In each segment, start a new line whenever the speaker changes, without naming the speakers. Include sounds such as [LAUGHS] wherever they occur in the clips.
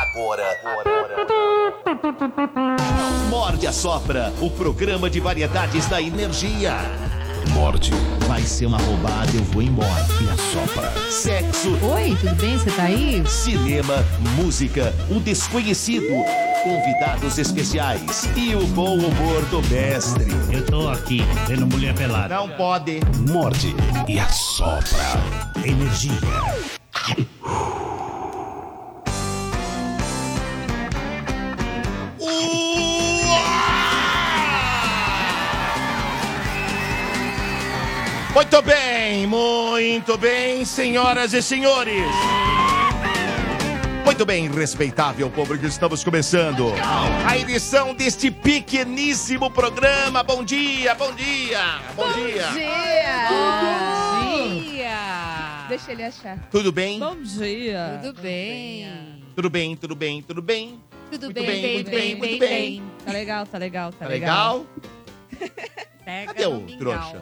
Agora, Morde a Sopra, o programa de variedades da energia.
Morde.
Vai ser uma roubada, eu vou embora.
E a Sopra.
Sexo.
Oi, tudo bem? Você tá aí?
Cinema, música, o desconhecido, convidados especiais e o bom humor do mestre.
Eu tô aqui, vendo mulher pelada.
Não pode.
Morde. E a Sopra. Energia.
Muito bem, muito bem, senhoras e senhores. Muito bem, respeitável público, estamos começando a edição deste pequeníssimo programa. Bom dia, bom dia, bom, dia.
Bom dia!
Deixa ele achar. Tá,
Tudo bem?
Bom dia.
Tudo bem?
Tudo bem, tudo bem, tudo bem?
Tudo
Muito
bem,
bem,
bem,
muito
bem,
bem,
bem,
muito
bem.
Tá legal, tá legal, tá,
Tá legal?
[LAUGHS] Pega
Cadê o
no mingau,
trouxa?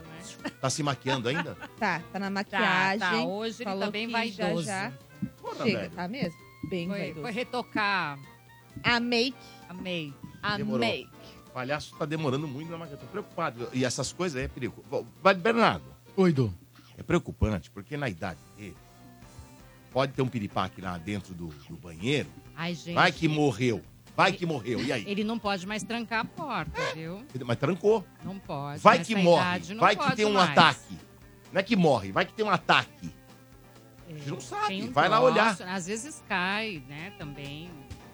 né?
Tá se maquiando
[LAUGHS]
ainda?
Tá, tá na
Tá,
maquiagem.
tá. Hoje ele
Falou
tá bem
que
vaidoso.
Já, já.
Porra,
Chega,
velho.
tá mesmo? Bem
Foi,
vaidoso.
foi retocar.
A make,
Amei.
a
Demorou.
make.
O palhaço tá demorando muito na maquiagem. Tô preocupado. E essas coisas aí é perigo. Vai, Bernardo.
Oi, Du.
É preocupante, porque na idade dele, pode ter um piripaque lá dentro do, do banheiro.
Ai, gente.
Vai que morreu. Vai que morreu. E aí?
Ele não pode mais trancar a porta, viu?
Mas trancou.
Não pode.
Vai
Nessa
que morre.
idade, não
Vai que
pode
tem um
mais.
ataque. Não é que morre, vai que tem um ataque. gente não sabe,
É, Tem um
vai lá olhar.
Às vezes cai, né, também.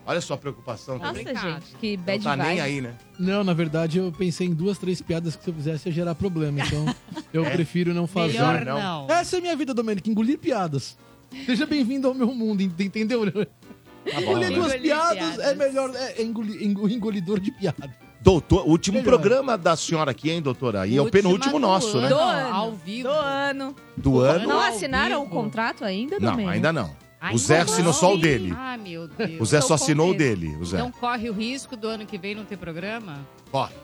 Olha só a preocupação
Nossa,
também.
Complicado.
gente, que
Não
bad
tá nem
vibe.
aí, né?
Não, na verdade, eu pensei em duas, três piadas que se eu fizesse ia gerar problema. Então, eu
É?
prefiro não fazer.
Melhor
não.
não.
Essa é a minha vida, Domênico, engolir piadas. Seja bem-vindo ao meu mundo, ent- entendeu?
Tá bom,
Engolir
né?
duas
Engolir
piadas, é
piadas.
melhor. É, é engoli- engo- engolidor de piadas.
Doutor, último
Melhor.
programa da senhora aqui, hein, doutora? E é o
Última
penúltimo
do
nosso, né?
ano,
Do
Ao
ano.
vivo.
Do ano.
Do ano.
Não
ao
assinaram o
vivo.
contrato ainda,
Não,
Domênio?
ainda não.
Ai,
O Zé
não,
assinou
não.
só o dele.
Ah, meu Deus.
O Zé
Estou
só assinou o
contente.
dele, o Zé.
Então corre o risco do ano que vem não ter programa?
Corre.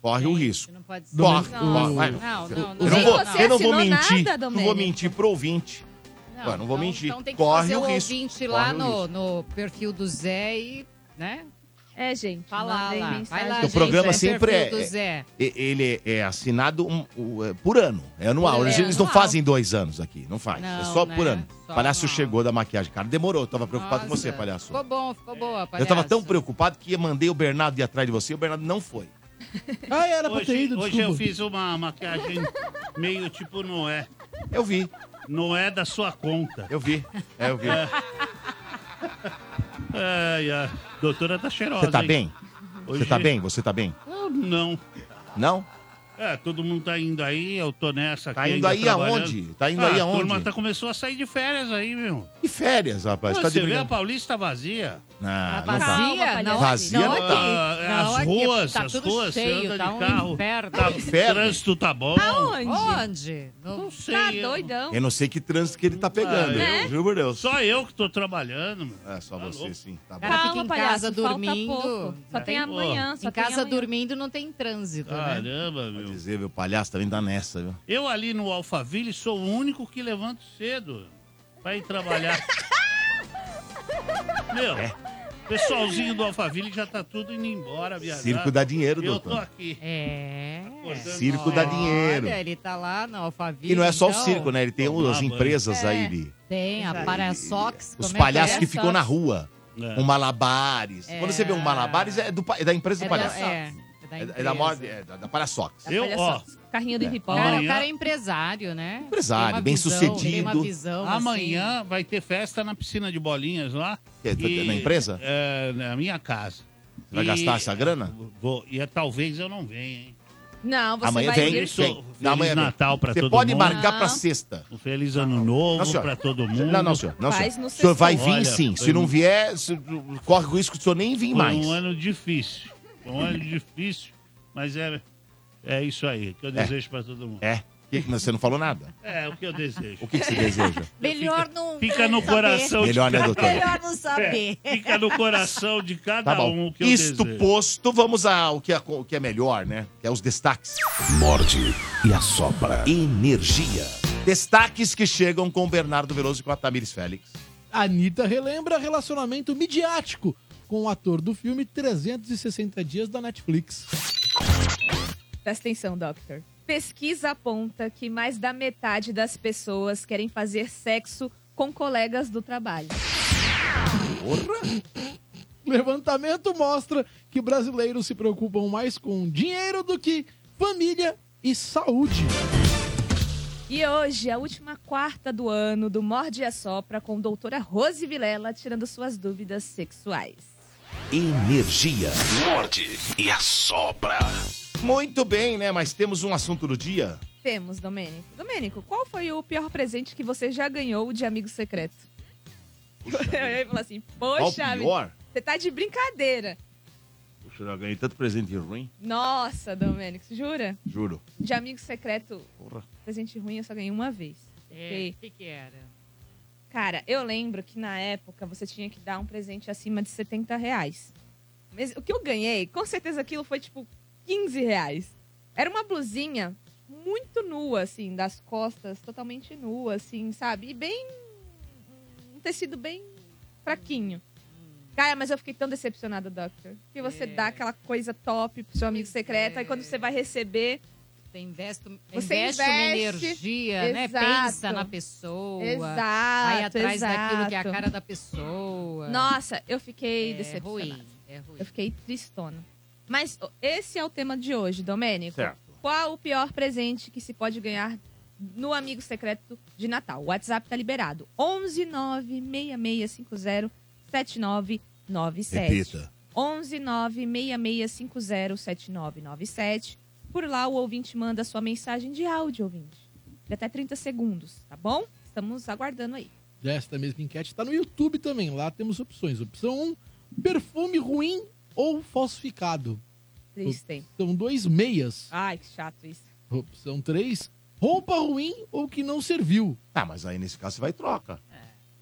Corre o
Gente,
risco.
Não pode ser.
Corre.
Não,
corre. Vai.
Não, não, não.
Eu não
Nem
vou,
você
eu não vou
assinou
mentir.
nada,
não vou
Domênico.
mentir pro ouvinte. Ué, não vou mentir.
Então tem que
Corre
fazer
o
o
risco.
ouvinte
Corre
lá
o
no, no perfil do Zé e, né?
É, gente.
Falar
mandei
lá. Vai
mensagem.
lá,
O programa
gente,
sempre
perfil
é-
do Zé.
E- Ele é assinado um- o- é por ano, é anual.
Por
Eles
ano,
não
anual.
fazem dois anos aqui, não faz. é
Não,
só
né?
por ano.
Só
O palhaço
anual.
chegou da maquiagem. Cara, demorou, tava preocupado com você,
Nossa,
palhaço.
Ficou bom, ficou boa, palhaço.
Eu tava tão preocupado que mandei o Bernardo ir atrás de você e o Bernardo não foi.
Ah, era pra ter
Hoje,
ido,
hoje
desculpa.
eu fiz uma maquiagem meio tipo Noé.
Eu vi,
Noé da sua conta.
eu vi. É, eu vi.
Ai, é, a doutora tá cheirosa.
Você tá
hein?
bem? Você
Hoje-
tá bem? Você tá bem?
Ah, não.
Não?
É, todo mundo tá indo aí, eu tô nessa aqui.
Tá indo
ainda
aí
trabalhando.
aonde? Tá indo
Ah,
aí
A turma
aonde?
tá, começou a sair de férias aí, meu.
Que férias, rapaz.
Pô,
Tá de
você vê a
brincadeira.
Paulista vazia.
Ah, não
Vazia,
tá.
Calma,
não,
Vazia
não,
não
aqui.
tá.
não
As
aqui,
ruas,
tá
as
tudo
ruas, você
cheio,
anda
tá
de
um
carro.
inferno.
Tá
O
inferno.
trânsito tá bom.
Aonde?
Onde? No-
Não sei.
Tá
eu-
doidão.
Então
Eu não sei que trânsito que ele tá pegando,
Ah,
eu
é?
juro por Deus.
Só eu que tô trabalhando, meu.
É, só
Tá
você
louco.
sim. Tá
É.
bom.
Cara,
Calma,
fica em
palhaço,
casa
falta
dormindo.
pouco. Só
Tá
tem
bom.
amanhã, só
Em
tem
casa
amanhã.
dormindo não tem trânsito,
Ah,
né?
Caramba,
Vou
meu.
dizer, viu? O palhaço também tá nessa, viu?
Eu ali no Alphaville sou o único que levanto cedo pra ir
[LAUGHS]
trabalhar. Meu,
É.
pessoalzinho do Alphaville já tá tudo indo embora, viajado.
Circo dá dinheiro,
Eu tô
doutor.
aqui.
É.
Circo dá é dinheiro.
Olha, ele tá lá na Alphaville.
E não é só
então.
o circo, né? Ele tem
Tomar
as
banho.
empresas
É.
aí de.
Tem a Parasox.
Os
como é
palhaços
é?
que ficam na rua.
É.
Um malabares.
É.
Quando você vê um malabares, é, do, pa- é da empresa
É
do
da,
palhaço.
é, é da
É, da- é
empresa.
da, maior- é da, da Parasox.
Eu,
Olha
ó,
só, carrinho de
O cara,
ripoll.
o cara é empresário, né?
Empresário,
Tem uma
bem
visão, Tem uma
sucedido.
visão. assim.
amanhã vai ter festa na piscina de bolinhas lá.
Que é da-
e-
na empresa?
É, na minha casa.
Você vai
E-
gastar essa grana?
Vou, e é, talvez eu não venha, hein?
Não, Então você
Amanhã
vai
vem.
vir.
Isso,
vem.
Feliz
Não, amanhã vem.
Natal pra
Você
todo
pode
mundo.
marcar pra
Não.
sexta.
Um feliz ano novo
senhora.
pra todo mundo.
Não, não, senhor. Não,
Faz
senhor.
no
O senhor vai vir
sextou.
Olha,
sim. Se
eu-
não vier, se- corre o risco de o senhor nem vir
Foi
mais.
um ano difícil. Foi um ano difícil, mas é, é isso aí que eu desejo pra todo mundo.
É. Que- não, Você não falou nada.
É, o que eu desejo.
O que, que você
[LAUGHS]
deseja?
Melhor não.
Fica no
saber. É
coração de
Melhor, né,
cada, É,
doutora?
Melhor não saber.
fica no coração de
Tá
cada um
bom.
o que eu
Isto
desejo.
posto, vamos ao que é, o que é melhor, né? Que é os destaques.
Morde. E a Sopra.
Energia. Destaques que chegam com Bernardo Veloso e com a Tamires Félix.
Anitta relembra relacionamento midiático com o ator do filme 360 Dias da Netflix.
Presta atenção, Doctor. Pesquisa aponta que mais da metade das pessoas querem fazer sexo com colegas do trabalho.
Levantamento mostra que brasileiros se preocupam mais com dinheiro do que família e saúde.
E hoje, é a última quarta do ano do Morde a Sopra com doutora Rose Vilela tirando suas dúvidas sexuais.
Energia. Morde e assopra.
Muito bem, né? Mas temos um assunto do dia.
Temos, Domênico. Domênico, qual foi o pior presente que você já ganhou de amigo secreto? [LAUGHS] Eu
É.
ia falar assim,
Qual o
poxa, vida,
pior?
você tá de brincadeira.
Poxa, eu já ganhei tanto presente ruim,
Nossa, Domênico, jura?
juro.
De amigo secreto,
Porra.
presente ruim eu só ganhei uma vez.
É, o que, que era?
Cara, eu lembro que na época você tinha que dar um presente acima de 70 reais. Mas o que eu ganhei, com certeza aquilo foi tipo 15 reais. Era uma blusinha muito nua, assim, das costas, totalmente nua, assim, sabe? E bem. um tecido bem fraquinho. Cara, mas eu fiquei tão decepcionada, Doctor. Que você
É.
dá aquela coisa top pro seu amigo
Pois
secreto,
é.
aí quando você vai receber.
Você investe,
Você
investe uma
investe,
energia, né?
exato.
Pensa na pessoa.
exato.
Vai atrás daquilo que é a
exato.
cara da pessoa.
Nossa, eu fiquei
é
decepcionada.
ruim. É ruim.
Eu fiquei tristona. Mas ó, esse é o tema de hoje, Domênico.
Certo.
Qual o pior presente que se pode ganhar no amigo secreto de Natal? O WhatsApp tá liberado. 11 96650 7997.
Repita.
11 96650 7997. Por lá o ouvinte manda sua mensagem de áudio, ouvinte. De até 30 segundos, tá bom? Estamos aguardando aí.
Desta mesma enquete está no YouTube também. Lá temos opções. Opção 1, perfume ruim ou falsificado.
Triste, hein?
São dois meias.
Ai, que chato isso.
Opção 3, roupa ruim ou que não serviu.
Ah, mas aí nesse caso você vai e troca.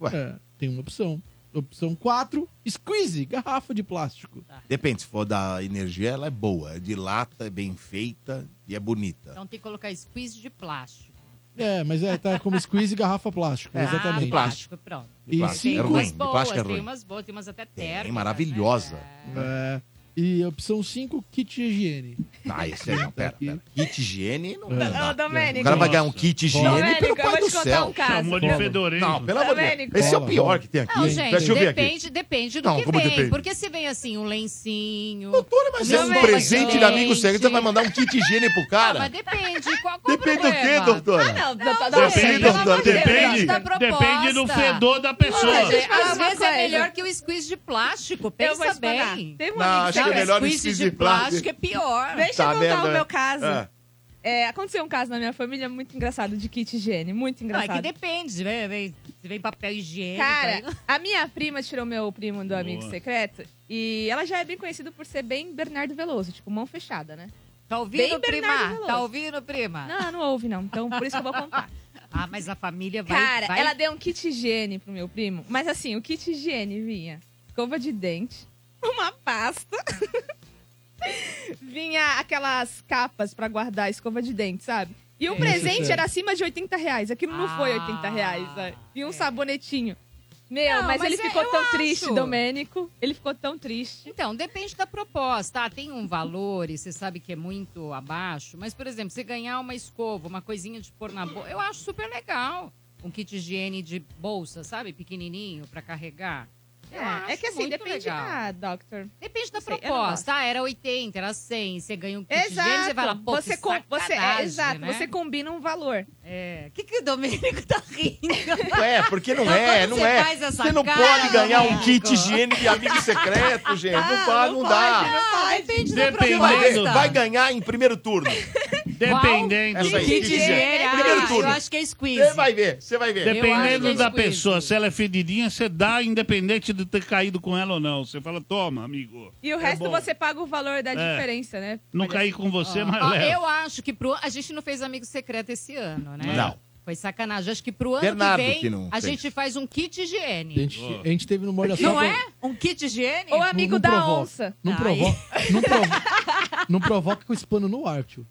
Ué.
É, tem uma opção. Opção 4, squeeze, garrafa de plástico.
Tá. Depende, se for da energia, ela é boa. É de lata, é bem feita e é bonita.
Então tem que colocar squeeze de plástico.
É, mas é, tá como squeeze, garrafa plástico.
É,
exatamente.
de plástico.
Pronto.
De
E
plástico
Tem
é
cinco-
ruim.
umas
De
boas,
plástico é
tem
ruim.
umas boas, tem umas até térmicas. né?
maravilhosa.
É, e opção 5, kit de higiene.
Ah, esse aí não, pera, pera. Kit higiene não
É.
dá.
Ô,
O
Domênico.
cara vai ganhar um
Nossa.
kit higiene
Domênico,
pelo
eu
pai
vou
do
te contar um
céu.
caso.
Chamou de
Cola.
fedorento.
Não, pelo amor de
Domênico.
Esse é o
Cola,
pior
cola.
que tem aqui.
Não,
hein?
gente,
Deixa eu ver aqui.
depende, depende do
Não,
que
como
vem.
depende?
Porque se vem assim, um lencinho.
Doutora, mas é um
Domênico.
presente de amigo secreto, você
Gente.
vai mandar um kit higiene pro
Ah, mas
cara?
depende.
[LAUGHS]
Qual, qual
Depende do
problema? Ah,
quê, doutora?
Não, doutor,
Não,
doutor,
sei,
Depende,
pelo amor de Deus, tá
Depende,
da proposta.
depende do fedor da pessoa.
Olha,
Deixa eu
gente,
te falar
Às
uma
vezes
coisa.
é melhor que o squeeze de plástico.
Eu vou
Pensa
explanar.
bem.
Teve um
Não,
amigo
acho que
secreto.
é melhor o
squeeze
squeeze
de
de plástico.
plástico é pior.
Deixa
Tá
eu contar
vendo,
o
né?
meu caso.
Ah.
É, aconteceu um caso na minha família muito engraçado de kit higiene. Muito
Não, é que
engraçado.
depende. Se vem, vem, se vem papel higiênico.
Cara,
aí- Tá
a minha prima tirou meu primo do amigo
Boa.
secreto. E ela já é bem conhecida por ser bem Bernardo Veloso, tipo, mão fechada, né?
Tá ouvindo,
bem Bernardo
prima?
Veloso.
Tá ouvindo, prima?
Não, ela não ouve, não. Então, por isso que eu vou contar.
[LAUGHS] Ah, mas a família vai.
Cara,
vai-
ela deu um kit higiene pro meu primo. Mas assim, o kit higiene vinha escova de dente, [LAUGHS] uma pasta. [LAUGHS] vinha aquelas capas pra guardar a escova de dente, sabe? E o
É.
presente
Necessário.
era acima de 80 reais. Aquilo não foi 80 reais.
Ah,
sabe? E um
é.
sabonetinho. Meu,
Não,
mas,
mas
ele
é-
ficou
eu
tão triste,
acho.
Domênico. Ele ficou tão triste.
Então, depende da proposta. Ah, tem um valor e você sabe que é muito abaixo. Mas, por exemplo, você ganhar uma escova, uma coisinha de pôr na bolsa, eu acho super legal. Um kit de higiene de bolsa, sabe? Pequenininho, pra carregar. Eu acho
é que assim,
muito
depende
legal.
da doctor.
Depende da
sei, eu não gosto.
proposta. Ah, era 80, era 100. Você ganha um kit de higiene,
Exato.
você vai lá, pô,
você,
que
com- você, é,
sacanagem,
exato,
né?
você combina um valor.
É. O que, que o Domênico tá rindo?
É, porque não
Então,
Mas
é,
quando
não
você
é.
faz essa
Você não
cara,
pode ganhar um
Domênico.
kit higiene de amigo secreto, gente. Não pode, não dá.
Ah, depende
é
da
Dependendo.
Vai,
proposta.
Não.
vai ganhar em primeiro [LAUGHS] turno.
Dependendo.
Essa aí.
Kit de higiene. Ah,
Primeiro
eu
turno.
acho que é squeeze.
Você vai ver, você vai ver.
Dep- Eu
Dependendo
acho
da
que é
pessoa,
squeeze.
se ela é fedidinha, você dá, independente de ter caído com ela ou não. Você fala, toma, amigo.
E o
É
resto
bom.
você paga o valor da
É.
diferença, né?
Não
Olha
caí com você, mas
assim, Ó,
leva.
eu acho que pro a gente não fez amigo secreto esse ano, né?
Não.
Foi sacanagem. Acho que pro ano
Bernardo
que vem
que não
a
fez.
gente faz um kit de
A
higiene.
gente, a gente teve no Molha
Não
Sopra-
é? Um kit de higiene?
Ou amigo
não
da
provoca.
onça.
Não
Ai.
provoca. Não, provo- não provoca com esse pano no ar, tio.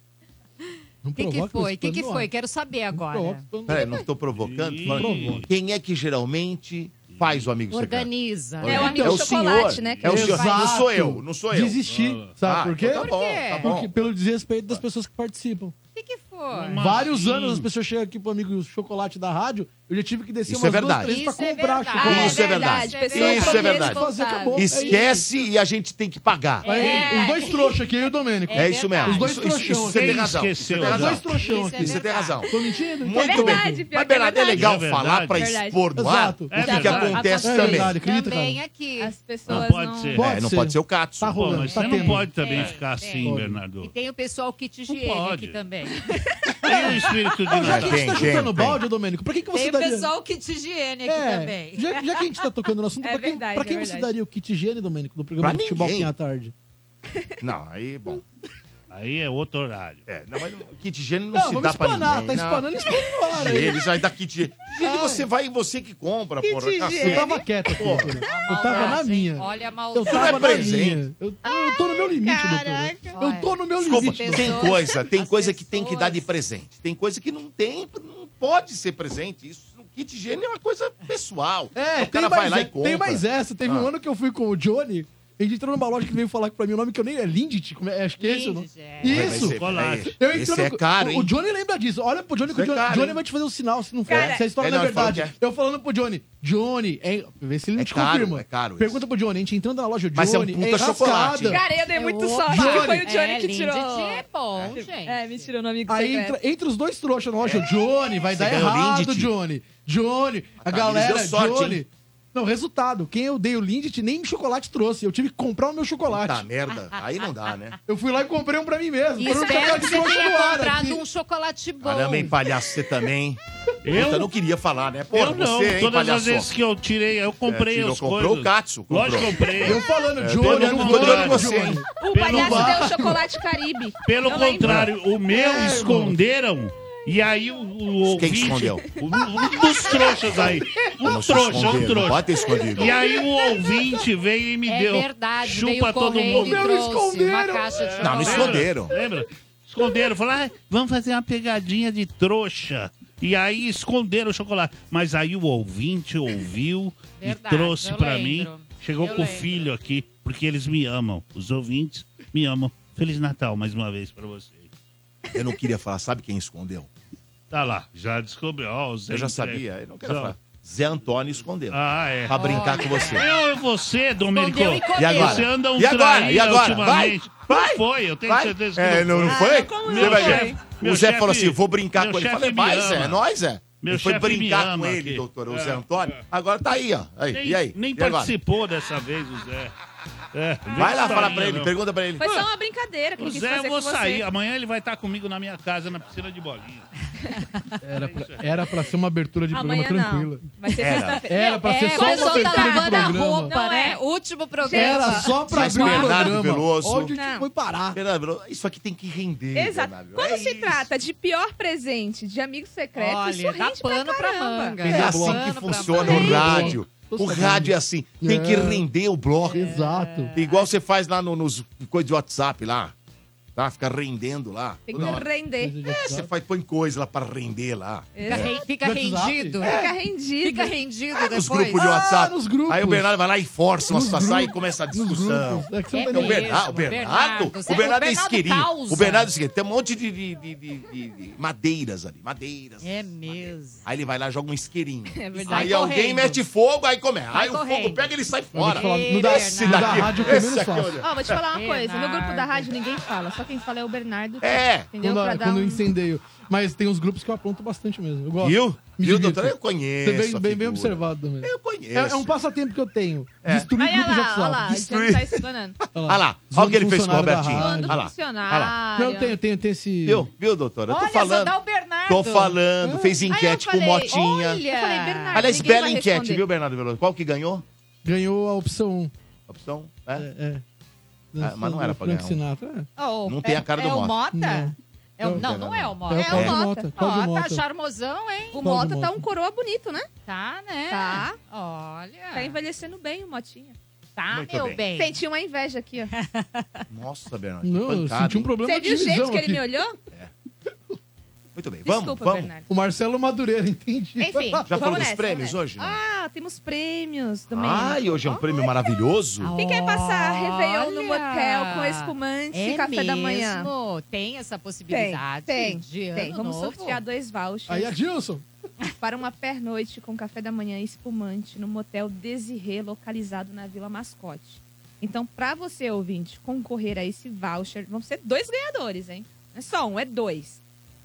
Não
O que, que
provoca com
foi?
esse
O que,
pano
que
no
foi?
ar.
Quero saber
é. Não é provoca
agora.
com esse pano no
Peraí,
ar.
não estou provocando. tô
Ih.
falando. Quem é que geralmente faz o amigo secreto.
Organiza.
É o amigo É o chocolate, senhor. né, que É o ele senhor. faz. Não sou eu, não sou eu.
Desisti,
Ah,
sabe por quê?
então tá bom, Por quê? tá bom.
Porque pelo desrespeito das pessoas que participam.
O que, que foi?
Vários anos as pessoas chegam aqui pro amigo chocolate da rádio, eu já tive que descer
Isso
umas
é verdade.
duas, três
Isso
pra
é
comprar
verdade.
chocolate.
Isso é verdade.
Pessoas
Isso é
são
verdade.
responsáveis. Acabou, é isso.
Esquece e a gente tem que pagar.
Mas Os dois trouxas aqui, eu e o Domênico.
É isso mesmo.
Os dois
Isso- isso-
trouxas.
isso você tem razão. Você
né?
tem
Os
razão.
dois trouxão
Isso é
aqui.
Você tem razão.
Tô mentindo?
Muito
Então,
bem. Mas, Bernardo, é legal falar pra expor no ar
Exato.
o que, que acontece
É
também.
verdade, acredita,
também
cara?
aqui.
As pessoas
pode ser. É, não pode ser o Cato.
Tá
Pô,
rolando,
mas
tá
você não
tendo.
pode também
É,
ficar
tem.
assim,
Pode.
Bernardo.
E tem o pessoal kit higiene
pode.
aqui
[LAUGHS]
também.
Tem o espírito de
Então, Já que a
Natal.
gente tá chutando balde, Domênico, pra que, que
[LAUGHS] Tem
você
o
daria...
pessoal kit higiene aqui também.
É, já, já que
[LAUGHS]
a gente tá tocando no assunto,
É
pra quem,
verdade,
pra
é
quem você
verdade.
daria o kit higiene, Domênico, do programa
Pra
de futebol
ninguém.
à tarde?
Não, aí, bom.
Aí é outro horário.
É, não, mas kit de higiene não,
Não,
se
vamos
dá pra
espanar,
ninguém.
tá
não.
espanando, né? espanando.
Ele já dá kit de higiene. Você vai e você que compra, porra.
Eu
Cacete.
tava quieto aqui, doutora. Eu
Ah, Tá
tava na minha.
Olha a
Eu
maldade.
tava
Não é
na
presente.
minha. Eu, eu tô no meu limite, doutora. Eu tô no meu
Desculpa,
limite.
tem
pessoas-
coisa, tem
as
coisa que tem que
pessoas-
dar de presente. Tem coisa que não tem, não pode ser presente. Isso, o kit de higiene é uma coisa pessoal.
É,
o cara
tem
vai
mais,
lá Então e
e-
compra.
tem mais essa. Teve um
Ah.
ano que eu fui com o Johnny, a gente entrou numa loja que veio falar pra mim o nome que eu nem... É Lindt? como é? Acho que é esse o nome.
Lindt, é.
Vai, vai
Isso!
ser,
Chocolate.
peraí.
Eu
Esse
entrando
é
com-
caro,
o-
hein?
O Johnny lembra disso. Olha pro Johnny, que
Isso
o
é
Johnny,
caro,
Johnny
hein?
vai te fazer um sinal se não for.
Cara,
se a história
é,
não,
não,
é
ele fala
verdade. Eu falando pro Johnny, Johnny, é, vê se ele não
É
te
caro,
confirma.
é caro isso.
Pergunta pro Johnny, a gente entrando na loja, o
Mas é um
Johnny,
puta
enrascada. É
chocolate, hein?
Cara, eu dei muito sorte
Johnny.
que foi o Johnny
É,
que
Lindt
tirou.
é bom, gente.
É, me tirou no amigo
Aí
secreto.
entra- entre os dois trouxas na loja, o Johnny, vai dar
ganhou
errado,
Lindt.
Johnny. Johnny, a,
Camila
galera,
deu sorte,
Johnny.
hein?
Não, resultado, quem eu dei o Lindt nem chocolate trouxe. Eu tive que comprar o meu chocolate.
Tá, merda. Aí não
[LAUGHS]
dá, né?
Eu fui lá e comprei um pra mim mesmo.
E
Pra não
espero
jogar
que
de
você
trouxa no
tenha
ar
comprado
aqui.
um chocolate bom.
Caramba, hein, palhaço, você também.
Eu?
Puta, não queria falar, né? Pô,
eu não,
você, hein,
todas as
palhaço.
vezes que eu tirei, eu comprei
É, tirou,
as
comprou
coisas.
o Katsu, comprou.
Lógico, comprei. É,
Eu falando,
Tô
Johnny, eu
olhando,
não
tô
vou
olhando
dar
você,
Johnny.
hein?
O
Pelo
palhaço
bar.
deu chocolate caribe.
[LAUGHS] Pelo
Eu lembro. [LAUGHS]
contrário, o meu
É,
esconderam. E aí o, o
Quem
ouvinte-
escondeu?
o- Um dos trouxas aí. Um
Nossa,
trouxa, um
escondido, não
trouxa.
Pode ter escondido.
E aí o ouvinte veio e me
É
deu.
verdade,
Chupa
veio
todo
correndo
mundo.
e
Meu, não
trouxe uma
esconderam.
caixa de
Não, não
chocolate.
esconderam.
Lembra? Esconderam, falaram, "Ah, vamos fazer uma pegadinha de trouxa. E aí esconderam o chocolate. Mas aí o ouvinte ouviu
Verdade,
e trouxe
eu
pra
lembro.
mim. Chegou
Eu
com o
lembro.
filho aqui, porque eles me amam. Os ouvintes me amam. Feliz Natal mais uma vez pra você.
Eu não queria falar. Sabe quem escondeu?
Tá lá, já descobriu. Ó, o Zé
Eu já
Entre-
sabia. Eu não quero
Zé-
falar. Zé Antônio escondeu.
Ah, é.
Pra brincar com você.
Eu e você, Domenico.
Escondeu e comeu.
E agora?
Você anda um
e agora?
traíra
E agora? Vai?
ultimamente.
Vai?
Não foi, eu tenho
Vai?
certeza que
é,
não
não, não
foi.
foi?
como
Você
não
vai
foi?
ver.
Meu
o Zé
chefe-
falou assim, vou brincar
meu
com ele. Eu
chefe
Falei,
me
vai,
ama.
Zé, é nóis, Zé.
Meu
ele foi
chefe me
brincar com
ama
ele,
aqui.
doutor, o
É.
Zé Antônio. Agora tá aí, ó. Aí,
Nem,
e aí?
nem
E agora?
participou dessa vez o Zé. É,
Vai lá
não
falar
sabia,
pra ele,
não.
pergunta pra ele.
Foi só uma brincadeira que
O
eu quis
Zé,
fazer
eu vou
com você.
sair. Amanhã ele vai estar comigo na minha casa, na piscina de bolinha.
Era pra, era pra ser uma abertura de
Amanhã
programa tranquila.
não. Vai ser
Era.
sexta-feira.
Era pra ser
É,
só
o
uma
pessoal tá
abertura de
lavando a
programa.
roupa,
Não,
né?
é.
Último programa.
Era só pra
Mas
abrir o
Bernardo
programa.
Veloso-
Onde a gente
Não.
foi parar.
Fernando, Isso aqui tem que render.
Exato.
Fernando.
Quando
É
se
isso.
trata de pior presente de amigo secreto, isso
Olha, dá
rende
pano
pra
pra
caramba.
manga.
É
Dá
assim que
pano pra
funciona
manga.
o rádio.
Tô
O
sabendo.
rádio é assim, tem que
É.
render o bloco.
Exato.
Igual você faz lá no- nos coisas de WhatsApp lá. Tá? Fica rendendo lá.
Tem
toda
que
hora.
render. É.
É, você faz, põe coisa lá pra render lá. É.
É.
Fica, re- fica
No WhatsApp?
rendido.
Fica rendido. é
Fica rendido
Nos
depois.
grupos de
Ah,
WhatsApp.
nos grupos.
Aí o Bernardo vai lá e força uma
Nos
situação
grupos.
e começa a
Nos
discussão.
grupos. É que você
É
não
O
tem
mesmo.
Bernardo, o Bernardo,
Bernardo,
o Bernardo é
Bernardo
esquerinho.
causa.
O Bernardo é esquerinho. Tem um monte de, de- de- de- de- de madeiras ali. Madeiras.
É mesmo.
Aí ele vai lá e joga um isqueirinho.
É verdade.
aí
Sai
alguém
correndo.
mete fogo, aí come. Aí o
correndo.
fogo pega e ele sai
Eu vou
fora.
te falar, no da,
Esse
no da
daqui. é
rádio eu
Esse
menos
aqui,
faço.
olha.
Ó, vou te falar uma coisa. No grupo da
Bernardo.
rádio ninguém fala. Só quem fala é o Bernardo.
É.
Entendeu?
Quando,
Pra dar
quando eu
um...
incendeio. Mas tem uns grupos que eu apronto bastante mesmo. Eu gosto.
Viu?
Me
Viu,
divirto.
doutor? Eu
Você
conheço.
bem,
a
bem, bem
figura.
observado também.
Eu
É, é
conheço. É.
um passatempo que eu tenho. Destruir
Aí,
grupos
olha
de
lá, olha
WhatsApp.
lá. a gente
Destruir.
tá estudando.
Olha lá. Olha o que ele fez com o
Funcionário da
Robertinho.
rádio.
Olha
Zoando
lá. Olha lá.
funcionário.
Não, eu tenho, tenho, tenho esse.
Viu? Viu, doutora? Eu tô
Olha, só
falando.
dá o Bernardo.
Tô falando. Fez enquete
Aí eu
com
falei,
Motinha.
Olha. Eu falei, Bernardo,
Aliás,
ninguém
bela
vai
enquete,
responder.
viu, Bernardo Veloso? Qual que ganhou?
Ganhou a opção 1.
Opção? É?
É, é.
Ah, mas não era pra
Frank
ganhar um.
Sinatra. é.
Oh,
Não tem a cara
é,
do
é o
Mota.
Mota?
Não.
É o-
Não,
não,
não
não é o Mota.
É o
É o
Cláudio
Mota.
Mota. Cláudio
Ó, tá
Mota.
charmosão, hein?
O
Cláudio
Mota tá
Mota.
um coroa bonito, né?
Tá, né?
Tá.
Olha.
Tá envelhecendo bem o Motinha.
Tá,
Muito
meu bem.
bem.
Senti uma inveja [LAUGHS] aqui, ó.
Nossa, Bernardo. que
Não, eu
pancada,
senti um
hein?
problema
Você
de
viu o jeito
visão
que ele
aqui.
me olhou?
Muito bem, vamos,
Desculpa,
vamos.
Bernardo.
O Marcelo Madureira, [LAUGHS] entendi.
Enfim,
Já foram
vamos
os
nessa, vamos
prêmios
nessa.
hoje? né? não?
Ah, temos prêmios também.
Ai, hoje é um prêmio maravilhoso.
Ah,
Quem quer passar Réveillon no
Olha!
motel com espumante e
É
café da manhã?
mesmo? Tem essa possibilidade
tem,
de ano
Tem, vamos
novo?
sortear dois vouchers
Aí, Adilson.
para uma pernoite com café da manhã e espumante no motel Desirê, localizado na Vila Mascote. Então, para você, ouvinte, concorrer a esse voucher, vão ser dois ganhadores, hein? Não é só um, é dois.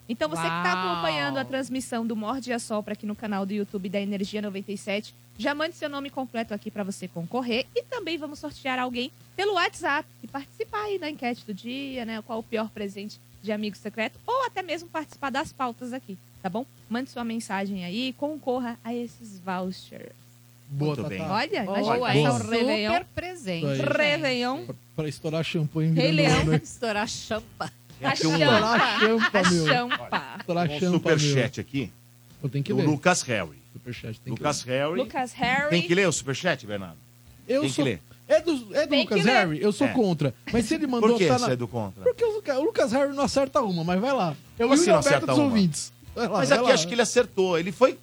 Então, você que está
Uau!
acompanhando a transmissão do Morde a Sopra aqui no canal do YouTube da Energia 97, já mande seu nome completo aqui para você concorrer. E também vamos sortear alguém pelo WhatsApp e participar aí da enquete do dia, né? Qual o pior presente de amigo secreto, ou até mesmo participar das pautas aqui, tá bom? Mande sua mensagem aí e concorra a esses vouchers.
Boa,
Muito bem.
Tatá.
Olha,
Boa,
imagina
hein?
passar um Réveillon.
super presente.
Aí.
gente.
Réveillon.
Pra estourar champanhe.
Rei
virando
Leão.
ano, hein?
Estourar champa.
É
Tem aqui
Achamos.
um,
Estourar champa,
A
meu.
champa.
Estourar
um
champa, meu.
superchat aqui
tá Eu tenho que
do
ler.
Lucas Harry.
Superchat, tem que
Lucas Harry.
Lucas
Tem
Harry.
que ler o superchat, Bernardo?
ler. Eu
tem que
sou...
ler.
É do, é do
Tem
Lucas
que ler.
Harry? Eu sou
É.
contra. Mas se ele mandou...
Por que
tá
você
na-
é do contra?
Porque o Lucas, o Lucas Harry não acerta uma, mas vai lá. É o
Como
Yuri
assim não
Alberto
acerta
dos
uma?
ouvintes. Vai lá,
Mas
vai
aqui
lá.
acho que ele acertou. Ele foi.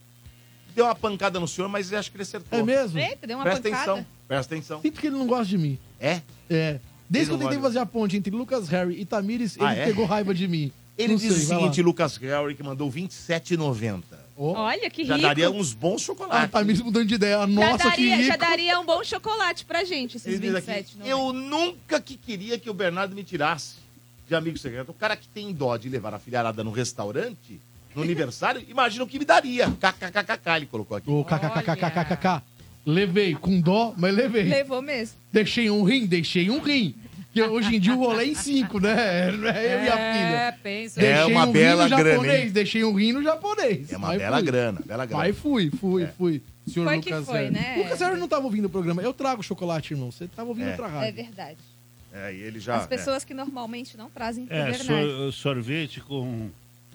Deu uma pancada no senhor, mas acho que ele acertou.
É mesmo?
Eita, deu uma
Presta
pancada.
atenção. Presta atenção.
Sinto que ele não gosta de mim.
É?
É. Desde que
Ele
eu
não
tentei fazer
gosta.
a ponte entre Lucas Harry e Tamires, ele
Ah, é?
pegou raiva de mim.
Ele
Não
diz
sei,
o
vai
seguinte,
lá.
Lucas Harry, que mandou 27,90.
Ó,
Olha, que
Já
rico.
daria uns bons
Ah, a
chocolates.
Tamires mudando de ideia.
Já,
Nossa, que
daria,
rico.
já daria um bom chocolate pra gente, esses
Ele diz
27.
aqui,
não é?
eu nunca que queria que o Bernardo me tirasse de amigo secreto. O cara que tem dó de levar a filharada no restaurante, no aniversário, [LAUGHS] imagina o que me daria. KKKKK, ele colocou aqui.
Ô, kkkkkkk. Levei com dó, mas levei.
é?" Levou mesmo.
Deixei um rim, deixei um rim. Que hoje em dia o rolê é em cinco, né? Não é eu e a filha.
É, pensa.
É
Deixei
uma
um
bela
rim no
grana, hein?
japonês, deixei um rim no japonês.
É uma
Mas
bela
fui.
grana, bela grana.
Mas fui, fui,
É.
fui. Senhor
Foi que
Lucas
foi,
Harry.
né?
Lucas Harry não tava ouvindo o programa. Eu trago chocolate, irmão. Você tava ouvindo
É.
outra
É
rádio.
verdade.
É, e ele
Tá,
já...
As pessoas que normalmente não trazem pro
É,
Bernardo.
sor- sorvete com.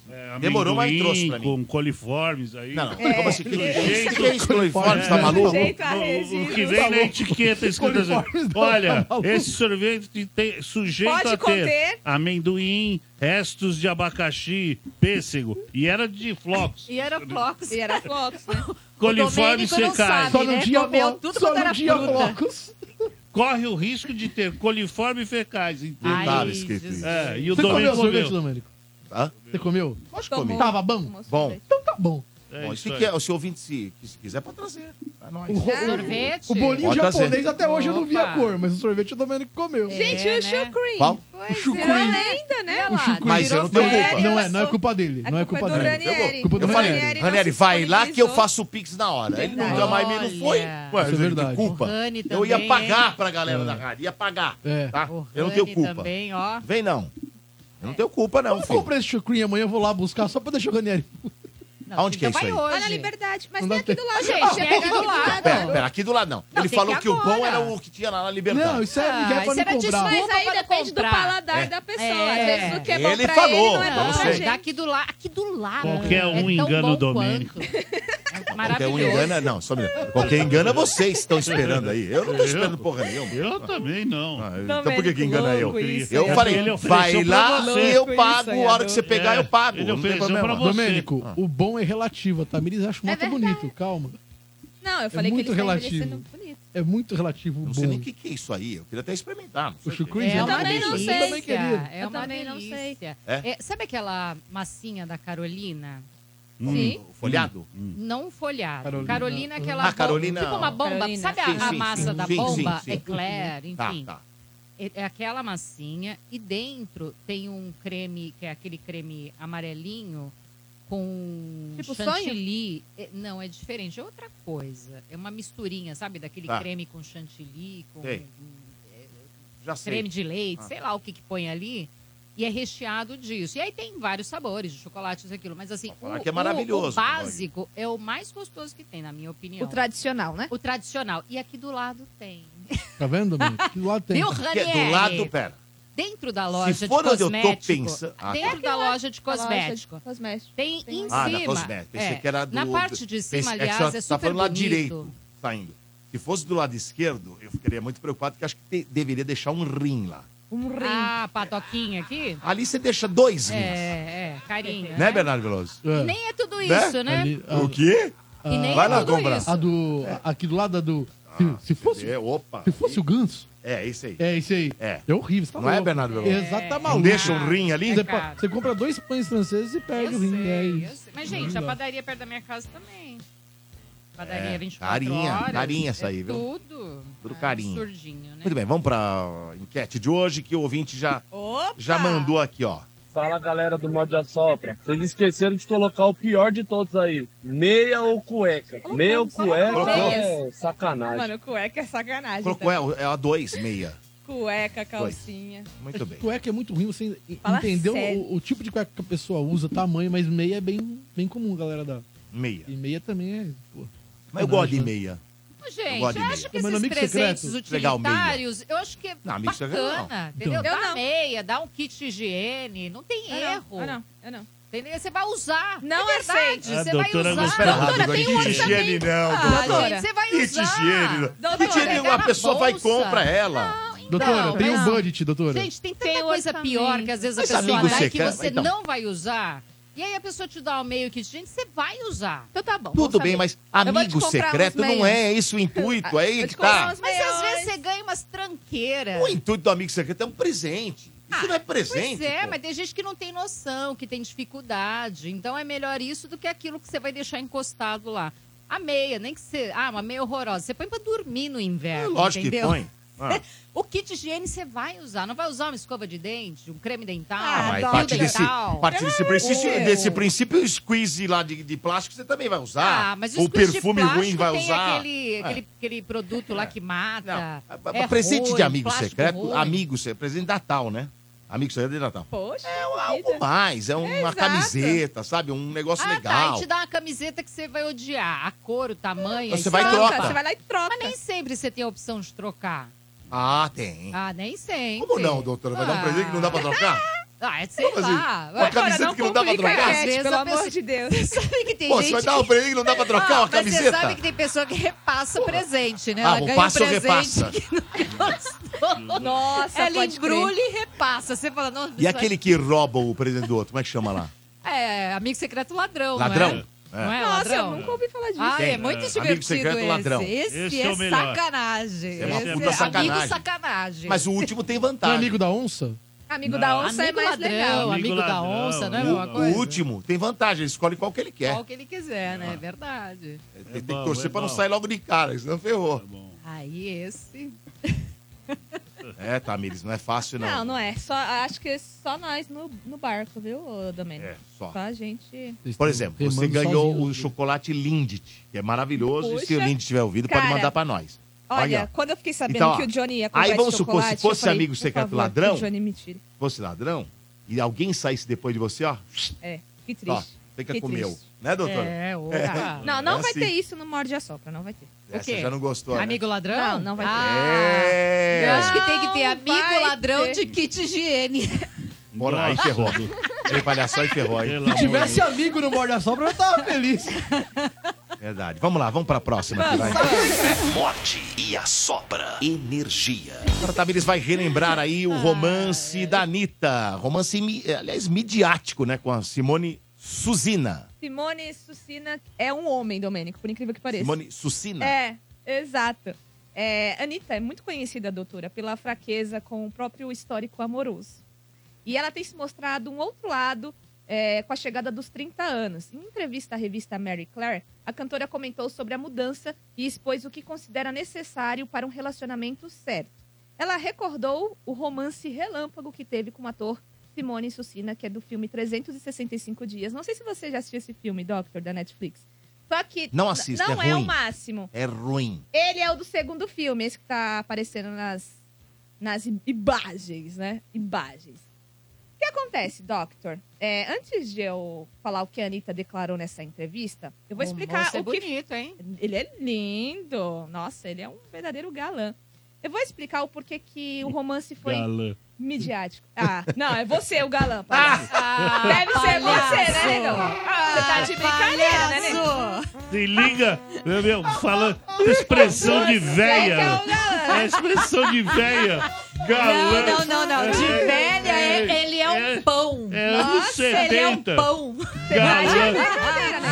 é,
Demorou, mas
amendoim,
trouxe pra mim.
Com coliformes aí.
é. Não, não,
É.
como assim? Que
Jeito.
que é isso, coliforme? Você tá
É.
maluco?
Jeito a
O, o
Regina.
que
Tá
vem na
louco.
etiqueta escrito assim,
Coliformes não,
Olha,
tá maluco.
esse sorvete tem sujeito
Pode
a
conter.
ter amendoim, restos de abacaxi, pêssego. E era de flocos.
E era flocos.
E era Fox, [LAUGHS] né?
Coliformes
Domênico não
secais.
sabe.
Só não
né?
tinha
Comeu
blo-
tudo
só
quanto
não
era
tinha
fruta.
blocos.
Corre o risco de ter coliforme fecais. entendeu?
Ai. tava escrito
Jesus.
isso.
É, e o
Você comeu
Domênico
o sorvete,
comeu.
Domênico?
Hã?
Você comeu?
Pode
Tomou.
comer.
Tava bom?
Tomou
Bom.
sorvete.
Então tá bom.
É
Bom,
isso
se,
aí.
quer, se o ouvinte se, que se quiser, pode trazer. Tá nóis.
O, ro-
Sorvete?
o bolinho
Pode trazer.
japonês até hoje eu não vi a
Opa.
cor, mas o sorvete o Domênico comeu.
Gente,
É, né?
o Chucrim.
Qual?
Pois
chucrui.
é.
Ainda, né?
Olha lá,
chucrui.
Mas
virou
eu não tenho
férias.
culpa.
Não é, não é culpa dele.
A
não é
culpa
culpa
é do
dele.
Ranieri. Ranieri.
Culpa do
Eu falei,
Ranieri
Ranieri,
não se
vai lá que eu
disponibilizou.
faço o Pix na hora. Ele nunca
Verdade.
mais me não
Olha.
foi. Ué,
Isso é
eu não tenho
verdade.
culpa.
O Rani
eu ia
também,
pagar
hein?
pra galera da rádio, ia pagar.
É.
Tá?
O
Eu não tenho
Rani
culpa.
também, ó. É.
Vem não. Eu não tenho culpa, não,
Eu
filho.
comprei esse chucrinho amanhã, eu vou lá buscar só pra deixar o Ranieri.
Não,
Aonde que é
então
isso
vai
aí?
Lá na
hoje.
Liberdade. Mas tem
Não dá
aqui do
tempo.
lado,
Gente,
gente. é
pega do lado.
Pera, pera, aqui do lado não.
Não,
Ele
tem
falou
que
que, o bom
agora.
era o que tinha lá na liberdade.
Não, isso é Miguel
Ah,
pra
isso
me
era
cobrar.
desmaio.
Mas aí
Desculpa para
depende do
comprar.
paladar
É.
da pessoa.
É.
Às vezes o que é bom
Ele
pra
falou,
ele não é
eu
bom pra
sei.
Não,
gente.
daqui do lado, aqui do lado.
Qualquer um
É tão
engana
bom
o Domênico.
quanto. É
Qualquer um
maravilhoso.
engana, não, só um minuto. Qualquer engana vocês estão esperando aí. Eu não tô
Eu?
esperando porra nenhuma.
Eu também não.
Ah, então
Domênico,
por que, que engana eu?
louco isso,
Eu
hein?
falei,
Ele
vai
ofereceu pra
lá
você.
e eu
Louco isso,
pago. A hora que
Adão.
você pegar,
É,
eu pago.
ele
Não tem
ofereceu pra
problema. Ah.
você. Ah.
Domênico, o bom é relativo. A Tamires acha
É
muito é bonito, calma.
Não, eu falei que
muito
ele está
relativo.
envelhecendo bonito.
É muito relativo o
Não
bom.
sei nem o que, que é isso aí. Eu queria até experimentar. não
O
sei o quê. Hum,
chucrinho
É
já
Eu
uma
também não
delícia.
sei.
também queria.
É
Eu
uma
também não sei.
delícia.
É?
É, sabe aquela massinha da Carolina?
Hum.
Sim.
hum, Folhado?
Não folhada.
Carolina.
Carolina, é aquela.
Ah, Carolina.
Tipo uma bomba.
Carolina.
Sabe a,
Sim,
a
sim,
massa
sim.
da
Sim, sim,
bomba?
sim.
Eclair,
Tá,
enfim.
tá.
É- É aquela massinha e dentro tem um creme, que é aquele creme amarelinho com
Tipo
chantilly. É, não, é diferente, é outra coisa. É uma misturinha, sabe? Daquele
Tá.
creme com chantilly, com
Sei.
com, é,
Já sei.
creme de leite,
Ah.
sei lá o que que põe ali. E é recheado disso. E aí tem vários sabores de chocolate, isso e aquilo. Mas assim,
Vou falar
o,
que é
o-
maravilhoso,
o básico é o mais gostoso que tem, na minha opinião.
O tradicional, né?
O tradicional. E aqui do lado tem.
Tá vendo, Domênico? Que lá tem.
Viu,
Porque
Ranieri?
É, do lado, pera.
Dentro da loja
Se
de
for onde eu tô
cosmético.
pensando- Ah, tá.
dentro da loja de cosmético.
A loja de Cosmético.
Tem
Tem
em
lá.
Ah, da
cima. É,
cosmética. Pensei que era do-
na parte de
pensei-
cima,
é que
aliás,
você
é,
tá
super
falando lá
bonito.
direito. Tá indo. Se fosse do lado esquerdo, eu ficaria muito preocupado, porque acho que te- deveria deixar um rim lá.
Um rim.
Ah, patoquinha aqui?
Ali você deixa dois rins.
É, é. carinho.
Né, Bernardo Veloso?
E nem é tudo isso, né?
Ali-
O quê?
E nem
Vai
é
lá,
tudo
compra.
isso.
A do. a- Aqui do lado da do. se- se, fosse,
É, opa.
se fosse o ganso.
É, isso aí.
É isso aí.
É.
horrível, você tá
Não é,
louco.
Bernardo Veloso?
Exato,
É.
tá
Não
maluco.
deixa o rim ali?
Você,
Cara.
pa- você compra dois pães franceses e perde
É Eu
o rim. é
sei, eu
isso.
sei. Mas, gente, a
Não.
padaria perto da minha casa também. Padaria
É,
24
carinha,
horas.
carinha essa aí,
é
viu?
Tudo.
Tudo
É,
carinho.
Absurdinho, né?
Muito bem, vamos pra enquete de hoje que o ouvinte já,
Opa!
já mandou aqui, ó.
Fala galera do Morde a Sopra. Vocês esqueceram de colocar o pior de todos aí: meia ou cueca.
Colocamos,
Meia ou cueca
colocamos.
é sacanagem.
Mano, cueca é sacanagem.
Colocou, é, é a 2,6.
tá? Cueca, calcinha.
Muito bem.
Cueca é muito ruim, você en-
Fala
entendeu
sério.
o, o tipo de cueca que a pessoa usa, tamanho, mas meia é bem, bem comum, galera. Da...
Meia.
E meia também é. pô. né?
Mas eu gosto de meia.
Ô,
Eu
Gente,
gosto de
eu
meia.
acho que
é
Mas no
esses
amigo
presentes
secreto,
legal, meia.
utilitários, eu acho que é
Não, amigo secreto, não.
bacana, entendeu?
Então. Eu
Dá
não.
meia, dá um kit de higiene, não tem
Eu não,
erro.
Eu não, eu não.
Entendeu? Você vai usar.
Não
é verdade,
aceito.
você
A
vai
doutora
usar.
Espera,
rápido,
doutora,
agora
tem
de
um orçamento.
higiene, não.
Ah,
Ah,
doutora.
gente, você vai
Que
usar.
higiene.
Doutora,
Que higiene,
pega
a
na
pessoa vai e
bolsa.
compra é. ela.
Doutora, tem um
mas-
budget, doutora.
Gente, tem tanta
Tem
coisa
orçamento.
pior que às vezes a
Mas
pessoa dá
amigo
e que
secreto,
você
então.
não vai usar. E aí a pessoa te dá o meio que gente, você vai usar.
Então tá bom. vamos
Tudo
saber.
bem, mas
Eu vou te
amigo
comprar
secreto
uns
não
meias.
é esse
[LAUGHS]
o intuito. Aí
Vou
que
te
tá.
comprar uns
Mas às
meiões.
vezes você ganha umas tranqueiras.
O intuito do amigo secreto é um presente. Isso não é presente.
Pois é,
pô.
mas tem gente que não tem noção, que tem dificuldade. Então é melhor isso do que aquilo que você vai deixar encostado lá. A meia, nem que você. Ah, uma meia horrorosa. Você põe pra dormir no
É,
inverno.
Lógico que
entendeu?
põe. [LAUGHS] Ah,
É, O kit higiene você vai usar. Não vai usar uma escova de dente, um creme dental,
ah, mas
um
a
fio
partir desse,
dental.
partir desse princípio,
Oh.
desse princípio, o squeeze lá de, de plástico você também vai usar.
Ah, mas
o
os kits de
perfume
plástico
ruim vai
tem
usar.
Aquele,
É.
aquele, aquele produto lá que
Não,
mata.
a- a-
É
presente
ruim,
de amigo
plástico
secreto,
ruim.
amigo secreto, presente de Natal, né? Amigo secreto de Natal.
Poxa,
É um-
vida.
algo mais, é uma
Exato.
camiseta, sabe? Um negócio
Ah, tá.
legal.
E te dá uma camiseta que você vai odiar. A cor, o tamanho.
Você
a
vai
estampa.
troca.
Você vai lá e troca.
Mas nem sempre você tem a opção de trocar.
Ah, tem.
Ah, nem sempre.
Como não, doutora? Vai dar um
Ah.
presente que não dá
[LAUGHS]
pra trocar?
Ah, é sei
Como assim?
lá.
Uma
Vai-
Agora,
camiseta
não
que não dá pra
complica a
trocar?
enquete,
Às vezes
pelo
a
amor
pessoa-
de Deus.
Você sabe que tem
Pô, você
gente
vai dar um
que...
presente que não dá pra trocar uma
Mas você
camiseta?
sabe que tem pessoa que repassa o presente, né?
Ah,
Ela
o
ganha um
passa ou
presente
repassa?
que não gostou.
Nossa,
Ela
pode crer.
embrulha e repassa. Você fala, não,
E aquele que rouba o presente do outro, como é que chama lá?
É, amigo secreto ladrão,
Ladrão?
não é? Não
É.
é
Nossa, eu
ladrão?
nunca ouvi falar disso.
Ah,
Tem.
é muito
É.
divertido
Amigo secreto
esse.
ladrão.
Esse,
Esse é
é,
o melhor.
sacanagem.
é uma
Esse
puta
Amigo
sacanagem.
sacanagem.
Mas o último tem
Não é
vantagem.
amigo da onça?
Amigo
Não.
da onça
amigo
é mais
ladrão,
legal.
amigo da
Amigo
onça, não é a
ladrão,
mesma
o-
O
coisa?
último tem vantagem, ele escolhe qual que ele quer.
Qual que ele quiser, né? É verdade.
Ele
É
tem
bom,
que torcer
é
pra não
bom.
sair logo de cara, senão ferrou.
Tá bom.
Aí esse...
É, Tamires, não é fácil não.
Não, não é. Só, acho que só nós no, no barco, viu, ô, Domênico?
É, só.
Só a gente.
Vocês estão
Por exemplo, você
remando
ganhou
sozinhos
o
aqui.
chocolate Lindt, que é maravilhoso. e se o
Poxa.
Lindt tiver ouvido, pode
Cara,
mandar pra nós.
Olha,
Olha,
quando eu fiquei sabendo
Então, ó,
que o Johnny ia comprar
aí vamos
esse
supor, se
chocolate, eu
fosse
falei,
amigo
por
secreto
favor,
ladrão-
que O Johnny me tira.
Se fosse ladrão e alguém saísse depois de você, ó,
É, que triste.
ó fica
que
com o meu.
triste.
Né, doutora?
É, o...
Não, não
É
vai
assim.
ter isso no Morde a Sopra, não vai ter.
Essa
quê?
já não gostou, né?
Amigo ladrão?
Não, não vai ter.
Ah, Eu
É.
acho que tem que ter
Não
amigo
vai
ladrão
ter.
de kit higiene.
Bora, aí
Nossa,
ferrou.
Dudu.
Veio palhaçal e ferrou aí.
Pelo amor
Se
de
tivesse amigo no Morde a Sopra, eu tava
[LAUGHS]
feliz.
Verdade. Vamos lá, vamos pra próxima aqui, vai.
Morte e a sopra. Energia.
Agora, Tamires vai relembrar aí o romance da Anitta. Romance, mi- eh, aliás, midiático, né? Com a Simone Suzina.
Simone Sucina é um homem, Domênico, por incrível que pareça.
Simone Sucina.
É, exato. É, Anitta é muito conhecida, doutora, pela fraqueza com o próprio histórico amoroso. E ela tem se mostrado um outro lado é, com a chegada dos 30 anos. Em entrevista à revista Mary Claire, a cantora comentou sobre a mudança e expôs o que considera necessário para um relacionamento certo. Ela recordou o romance relâmpago que teve com o ator Simone Sucina, que é do filme 365 Dias. Não sei se você já assistiu esse filme, Doctor, da Netflix. Só que
Não assista,
não
é
é
ruim.
o máximo.
É ruim.
Ele é o do segundo filme, esse que tá aparecendo nas, nas im- imagens, né? Imagens. O que acontece, Doctor? É, antes de eu falar o que a Anitta declarou nessa entrevista, eu vou explicar
Nossa,
o
é
que
bonito, hein?
ele é lindo. Nossa, ele é um verdadeiro galã. Eu vou explicar o porquê que o romance foi
Galã.
midiático. Ah, não, é você o
[LAUGHS]
galã, palhaço.
Ah,
Deve ser você, né,
palhaço.
negão? Ah, você tá de brincadeira, né, negão?
Palhaço.
Se liga, meu, meu falando expressão de véia.
É o galã.
É expressão de véia. Galã.
Não, não, não, não. De
É,
velha,
é,
é- ele é um pão.
É anos
Ele é
70.
um pão.
Galã.
Imagina.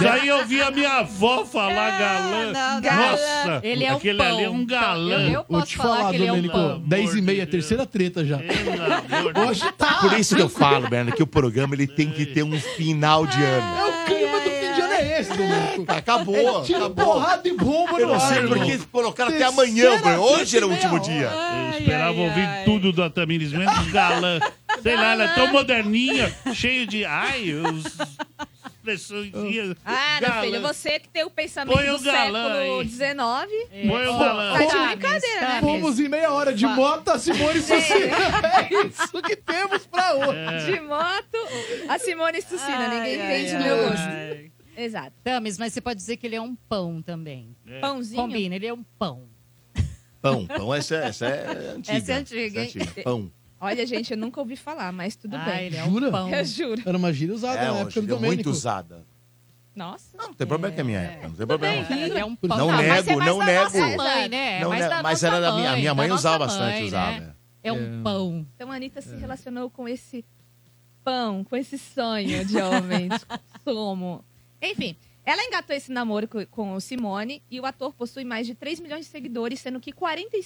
Daí eu vi a minha avó falar galã.
não, galã.
Nossa,
Ele é um
aquele
pão.
ali é um galã.
Eu- eu
Vou te falar, é
É um
Domenico, 10 e meia, terceira treta já.
Hoje tá. Por isso que eu falo, Berna, que o programa ele tem que ter um final de ano.
É o clima do fim de ano é esse, Domenico.
Acabou,
É tiro,
acabou.
porrada e bomba
Eu
no
não
ar.
sei
irmão.
porque colocaram até
Terceira
amanhã, Bran. Hoje
terça
era o
e
último
meia
dia.
Eu esperava ouvir tudo da Tamires, menos galã. Sei lá, ela é tão moderninha, cheio de. Ai, os. expressões.
Ah, meu
Galã.
filho,
né?
você que tem o pensamento
Põe o
do
galã
século
aí.
É,
É.
XIX.
Põe o galã.
Tá de brincadeira, né?
Fomos em meia hora de moto a Simone Sucina. É isso que temos
[LAUGHS]
pra hoje.
É. De moto, a Simone Sucina. né? Ninguém
ai,
entende
ai,
o meu
ai.
gosto. Exato.
Tamis, mas você pode dizer que ele é um pão também.
Pãozinho.
Combina, ele é um pão.
Pão, pão, essa, essa é antiga.
Essa é antiga, hein?
Pão.
Olha, gente, eu nunca ouvi falar, mas tudo
ah,
bem.
ele é
Jura?
um pão.
Eu juro.
Era uma gíria usada
É,
na
hoje
época do
deu muito
Domênico.
usada.
Nossa.
Não, não tem problema que é minha época. Não tem problema.
Cara, ele é um pão.
Não
mas
nego,
é mais
não
da
nego.
Nossa mãe, né? É
Não,
mais
né,
da
mas
nossa
era da minha, minha mãe
da
usava
nossa
bastante,
mãe,
usava.
né?
é.
É um pão.
Então a Anitta se relacionou com esse pão, com esse sonho de homem, de consumo. Enfim, ela engatou esse namoro co- com o Simone e o ator possui mais de 3 milhões de seguidores, sendo que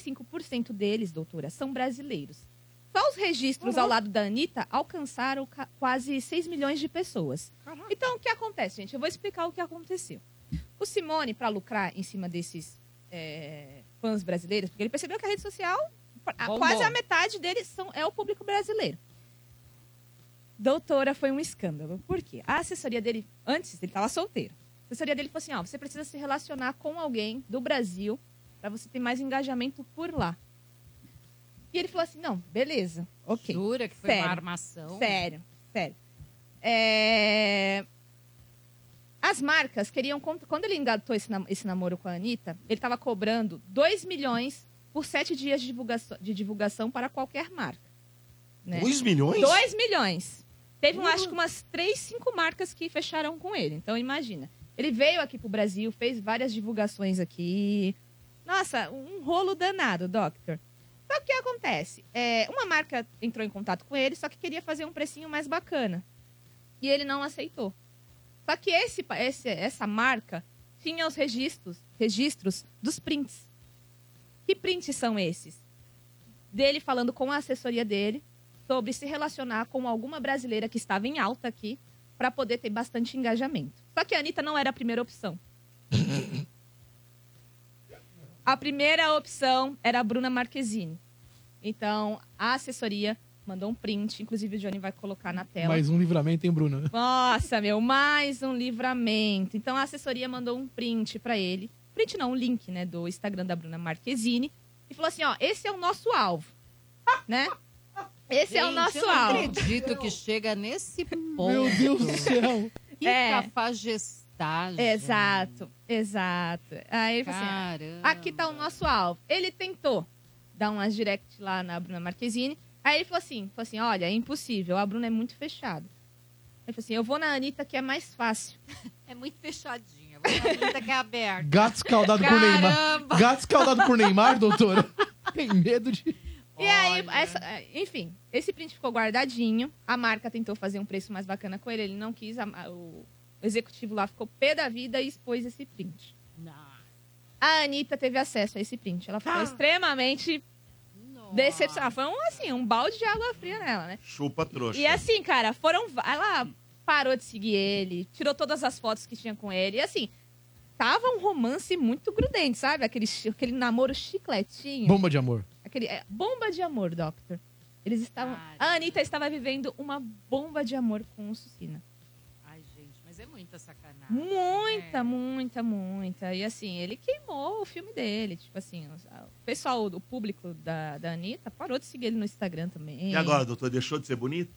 45% deles, doutora, são brasileiros. Só os registros
Uhum.
ao lado da Anitta alcançaram ca- quase 6 milhões de pessoas. Então, o que acontece, gente? Eu vou explicar o que aconteceu. O Simone, para lucrar em cima desses é, fãs brasileiros, porque ele percebeu que a rede social, a-
Bombou.
quase a metade deles são, é o público brasileiro. Doutora, foi um escândalo. Por quê? A assessoria dele, antes, ele estava solteiro. A assessoria dele falou assim: ó, você precisa se relacionar com alguém do Brasil para você ter mais engajamento por lá. E ele falou assim: não, beleza, ok.
Jura que foi
Sério.
uma armação?
Sério, sério. É, As marcas queriam. cont- Quando ele engatou esse, nam- esse namoro com a Anitta, ele estava cobrando 2 milhões por 7 dias de divulgação, de divulgação para qualquer marca. Né?
2 milhões?
2 milhões. Teve, um, acho que umas 3, 5 marcas que fecharam com ele. Então, imagina. Ele veio aqui pro Brasil, fez várias divulgações aqui. Nossa, um rolo danado, Doctor. Só que o que acontece? É, uma marca entrou em contato com ele, só que queria fazer um precinho mais bacana. E ele não aceitou. Só que esse, pa- esse- essa marca tinha os registros, registros dos prints. Que prints são esses? Dele falando com a assessoria dele sobre se relacionar com alguma brasileira que estava em alta aqui para poder ter bastante engajamento. Só que a Anitta não era a primeira opção. A primeira opção era a Bruna Marquezine. Então, a assessoria mandou um print, inclusive o Johnny vai colocar na tela.
Mais um livramento, hein, Bruna?
Nossa, meu, mais um livramento. Então a assessoria mandou um print pra ele. Print não, um link, né, do Instagram da Bruna Marquezine. E falou assim, ó, esse é o nosso alvo, né? Esse é o
Gente,
nosso
eu não
alvo.
acredito que chega nesse ponto.
Meu Deus do céu.
Que
É.
cafajestagem.
Exato, exato. Aí ele falou assim,
Caramba.
Aqui tá o nosso alvo. Ele tentou dar umas direct lá na Bruna Marquezine. Aí ele falou assim, falou assim, olha, é impossível, a Bruna é muito fechada. Ele falou assim, eu vou na Anitta que é mais fácil.
[LAUGHS] É muito fechadinha. Você acredita que é aberta.
Gato escaldado por Neymar.
Caramba.
Gato escaldado por Neymar, doutora? Tem medo de...
E aí,
Olha.
essa- é, enfim, esse print ficou guardadinho. A marca tentou fazer um preço mais bacana com ele, ele não quis. a- a- o executivo lá ficou pé da vida e expôs esse print.
Nossa. Ah.
A Anitta teve acesso a esse print. Ela ficou extremamente decepcionada. Foi um, assim, um balde de água fria nela, né?
Chupa trouxa.
é-
E assim, cara, foram. va- Ela parou de seguir ele, tirou todas as fotos que tinha com ele. E assim, tava um romance muito grudento, sabe? Aquele, chi- aquele namoro chicletinho.
Bomba de amor.
Aquele, é, bomba de amor, Doctor. Eles estavam.
Cara.
A Anitta estava vivendo uma bomba de amor com o Sucina.
Ai, gente, mas é muita sacanagem.
Muita,
né?
muita, muita. E assim, ele queimou o filme dele. Tipo assim, o o pessoal, o público da, da Anitta parou de seguir ele no Instagram também.
E agora, doutor, deixou de ser bonito?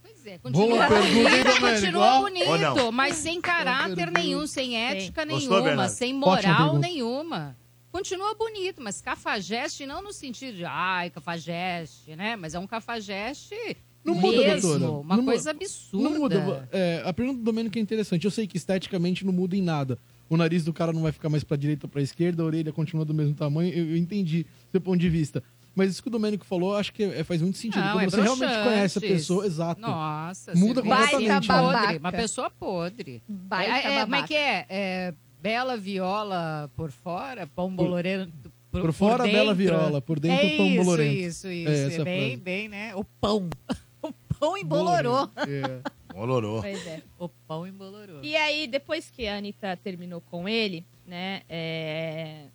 Pois é, continua
Boa pergunta, hein,
bonito,
Domênico?
continua
Ó.
Ou não?
bonito, mas sem caráter
pergunta.
nenhum, sem ética
Gostou,
nenhuma,
Bernardo?
sem
Ótima
moral
pergunta.
nenhuma. Continua bonito, mas cafajeste não no sentido de, ai, cafajeste, né? Mas é um cafajeste
Não muda,
mesmo,
doutora.
uma
Não
coisa
Não
absurda.
muda. É, a pergunta do Domênico é interessante. Eu sei que esteticamente não muda em nada. O nariz do cara não vai ficar mais pra direita ou pra esquerda, a orelha continua do mesmo tamanho. Eu, eu entendi seu ponto de vista. Mas isso que o Domênico falou, acho que é- faz muito sentido.
Não,
Quando
é
você realmente
broxante.
conhece a pessoa, exato.
Nossa,
Muda
você vira
completamente.
uma
né?
pessoa podre, uma pessoa podre.
Baita
É, é, como é
babaca.
que é? É, Bela viola por fora, pão bolorento
por fora, bela viola, por dentro,
é
pão
isso,
bolorento.
Isso,
É
isso,
essa
É
a
bem,
frase.
bem, né? O pão. [LAUGHS] O pão embolorou.
Olorou.
Pois é.
O pão embolorou.
E aí, depois que a Anitta terminou com ele, né? é,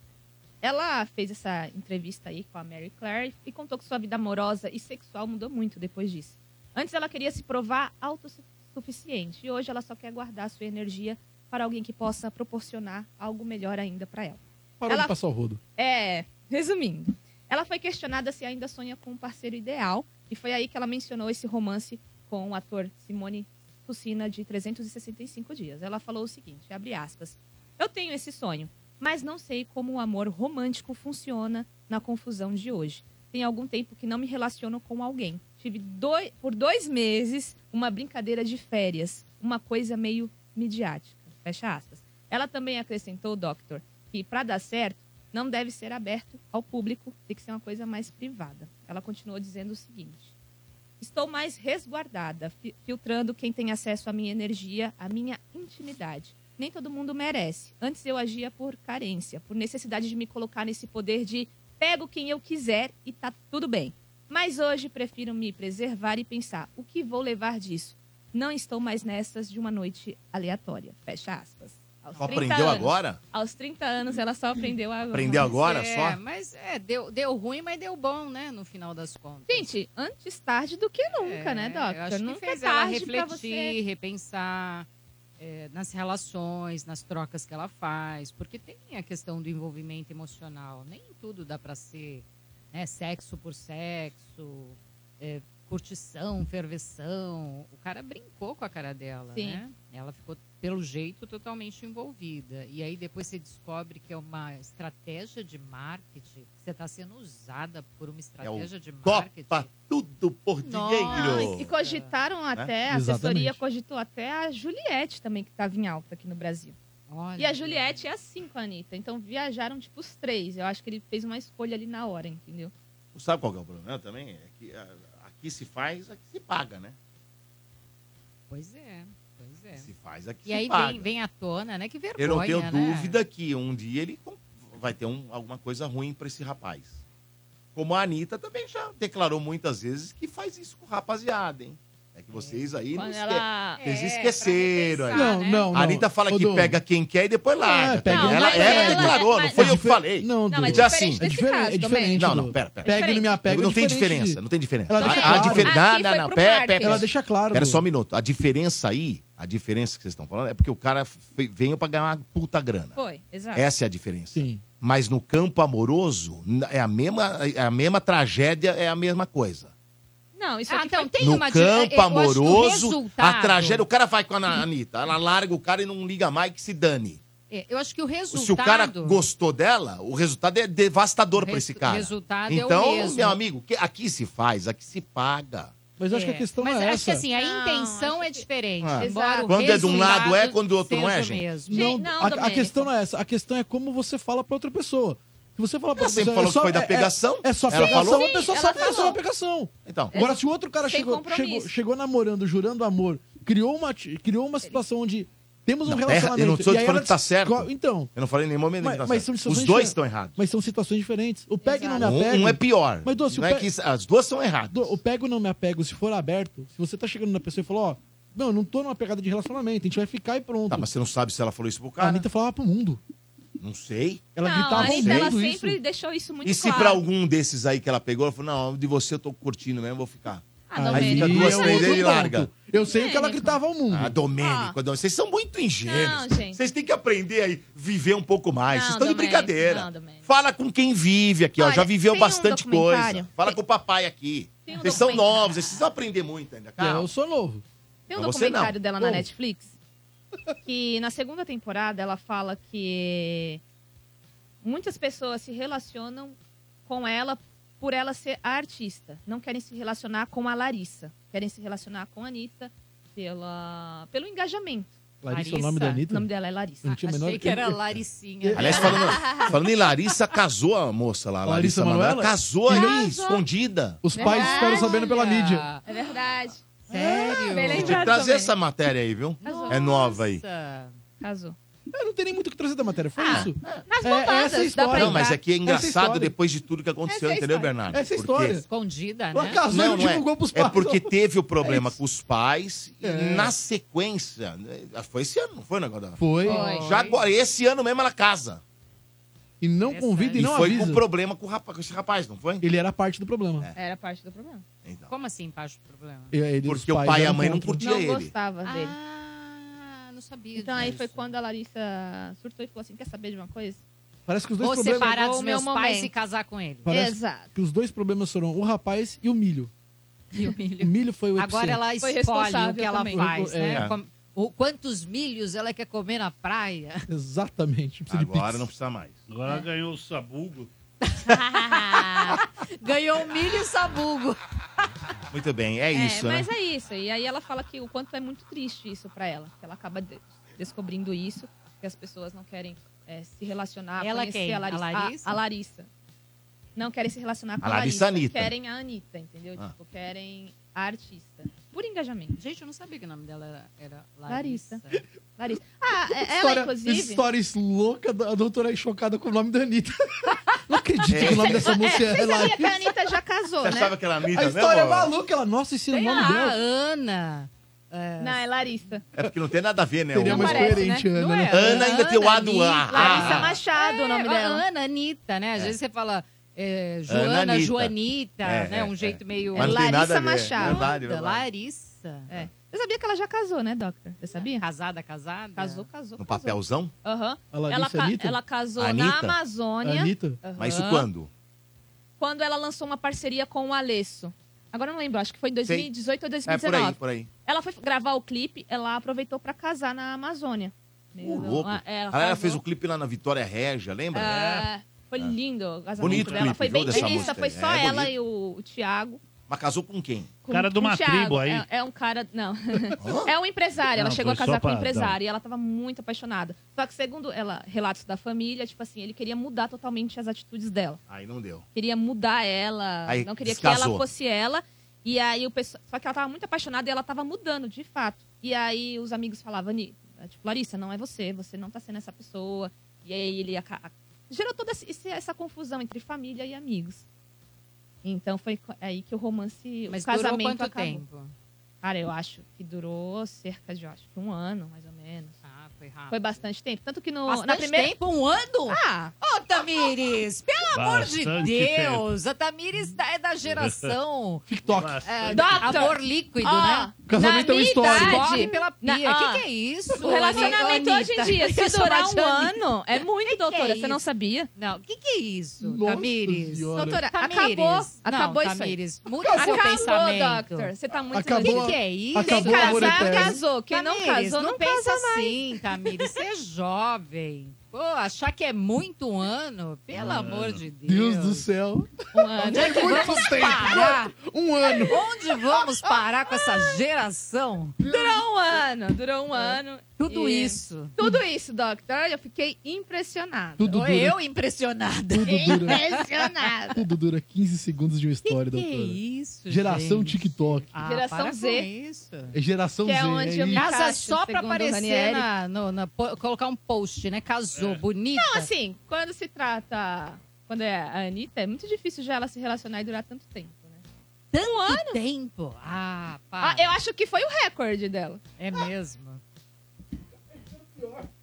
Ela fez essa entrevista aí com a Mary Claire e contou que sua vida amorosa e sexual mudou muito depois disso. Antes ela queria se provar autossuficiente e hoje ela só quer guardar sua energia para alguém que possa proporcionar algo melhor ainda para ela.
Parou
Ela
de passar o rodo.
é, resumindo, ela foi questionada se ainda sonha com um parceiro ideal e foi aí que ela mencionou esse romance com o ator Simone Tucina de 365 dias. Ela falou o seguinte, abre aspas: "Eu tenho esse sonho, mas não sei como o amor romântico funciona na confusão de hoje. Tem algum tempo que não me relaciono com alguém. Tive doi- por dois meses uma brincadeira de férias, uma coisa meio midiática. Fecha aspas. Ela também acrescentou, Doctor, que para dar certo, não deve ser aberto ao público, tem que ser uma coisa mais privada. Ela continuou dizendo o seguinte: Estou mais resguardada, fi- filtrando quem tem acesso à minha energia, à minha intimidade. Nem todo mundo merece. Antes eu agia por carência, por necessidade de me colocar nesse poder de pego quem eu quiser e tá tudo bem. Mas hoje prefiro me preservar e pensar o que vou levar disso. Não estou mais nessas de uma noite aleatória. Fecha aspas. Aos
Ela
30
aprendeu
anos-
agora?
Aos 30 anos ela só aprendeu agora.
Aprendeu agora
é,
só?
Mas é, deu, deu ruim, mas deu bom, né? No final das contas.
Gente, antes tarde do que nunca, né, Doc?
É, Eu acho
Nunca
que fez
é
ela
tarde pra
refletir,
você.
repensar é, nas relações, nas trocas que ela faz, porque tem a questão do envolvimento emocional. Nem tudo dá pra ser né, sexo por sexo, é, curtição, ferveção. O cara brincou com a cara dela,
Sim.
né? Ela ficou, pelo jeito, totalmente envolvida. E aí depois você descobre que é uma estratégia de marketing, que você está sendo usada por uma estratégia de marketing.
É Copa tudo por
Não, e- e
dinheiro.
cogitaram
né?
até, a
Exatamente.
assessoria cogitou até a Juliette também, que tava em alta aqui no Brasil.
Olha.
E a Juliette é assim com a Anitta. Então viajaram tipo os três. Eu acho que ele fez uma escolha ali na hora, entendeu?
Sabe qual que é o problema também? É que ah, aqui se faz, aqui se paga, né?
Pois é, pois é.
Se faz, aqui
E
se
aí
paga.
vem, vem à tona, né? Que vergonha,
Ah, Eu não tenho
né?
dúvida que um dia ele com- vai ter um- alguma coisa ruim pra esse rapaz. Como a Anitta também já declarou muitas vezes que faz isso com rapaziada, hein? É que vocês aí não
Quando
esque...
ela-
vocês
É,
esqueceram. aí.
repensar, Não, né? não, não.
A Anitta fala
Ô,
que
Dom.
pega quem quer e depois larga.
É, pega
ela
quem
ela,
quer. Mas-
declarou, não
mas-
foi eu
mas-
que falei.
Não, Não, mas
Já
é
assim.
diferente desse É diferente, caso, é Domênico. diferente,
Não,
Dom.
não, pera, pera.
Pega e não me apega,
Não
é
tem
diferente
diferença,
de-
não tem diferença.
Ela
A-
deixa
a
claro.
difer-
Aqui
Não,
foi
não, não,
pro
pera,
marketing.
pera.
Ela deixa claro.
Pera só um minuto. A diferença aí, a diferença que vocês estão falando é porque o cara fe- veio pra ganhar uma puta grana.
Foi, exato.
Essa é a diferença. Mas no campo amoroso, n- é a mesma, é a mesma tragédia, é a mesma coisa.
Não, isso
Ah,
aqui
então
foi...
tem
no
uma di- eu acho que
campo
o
amoroso, a
resultado-
tragédia. é O cara vai com a Anitta, ela larga o cara e não liga mais que se dane.
É, eu acho que o resultado...
Se o cara gostou dela, o resultado é devastador pra esse
resu-
cara.
resultado é o
então,
mesmo.
meu amigo, que- aqui se faz, aqui se paga.
Mas eu acho que a questão
mas
é
acho que
essa.
assim, a
Não,
intenção é diferente.
Ah.
Embora o
Quando é de um lado é,
resultado
quando do outro não é,
seja o
gente?
mesmo.
Não,
Gente, não,
a- a,
Domênico.
questão não é essa. A questão é como você fala pra outra pessoa. Se você falar pra
Ela
outra
sempre
pessoa.
falou
é só,
que foi da
é- é-
pegação?
É, só
Ela
pegação,
falou?
a pessoa
Sim,
sabe
ela
que é só
falou.
uma pegação.
Então,
Agora, se o outro cara
Sem
chegou,
compromisso.
chegou, chegou namorando, jurando amor, criou uma, ti- criou uma situação onde temos um
Não, tá erra-
relacionamento.
eu não tô
e aí
falando
ela
que tá
desco-
certo.
Então,
eu não falei em nenhum momento
Mas-
que tá
mas
certo.
são
Os
situações
dois
diferentes.
estão errados.
mas são situações diferentes. O pega e não me apega.
Um, um é pior.
Mas, Dô, se
não
o
é
pe-
que, as duas são erradas.
Do- o pego não me apego, se for aberto, se você tá chegando na pessoa e falou, ó, não, eu não tô numa pegada de relacionamento, a gente vai ficar e pronto.
Tá, mas você não sabe se ela falou isso pro
A
cara?
Anitta falava pro mundo.
Não sei.
Ela
não,
gritava
a
ao
Anitta, ela
mundo isso.
sempre deixou isso muito
E se
claro.
pra algum desses aí que ela pegou, ela falou, não, de você eu tô curtindo mesmo, vou ficar.
Ah,
Aí
Domênico,
fica duas,
é
não,
um
três,
outro
ele
ponto.
larga.
Eu sei o que ela
Domênico.
gritava ao mundo.
Ah, Domênico, Dom- vocês são muito ingênuos.
Não, gente.
Vocês têm que aprender aí, viver um pouco mais.
Não,
Vocês estão de
Domênico,
brincadeira.
não, Domênico.
Fala com quem vive aqui, ó.
Olha,
Já viveu
tem um
bastante
documentário.
coisa. Fala
Tem-
com o papai aqui.
Tem um
Vocês são
documentário.
novos, vocês precisam aprender muito ainda.
É,
Calma.
eu sou novo.
Tem um
Mas você
documentário
não.
dela na
Como?
Netflix que na segunda temporada ela fala que muitas pessoas se relacionam com ela por ela ser a artista. Não querem se relacionar com a Larissa. Querem se relacionar com a Anitta pela, pelo engajamento.
Larissa é o nome da Anitta?
O nome dela é Larissa.
Não tinha a menor-
Achei que era Laricinha.
É.
Aliás, falando, falando em Larissa, casou a moça lá. Larissa,
Larissa
Manoela,
Manoela?
casou ali,
Casou.
escondida.
Os pais ficaram sabendo pela mídia.
É verdade.
Sério?
Bem
Tem que
lembrado
trazer
também.
essa matéria aí, viu?
Casou.
É nova aí.
Nossa.
Casou.
Eu não tem nem muito o que trazer da matéria, foi
Ah,
isso?
Nas bobadas,
É, essa é a
dá pra
história.
Não, mas é que é
Essa
engraçado
história.
depois de tudo que aconteceu,
Essa é a
entendeu,
história.
Bernardo?
Essa é a
Porque-
história.
Escondida,
Ela
né?
casou
Não,
e
não é.
divulgou pros
É
pais.
porque teve o problema
É isso.
com os pais e
É.
na sequência. né, acho que Foi esse ano, não foi o negócio da.
Foi.
Foi.
Já agora, esse ano mesmo ela casa.
E não convida
E,
e não
foi
avisa.
com problema com, o rapaz, com esse rapaz, não foi? É.
Ele era parte do problema.
Era parte do problema.
Então.
Como assim, parte do problema?
E aí, os
Porque o
pais
pai e a
eram
mãe não
contra.
curtiam
Não
ele.
gostava dele.
Ah, não sabia.
Então aí
disso.
foi quando a Larissa surtou e falou assim: quer saber de uma coisa?
Parece que os dois
Vou
problemas.
separar
Chegou
dos
o meu
meus pais
momento.
e casar com ele.
Parece
Exato.
que os dois problemas foram o rapaz e o milho.
E o
O
milho.
milho foi o
Agora
epicentro.
ela
Foi
escolhe o que
responsável
ela
também.
faz, né?
É.
Com- O, quantos milhos ela quer comer na praia?
Exatamente. Precisa de
Agora
pix.
não precisa mais.
Agora ela ganhou o sabugo.
[LAUGHS] Ganhou um milho e sabugo.
Muito bem, é isso, né?
mas é isso. E aí ela fala que o quanto é muito triste isso pra ela. Que ela acaba de- descobrindo isso, que as pessoas não querem é, se relacionar,
Ela
conhecer
quem?
a Larissa.
A Larissa?
a Larissa. Não querem se relacionar com
A
a
Larissa
Larissa.
Anitta.
Querem a Anitta, entendeu?
Ah.
Tipo, querem a artista. Por engajamento.
Gente, eu não sabia que o nome dela era, era
Larissa.
Larissa.
Larissa. Ah, é- ela,
História-
inclusive.
Histórias louca, da- a doutora aí chocada com o nome da Anitta. [LAUGHS] Não acredito que o nome dessa música é
Sabia que
Larissa.
a Anitta já casou, né?
Você
Ah,
achava que era amiga,
A
né?
história é
amor?
maluca. Ela, nossa, esse é o
Sei
nome
lá,
dela.
Ana.
Não, é Larissa.
É porque não tem nada a ver, né?
Seria
O-
mais
parece,
coerente,
Não
Ana. né?
é
Ana ainda tem o A do A.
Anitta.
Larissa
Ah.
Machado, o nome
É,
dela.
Ana, Anitta, né? Às vezes você fala é, Joana,
Ana Anitta.
Joanita,
É,
né?
é,
um
é.
jeito meio...
Mas não tem
Larissa
nada a ver.
Machado.
Verdade, verdade.
Larissa.
É. Você sabia que ela já casou, né, Doctor? Você sabia?
É. Casada, casada?
Casou, casou.
Ah,
casou.
No papelzão?
Aham.
A
Ela,
Larissa
ca-
Anitta?
ela casou
Anitta?
na Amazônia
Anitta?
Mas isso
Aham.
quando?
quando ela lançou uma parceria com o Alesso. Agora eu não lembro, acho que foi em
Sei.
2018 ou
É por aí,
2019.
por aí.
ela foi gravar o clipe, ela aproveitou pra casar na Amazônia.
Ô, louco.
Ela, é,
A
ela
galera
casou.
fez o clipe lá na Vitória Régia, lembra? né?
Ah, Foi lindo o casamento
Bonito o
dela.
clipe,
foi bem
viu, dessa
intimista,
música.
foi só
É,
ela
bonito.
e o, o Thiago.
Mas casou com quem?
com-
Cara de
com o
uma
Thiago.
tribo aí.
É, é um cara. Não. [LAUGHS] é um empresário.
Não,
ela chegou a
foi só
casar com um
pra dar-
empresário e ela tava muito apaixonada. Só que, segundo ela, relatos da família, tipo assim, ele queria mudar totalmente as atitudes dela.
Aí não deu.
Queria mudar ela,
Aí
não queria que
descasou.
ela fosse ela. E aí o pessoal. Só que ela tava muito apaixonada e ela tava mudando, de fato. E aí os amigos falavam, Ani, é, tipo, Larissa, não é você, você não tá sendo essa pessoa. E aí ele aca- a- gerou toda esse- esse- essa confusão entre família e amigos. Então foi co- aí que o romance,
Mas
o
durou
casamento
quanto
acabou.
tempo?
Cara, eu acho que durou cerca de, eu acho que um ano, mais ou menos.
Ah, foi rápido.
Foi bastante tempo. Tanto que no,
Bastante
na primeira.
tempo? Um ano?
Ah,
Ô, Tamires, pelo amor de
Bastante
Deus! A Tamires da- é da geração
TikTok.
é,
Doctor.
amor líquido,
ó,
né?
Casamento
na
é uma
minha
história.
idade-
Corre pela
Na-
pia. O
ó,
que, que é isso?
O relacionamento
Ani-
hoje em
Anitta?
dia,
[LAUGHS]
se
Isso é
durar
chamar
um
de Anitta.
ano, é muito, doutora.
isso?
Você não sabia?
Não, o que, que é isso,
Nossa
Tamires?
Senhora.
Doutora,
Tamires.
acabou. acabou
não,
isso aí.
Tamires, muda o seu pensamento.
doctor. Você tá muito
O
Acabou.
que, que é isso?
Quem
Acabou o amor
casar,
eterno.
casou. Quem não
Tamires,
casou, não,
pensa
casa mais.
assim, Tamires. Você
[LAUGHS]
é jovem. Pô, achar que é muito ano, pelo
Ah.
amor de Deus.
Deus do céu.
Um ano.
Onde é que vamos parar?
Um ano.
Onde vamos parar com essa geração?
Durou um ano. Durou um
É.
ano.
Tudo
E-
isso.
Tudo isso, doctor. Eu fiquei impressionada.
Tudo
Ou
dura.
eu impressionada.
Tudo dura.
Impressionada.
Tudo dura 15 segundos de uma história,
que é
doutora.
isso,
Geração
gente?
TikTok.
Ah,
Geração
para
Z.
com isso.
É geração
Que é
Z.
onde
é
eu me
isso.
Casa
Caixa,
só pra
segundo o
aparecer,
Ranieri.
na, no- na- po- colocar um post, né? Casou,
É.
bonita.
Então, assim, quando se trata... Quando é a Anitta, é muito difícil já ela se relacionar e durar tanto tempo, né?
Tanto tempo. Ah, pá.
Ah, eu acho que foi o recorde dela. Ah.
É mesmo.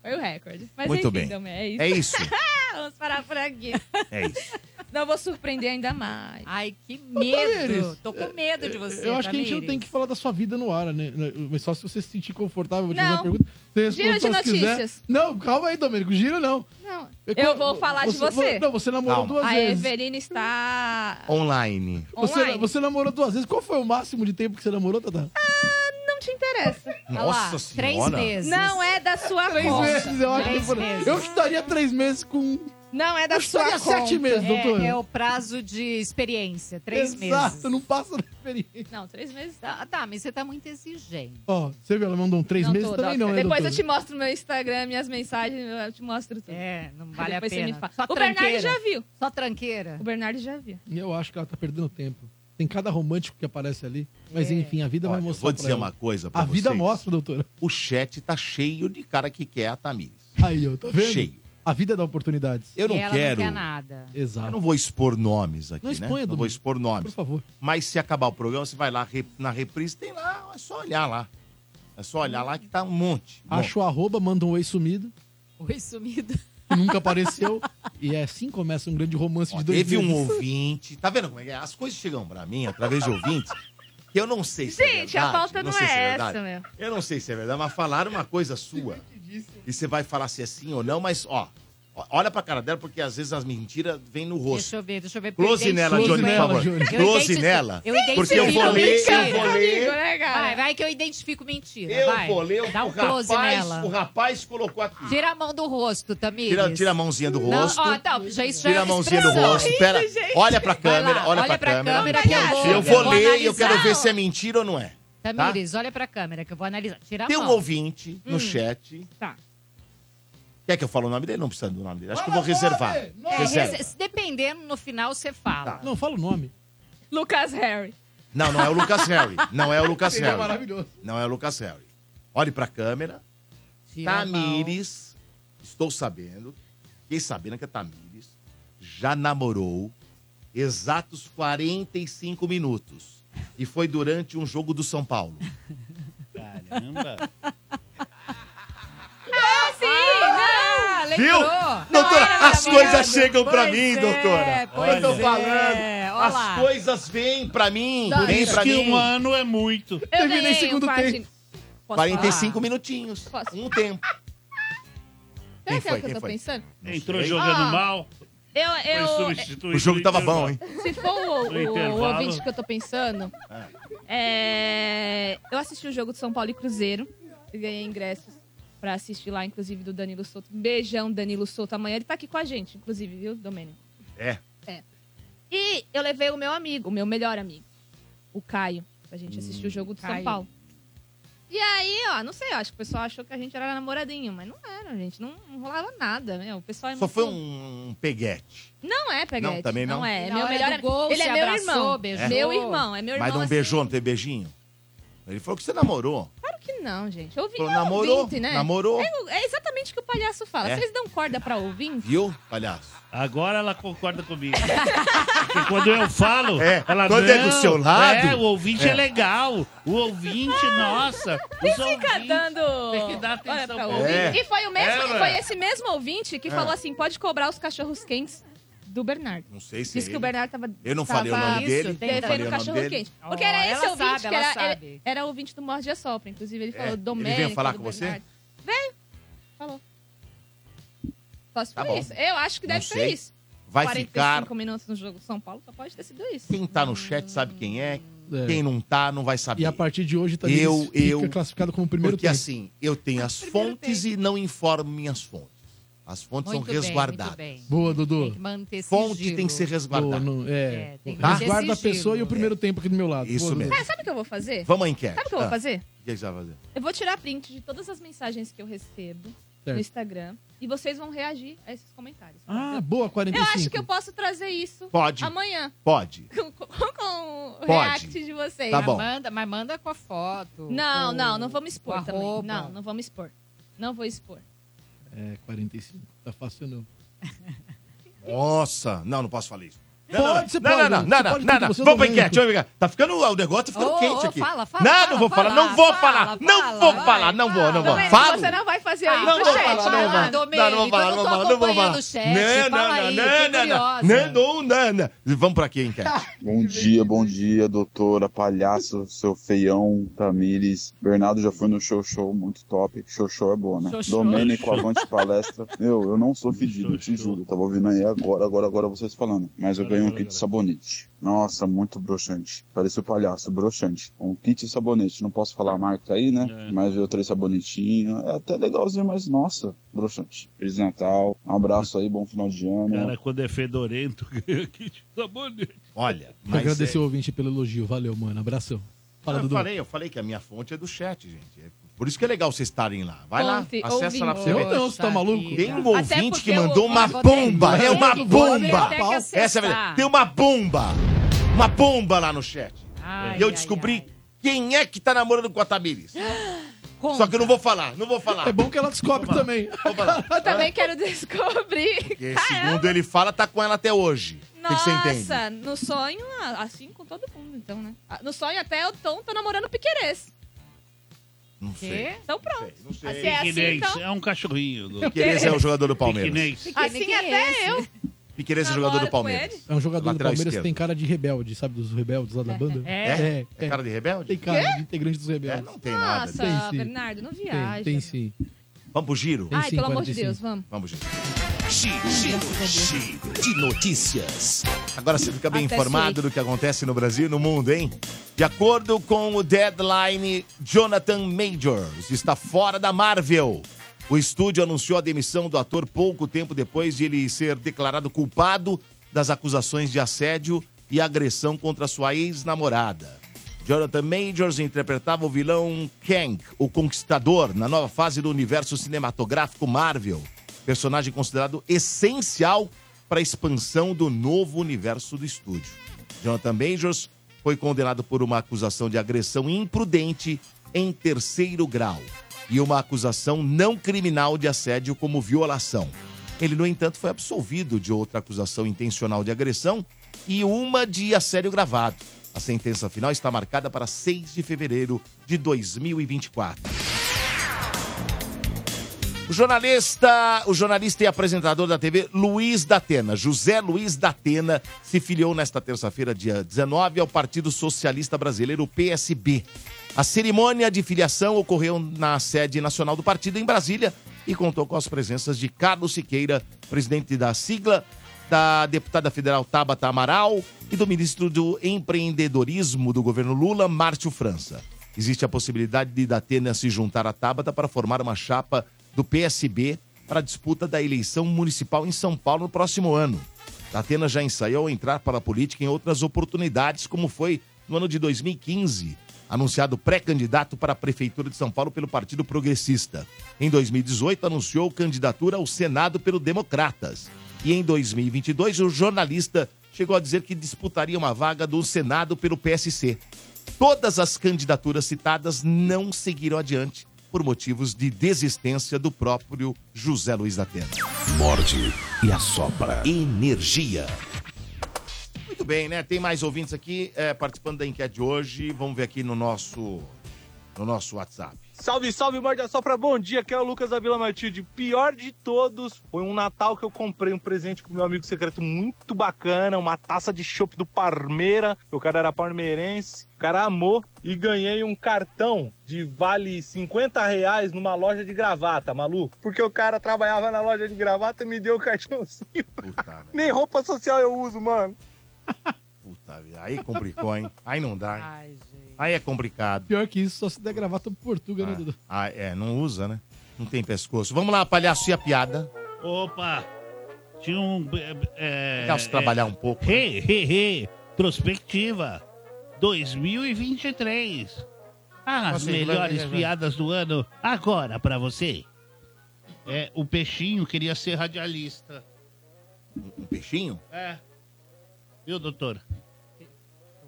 Foi o recorde. Mas
Muito
enfim,
bem.
Dom, é isso.
É isso.
[LAUGHS] Vamos parar por aqui.
É isso.
Não vou surpreender ainda mais.
Ai, que medo.
Tamires,
Tô com medo de você,
Eu acho que a gente não
Tamires.
tem que falar da sua vida no ar, né? Mas só se você se sentir confortável, eu vou te
Não.
fazer uma pergunta. Você
Giro
responde
de
só se quiser.
notícias.
Não, calma aí, Domênico. Giro não.
Não, eu vou falar de você.
Não, você namorou
Calma.
duas
A
vezes.
Evelina está
Online.
Você,
online.
você namorou duas vezes. Qual foi o máximo de tempo que você namorou, Tata?
Ah,
Não te interessa.
Olha lá,
Nossa
Três
senhora.
meses.
Não é da sua
Três
conta.
meses, eu acho que
três
foi.
meses.
Eu chutaria três meses com
Não é da
Acho que sua daria conta. sete meses, doutor.
É, é o prazo de experiência, três
Exato,
meses.
não passa da experiência.
Não, três meses.
Tá, tá, mas você tá muito exigente.
Ó, você viu, ela mandou um três
Não
meses
tô,
também,
Doc.
não, né,
Depois
doutora?
eu te mostro meu Instagram, minhas mensagens, eu te mostro tudo.
É, não vale a
Depois
pena.
Você me fala.
Só
o Bernardo
tranqueira.
já viu.
Só tranqueira.
O Bernardo já viu.
Eu acho que ela tá perdendo tempo. Tem cada romântico que aparece ali. Mas
É.
enfim, a vida vai
Olha, eu
mostrar.
vou
pra
dizer
ela.
uma coisa pra
A vida
vocês.
mostra, doutora.
O chat tá cheio de cara que quer a Tamires.
Aí, eu tô vendo.
Cheio.
A vida dá oportunidades.
Eu não
E ela
quero.
não quer nada.
Exato.
Eu não vou expor nomes aqui,
Não
né?
exponha,
não
Domingo.
vou expor
Por
nomes.
favor.
Mas se acabar o programa, você vai lá re- na reprise, tem lá, é só olhar lá. É só olhar lá que tá um monte. um
Acha o arroba, manda um oi sumido,
Oi, sumido.
que nunca
[LAUGHS]
apareceu. e é assim começa um grande romance
Ó,
de dois
teve um
meses.
ouvinte. Tá vendo como é que é? As coisas chegam pra mim através de ouvintes que eu não sei se é
Gente, a
verdade,
pauta não,
sei se
é
verdade.
essa, meu.
Eu não sei se é verdade, mas falaram uma coisa sua. E você vai falar se é sim ou não, mas ó, ó, olha pra cara dela, porque às vezes as mentiras vêm no rosto.
Deixa eu ver, deixa eu ver. porque eu
Close nela,
identifico,
Johnny, por
hein?
favor.
Johnny.
Eu
Close
identifico-
nela.
Eu
Porque eu vou
identifico
ler, eu
mentira.
vou ler.
né,
Vai,
cara?
vai que eu identifico mentira.
Eu
vai.
vou ler.
Dá
o,
um
rapaz,
close
o
nela.
rapaz colocou aqui.
Tira a mão do rosto, Tamires.
Tira, tira a mãozinha do
Não,
rosto.
ó, tá, já isso já é
Tira a mãozinha do
expressão.
rosto. Pera, olha pra
Vai
câmera,
lá,
olha, pra câmera.
que eu vou,
Eu vou
vou
ler e eu quero
analisar.
ver se é mentira ou não é.
Tamires, olha pra câmera que eu vou analisar. Tira a
Tem um
mão. Hum.
ouvinte no chat.
Tá.
Quer que eu fale o nome dele? Não precisa do nome dele. Acho que eu vou reservar.
É,
Reserva.
rece- se dependendo, no final você fala.
Não, fala o nome.
Lucas Harry.
Não, não é o Lucas Harry. Não é o Lucas
Seria
Harry.
maravilhoso.
Não é o Lucas Harry. Olhe pra câmera.
Tira a mão.
Tamires, estou sabendo, fiquei sabendo que a Tamires já namorou exatos 45 minutos. E foi durante um jogo do São Paulo.
Caramba.
Ah,
Ah, lembrou.
Doutora, as coisas chegam pra
Pois
mim,
é,
doutora.
pois
eu tô
é.
falando.
Olha lá.
As coisas vêm pra mim.
Tá.
Vêm
Isso
pra
que
mim.
um ano é muito.
Eu
Terminei
ganhei
segundo
um patinho. Posso
45 minutinhos.
Posso?
Um tempo.
falar? Sabe o
Quem foi?
que eu
Quem
tô
foi?
pensando?
Entrou
sei.
jogando
Ah,
mal,
Eu,
foi
eu,
substituído.
O jogo
no
tava
intervalo.
bom, hein?
se for o,
No
o- o
intervalo.
ouvinte que eu tô pensando, é, eu assisti o jogo de São Paulo e Cruzeiro. e Ganhei ingressos pra assistir lá, inclusive, do Danilo Souto. Um beijão, Danilo Souto. Amanhã ele tá aqui com a gente, inclusive, viu, Domênico?
É.
E eu levei o meu amigo, o meu melhor amigo, o Caio, pra gente assistir o jogo do São
Caio.
Paulo. E aí, ó, não sei, eu acho que o pessoal achou que a gente era namoradinho, mas não era, gente. Não, não rolava nada, né? O pessoal é
Só
muito-
foi um peguete.
Não é, Peguete.
Não, também não.
é.
Na
Meu
hora
melhor
do
ami-
gol,
Ele
se
é meu
abraçou,
irmão.
beijou.
Meu irmão, é meu irmão.
Mas não
assim,
beijou, não teve beijinho? Ele falou que você namorou.
Claro que não, gente. Ouvi,
Falou,
é
namorou,
ouvinte, né?
namorou.
É, o- é exatamente o que o palhaço fala.
É.
Se eles dão corda pra ouvinte,
Viu, palhaço?
Agora ela concorda comigo. Porque quando eu falo,
É,
ela
quando é do
"Não,
seu lado,
É, o ouvinte é,
é."
legal. O ouvinte, nossa. Os
fica
ouvintes.
dando.
Tem que dar atenção
Olha pra
pra
ouvinte.
ele.
E foi, o mesmo,
É,
e foi
velho.
esse mesmo ouvinte
É.
que falou assim: pode cobrar os cachorros quentes do Bernardo.
Não sei se.
Disse
é
que o
ele.
Bernardo tava.
Eu não
tava
falei o nome
isso,
dele.
tem-
não falei
Defendo
o
o
nome
cachorro
dele.
quente. Porque era
Oh,
esse
ela
ouvinte
sabe,
que
ela
era,
sabe.
era, era ouvinte do Morde a Sopra. Inclusive, ele
É,
falou
ele veio
Domênico.
falar
do
com você?
Bernardo. Veio. Falou. Só se
Tá
foi
bom.
isso. Eu acho que
Não
deve ser
sei.
isso.
Vai
45
ficar.
minutos no jogo do São Paulo, só pode ter sido isso.
Quem tá no chat sabe quem é.
É.
Quem não tá, não vai saber.
E a partir de hoje também
Eu-
fica
eu-
classificado como o primeiro
Porque
tempo.
assim, eu tenho as fontes e não informo minhas fontes. As fontes
Muito
são
bem, muito
resguardadas.
bem.
Boa, Dudu.
Tem que manter esse
Fonte tem que ser
Boa,
resguardada.
não, é.
É, tem que
Tá?
manter
Resguarda a
sigilo.
pessoa e o primeiro tempo aqui do meu lado.
Isso
Boa, Dudu.
mesmo.
Ah, sabe o que eu vou fazer?
Vamos à enquete.
Sabe o que eu vou
Ah,
fazer?
O que que você vai fazer?
Eu vou tirar print de todas as mensagens que eu recebo
Certo.
no Instagram e vocês vão reagir a esses comentários.
Ah, boa,
eu
45.
acho que eu posso trazer isso
Pode,
amanhã
pode.
com, com- com o
Pode.
react de vocês.
Tá
Mas
bom.
Manda, mas manda com a foto.
Não,
com-
não, não
com
vamos expor
a
também.
roupa.
Não, não vamos expor. Não vou expor.
É, 45. Tá fácil não.
Nossa, não, não posso falar isso. Não,
Pode,
não,
você
não,
pode,
Não,
você
não, não,
pode
não,
tudo,
não.
você é
Vamos pra
domênico.
enquete, vamos pegar. Tá ficando, o negócio tá ficando
Ô,
quente
ô,
aqui.
fala, fala,
não,
fala,
não vou falar,
fala,
não vou
fala,
falar, não
fala,
vou
vai, fala.
Domênico,
falar, não vou, não vou. Então Fala.
você não vai fazer
Ah,
isso
Não
no
vou
chat,
falar,
vai lá.
não vou. Não, não vou,
eu não
não
tô
vou, não vou
acompanhando
falar.
o chat, fala aí, fiquei curiosa.
não, não, não, não, não, não. Vamos pra quem quer.
Bom dia, bom dia, doutora, palhaço, seu feião, Tamires. Bernardo já foi no show show, muito top. Show show é boa, né?
Show Show.
Domênico, [LAUGHS] avante palestra. Meu, eu não sou fedido,
Show
te
Show.
juro. Tava ouvindo aí agora, agora, agora vocês falando. Mas eu ganhei ganhei um kit sabonete. Nossa, muito broxante. Parecia o palhaço, broxante. Um kit sabonete, não posso falar a marca aí, né? Mas eu três sabonetinhos. É até legalzinho, mas nossa, broxante. Feliz Natal, um abraço aí, bom final de ano.
Cara, quando é fedorento, [LAUGHS] tipo, ganha kit de sabonete.
Olha, é.
Agradecer o ouvinte pelo elogio. Valeu, mano. Abração. Fala,
eu
Dudu.
falei, eu falei que a minha fonte é do chat, gente. É por isso que é legal vocês estarem lá. Vai
Fonte,
lá, acessa lá pra você
ouvinte.
ver.
Eu não, você tá maluco?
Tem um
Até
ouvinte que
porque eu-
mandou uma
eu vou ter-
bomba. É
eu
uma
vou- vou ter
bomba.
que acessar.
Essa é a verdade. Tem uma bomba. Uma bomba lá no chat.
Ai,
e eu
ai,
descobri quem é que tá namorando com a Tamires. Só que eu não vou falar, não vou falar. É bom
que ela descobre também.
Eu também quero [LAUGHS] descobrir.
Porque segundo ele fala, tá com ela até hoje. O que que você entende?
Nossa, no sonho, ah, assim com todo mundo, então, né? Ah, No sonho, até o Tom tá namorando o Piquerez.
Não
Quê? Então pronto. Assim, é assim,
Piquenês
então.
é um cachorrinho. Do...
Piquenês é o jogador do Palmeiras.
Piquenês.
Assim até eu.
Piqueires é jogador do Palmeiras.
É um jogador do
Lateral
Palmeiras que
esquerdo.
tem cara de rebelde, sabe? Dos rebeldes lá da banda.
É? É cara de rebelde?
Tem cara de integrante dos rebeldes.
não tem né?
Nossa,
Tem sim.
Bernardo, não viaja.
Tem, tem sim.
Vamos pro giro?
Ai, pelo amor de Deus, vamos.
Vamos, gente.
Giro, giro, giro de notícias.
Agora você fica bem
Até
informado
sei.
do que acontece no Brasil e no mundo, hein? De acordo com o deadline, Jonathan Majors está fora da Marvel. O estúdio anunciou a demissão do ator pouco tempo depois de ele ser declarado culpado das acusações de assédio e agressão contra sua ex-namorada. Jonathan Majors interpretava o vilão Kang, o Conquistador, na nova fase do universo cinematográfico Marvel. Personagem considerado essencial para a expansão do novo universo do estúdio. Jonathan Majors foi condenado por uma acusação de agressão imprudente em terceiro grau e uma acusação não criminal de assédio como violação. Ele, no entanto, foi absolvido de outra acusação intencional de agressão e uma de assédio gravado. A sentença final está marcada para 6 de fevereiro de 2024. O jornalista, o jornalista e apresentador da TV Luiz da Atena, José Luiz da Atena, se filiou nesta terça-feira, dia 19, ao Partido Socialista Brasileiro, o PSB. A cerimônia de filiação ocorreu na sede nacional do partido em Brasília e contou com as presenças de Carlos Siqueira, presidente da sigla, da deputada federal Tabata Amaral e do ministro do empreendedorismo do governo Lula, Márcio França. Existe a possibilidade de Datena se juntar à Tabata para formar uma chapa do PSB para a disputa da eleição municipal em São Paulo no próximo ano. Datena já ensaiou entrar para a política em outras oportunidades, como foi no ano de 2015, anunciado pré-candidato para a Prefeitura de São Paulo pelo Partido Progressista. Em 2018, anunciou candidatura ao Senado pelo Democratas. E em 2022, o jornalista chegou a dizer que disputaria uma vaga do Senado pelo PSC. Todas as candidaturas citadas não seguiram adiante por motivos de desistência do próprio José Luiz da Atena.
Morde e assopra. Energia.
Muito bem, né? Tem mais ouvintes aqui eh, participando da enquete de hoje. Vamos ver aqui no nosso, no nosso WhatsApp.
Salve, salve, Morde a Sopra, bom dia, aqui é o Lucas da Vila Matilde. Pior de todos, foi um Natal que eu comprei um presente com meu amigo secreto muito bacana, uma taça de chopp do Parmeira, o cara era parmeirense, o cara amou, e ganhei um cartão de vale 50 reais numa loja de gravata, maluco. Porque o cara trabalhava na loja de gravata e me deu o cartãozinho. [LAUGHS] Nem roupa social eu uso, mano.
Puta vida, aí é complicou, hein? Aí não dá, hein? Aí é complicado.
Pior que isso, só se der gravata pro Portuga, né, Dudu?
Ah, é, não usa, né? Não tem pescoço. Vamos lá, palhaço e a piada.
Opa! Tinha um. É,
Legal se trabalhar um pouco, né?
Re, re, re. Prospectiva 2023. As
Você vai-
melhores
vai- vai.
piadas do ano agora pra você. É, o peixinho queria ser radialista.
Um peixinho?
É. Viu, doutor?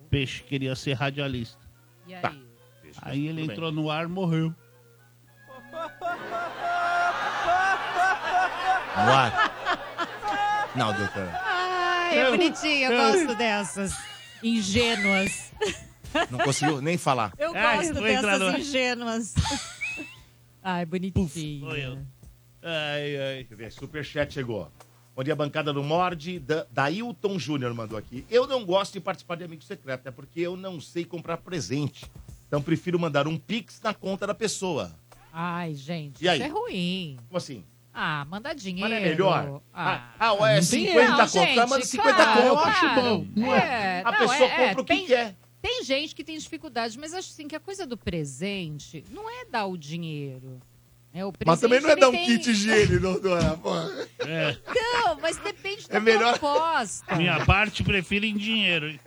Peixe queria ser radialista.
E aí?
Tá.
Aí ele
Tudo
entrou no ar e morreu.
Não, doutora.
Ai, é bonitinho, eu gosto dessas. Ingênuas.
Não conseguiu nem falar.
Eu
Ai,
gosto
É, vou entrar
dessas
no-
ingênuas. Ai, bonitinho.
Foi eu.
Ai, ai. Deixa eu ver, superchat chegou. Onde a bancada do Morde, da, Dailton Júnior mandou aqui. Eu não gosto de participar de Amigo Secreto, é porque eu não sei comprar presente. Então prefiro mandar um pix na conta da pessoa.
Ai, gente,
E aí?
isso é ruim.
Como assim?
Ah, manda dinheiro.
Mas não é melhor?
Ah,
Ah, ou é
Não tem
50
erro.
conto,
Não,
ah, manda
gente,
50 conto. Eu acho bom, não é? A pessoa compra o que
tem,
quer.
Tem gente que tem dificuldade, mas acho assim que a coisa do presente não é dar o dinheiro. É, o presente,
Mas também não é
ele
dar um
tem-
kit higiene, não, dona. pô.
Não, mas depende da
É melhor-
proposta.
É. Minha
[LAUGHS]
parte prefiro em dinheiro. hein?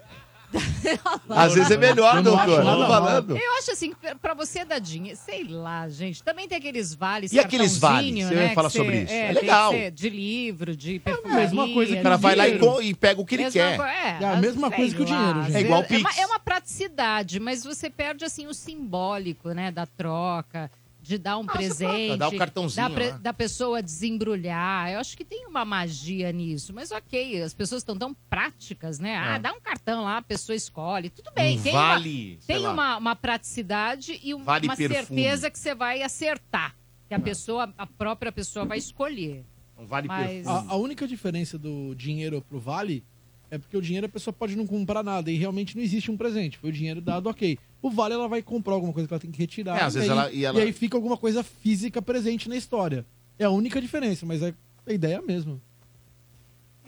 Às vezes é melhor,
Eu não
doutor.
acho
Tô
nada
falando.
Eu acho assim, pra- pra você dar dinheiro, sei lá, gente. Também tem aqueles vales.
E aqueles
cartãozinho,
vales? Você
né,
vai
que
falar sobre isso. É
tem que
legal.
ser de livro, de perfumaria.
É mesma coisa que
de
o cara vai lá e
dinheiro.
co- e pega o que ele
Mesma
quer.
co- é,
É a mesma
sei
coisa que o dinheiro,
lá,
gente.
às
É igual
vezes-
Pix.
uma, é uma praticidade, mas você perde assim o simbólico, né, da troca. De
Ah,
dar um presente.
Dá o cartãozinho,
Da, pre-
né?
da pessoa desembrulhar. Eu acho que tem uma magia nisso. Mas ok, as pessoas estão tão práticas, né? Ah,
É.
dá um cartão lá, a pessoa escolhe. Tudo bem.
Um
tem
vale,
uma,
sei
tem
lá.
uma uma, uma praticidade e um-
Vale
uma
perfume. É.
certeza que você vai acertar. Que a pessoa, a própria pessoa vai escolher.
vale
Mas-
A, a única diferença do dinheiro pro vale é porque o dinheiro a pessoa pode não comprar nada e realmente não existe um presente. Foi o dinheiro dado, ok. O vale ela vai comprar alguma coisa que ela tem que retirar.
É, às
e
vezes
aí-
ela- e ela-
e aí fica alguma coisa física presente na história. É a única diferença, mas é- a ideia é a mesma.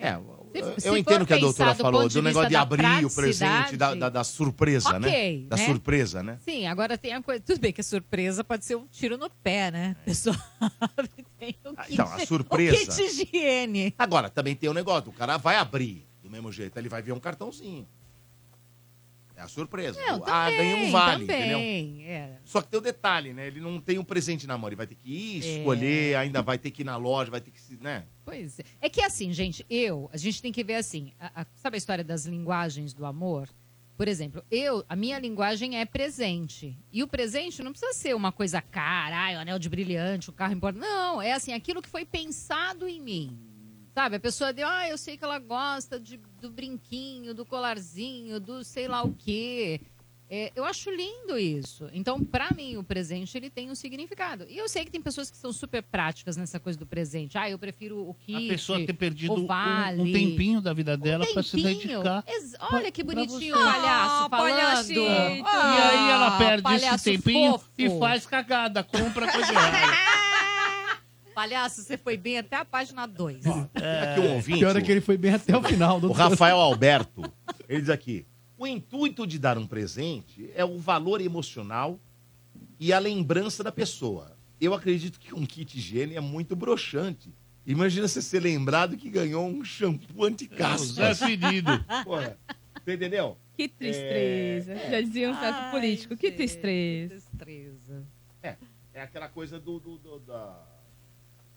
É, eu-
se
eu
for
entendo o que a doutora
pensar do
falou,
ponto de
do negócio de
vista da
abrir o presente, da,
praticidade-
da- da surpresa,
Ok,
né? Da
né?
surpresa, né?
Sim, agora tem a coisa. Tudo bem que a surpresa pode ser um tiro no pé, né?
É.
A pessoa abre, tem um kit,
Então, a surpresa.
Um kit higiene.
Agora, também tem o negócio, o cara vai abrir do mesmo jeito, ele vai ver um cartãozinho. É a surpresa.
Não,
ah,
também,
ganhei um vale, entendeu?
também, é.
Só que tem o detalhe, né? Ele não tem um presente na mão, ele vai ter que ir
É.
escolher, ainda vai ter que ir na loja, vai ter que se, né?
Pois é. É que assim, gente, eu, a gente tem que ver assim, a- a- sabe a história das linguagens do amor? Por exemplo, eu, a minha linguagem é presente. E o presente não precisa ser uma coisa cara, ai, o anel de brilhante, o carro importa. Não, é assim, aquilo que foi pensado em mim. Sabe, a pessoa deu, ah, eu sei que ela gosta de- do brinquinho, do colarzinho, do sei lá o quê. É, eu acho lindo isso. Então, pra mim, o presente ele tem um significado. E eu sei que tem pessoas que são super práticas nessa coisa do presente. Ah, eu prefiro o
A
kit,
pessoa ter perdido
o
um-
vale.
um, tempinho da vida dela pra se
Tempinho.
dedicar.
Ex- Olha que
pra
bonitinho o
você.
palhaço
Ah,
falando.
palhacito. e aí ela perde esse tempinho e faz cagada, compra coisa errada.
Palhaço, você foi bem até a página 2.
Aqui um
[LAUGHS]
ouvinte.
Pior é que ele foi bem até o final. [LAUGHS]
O Rafael Alberto, [LAUGHS] ele diz aqui: o intuito de dar um presente é o valor emocional e a lembrança da pessoa. Eu acredito que um kit higiene é muito broxante. Imagina você ser lembrado que ganhou um shampoo anti-caspas.
É, o Zé Fedido.
[LAUGHS] Porra, você entendeu?
Que tristeza. Já dizia um certo político. Que tristeza.
tristeza.
É, é aquela coisa do. do- do- da...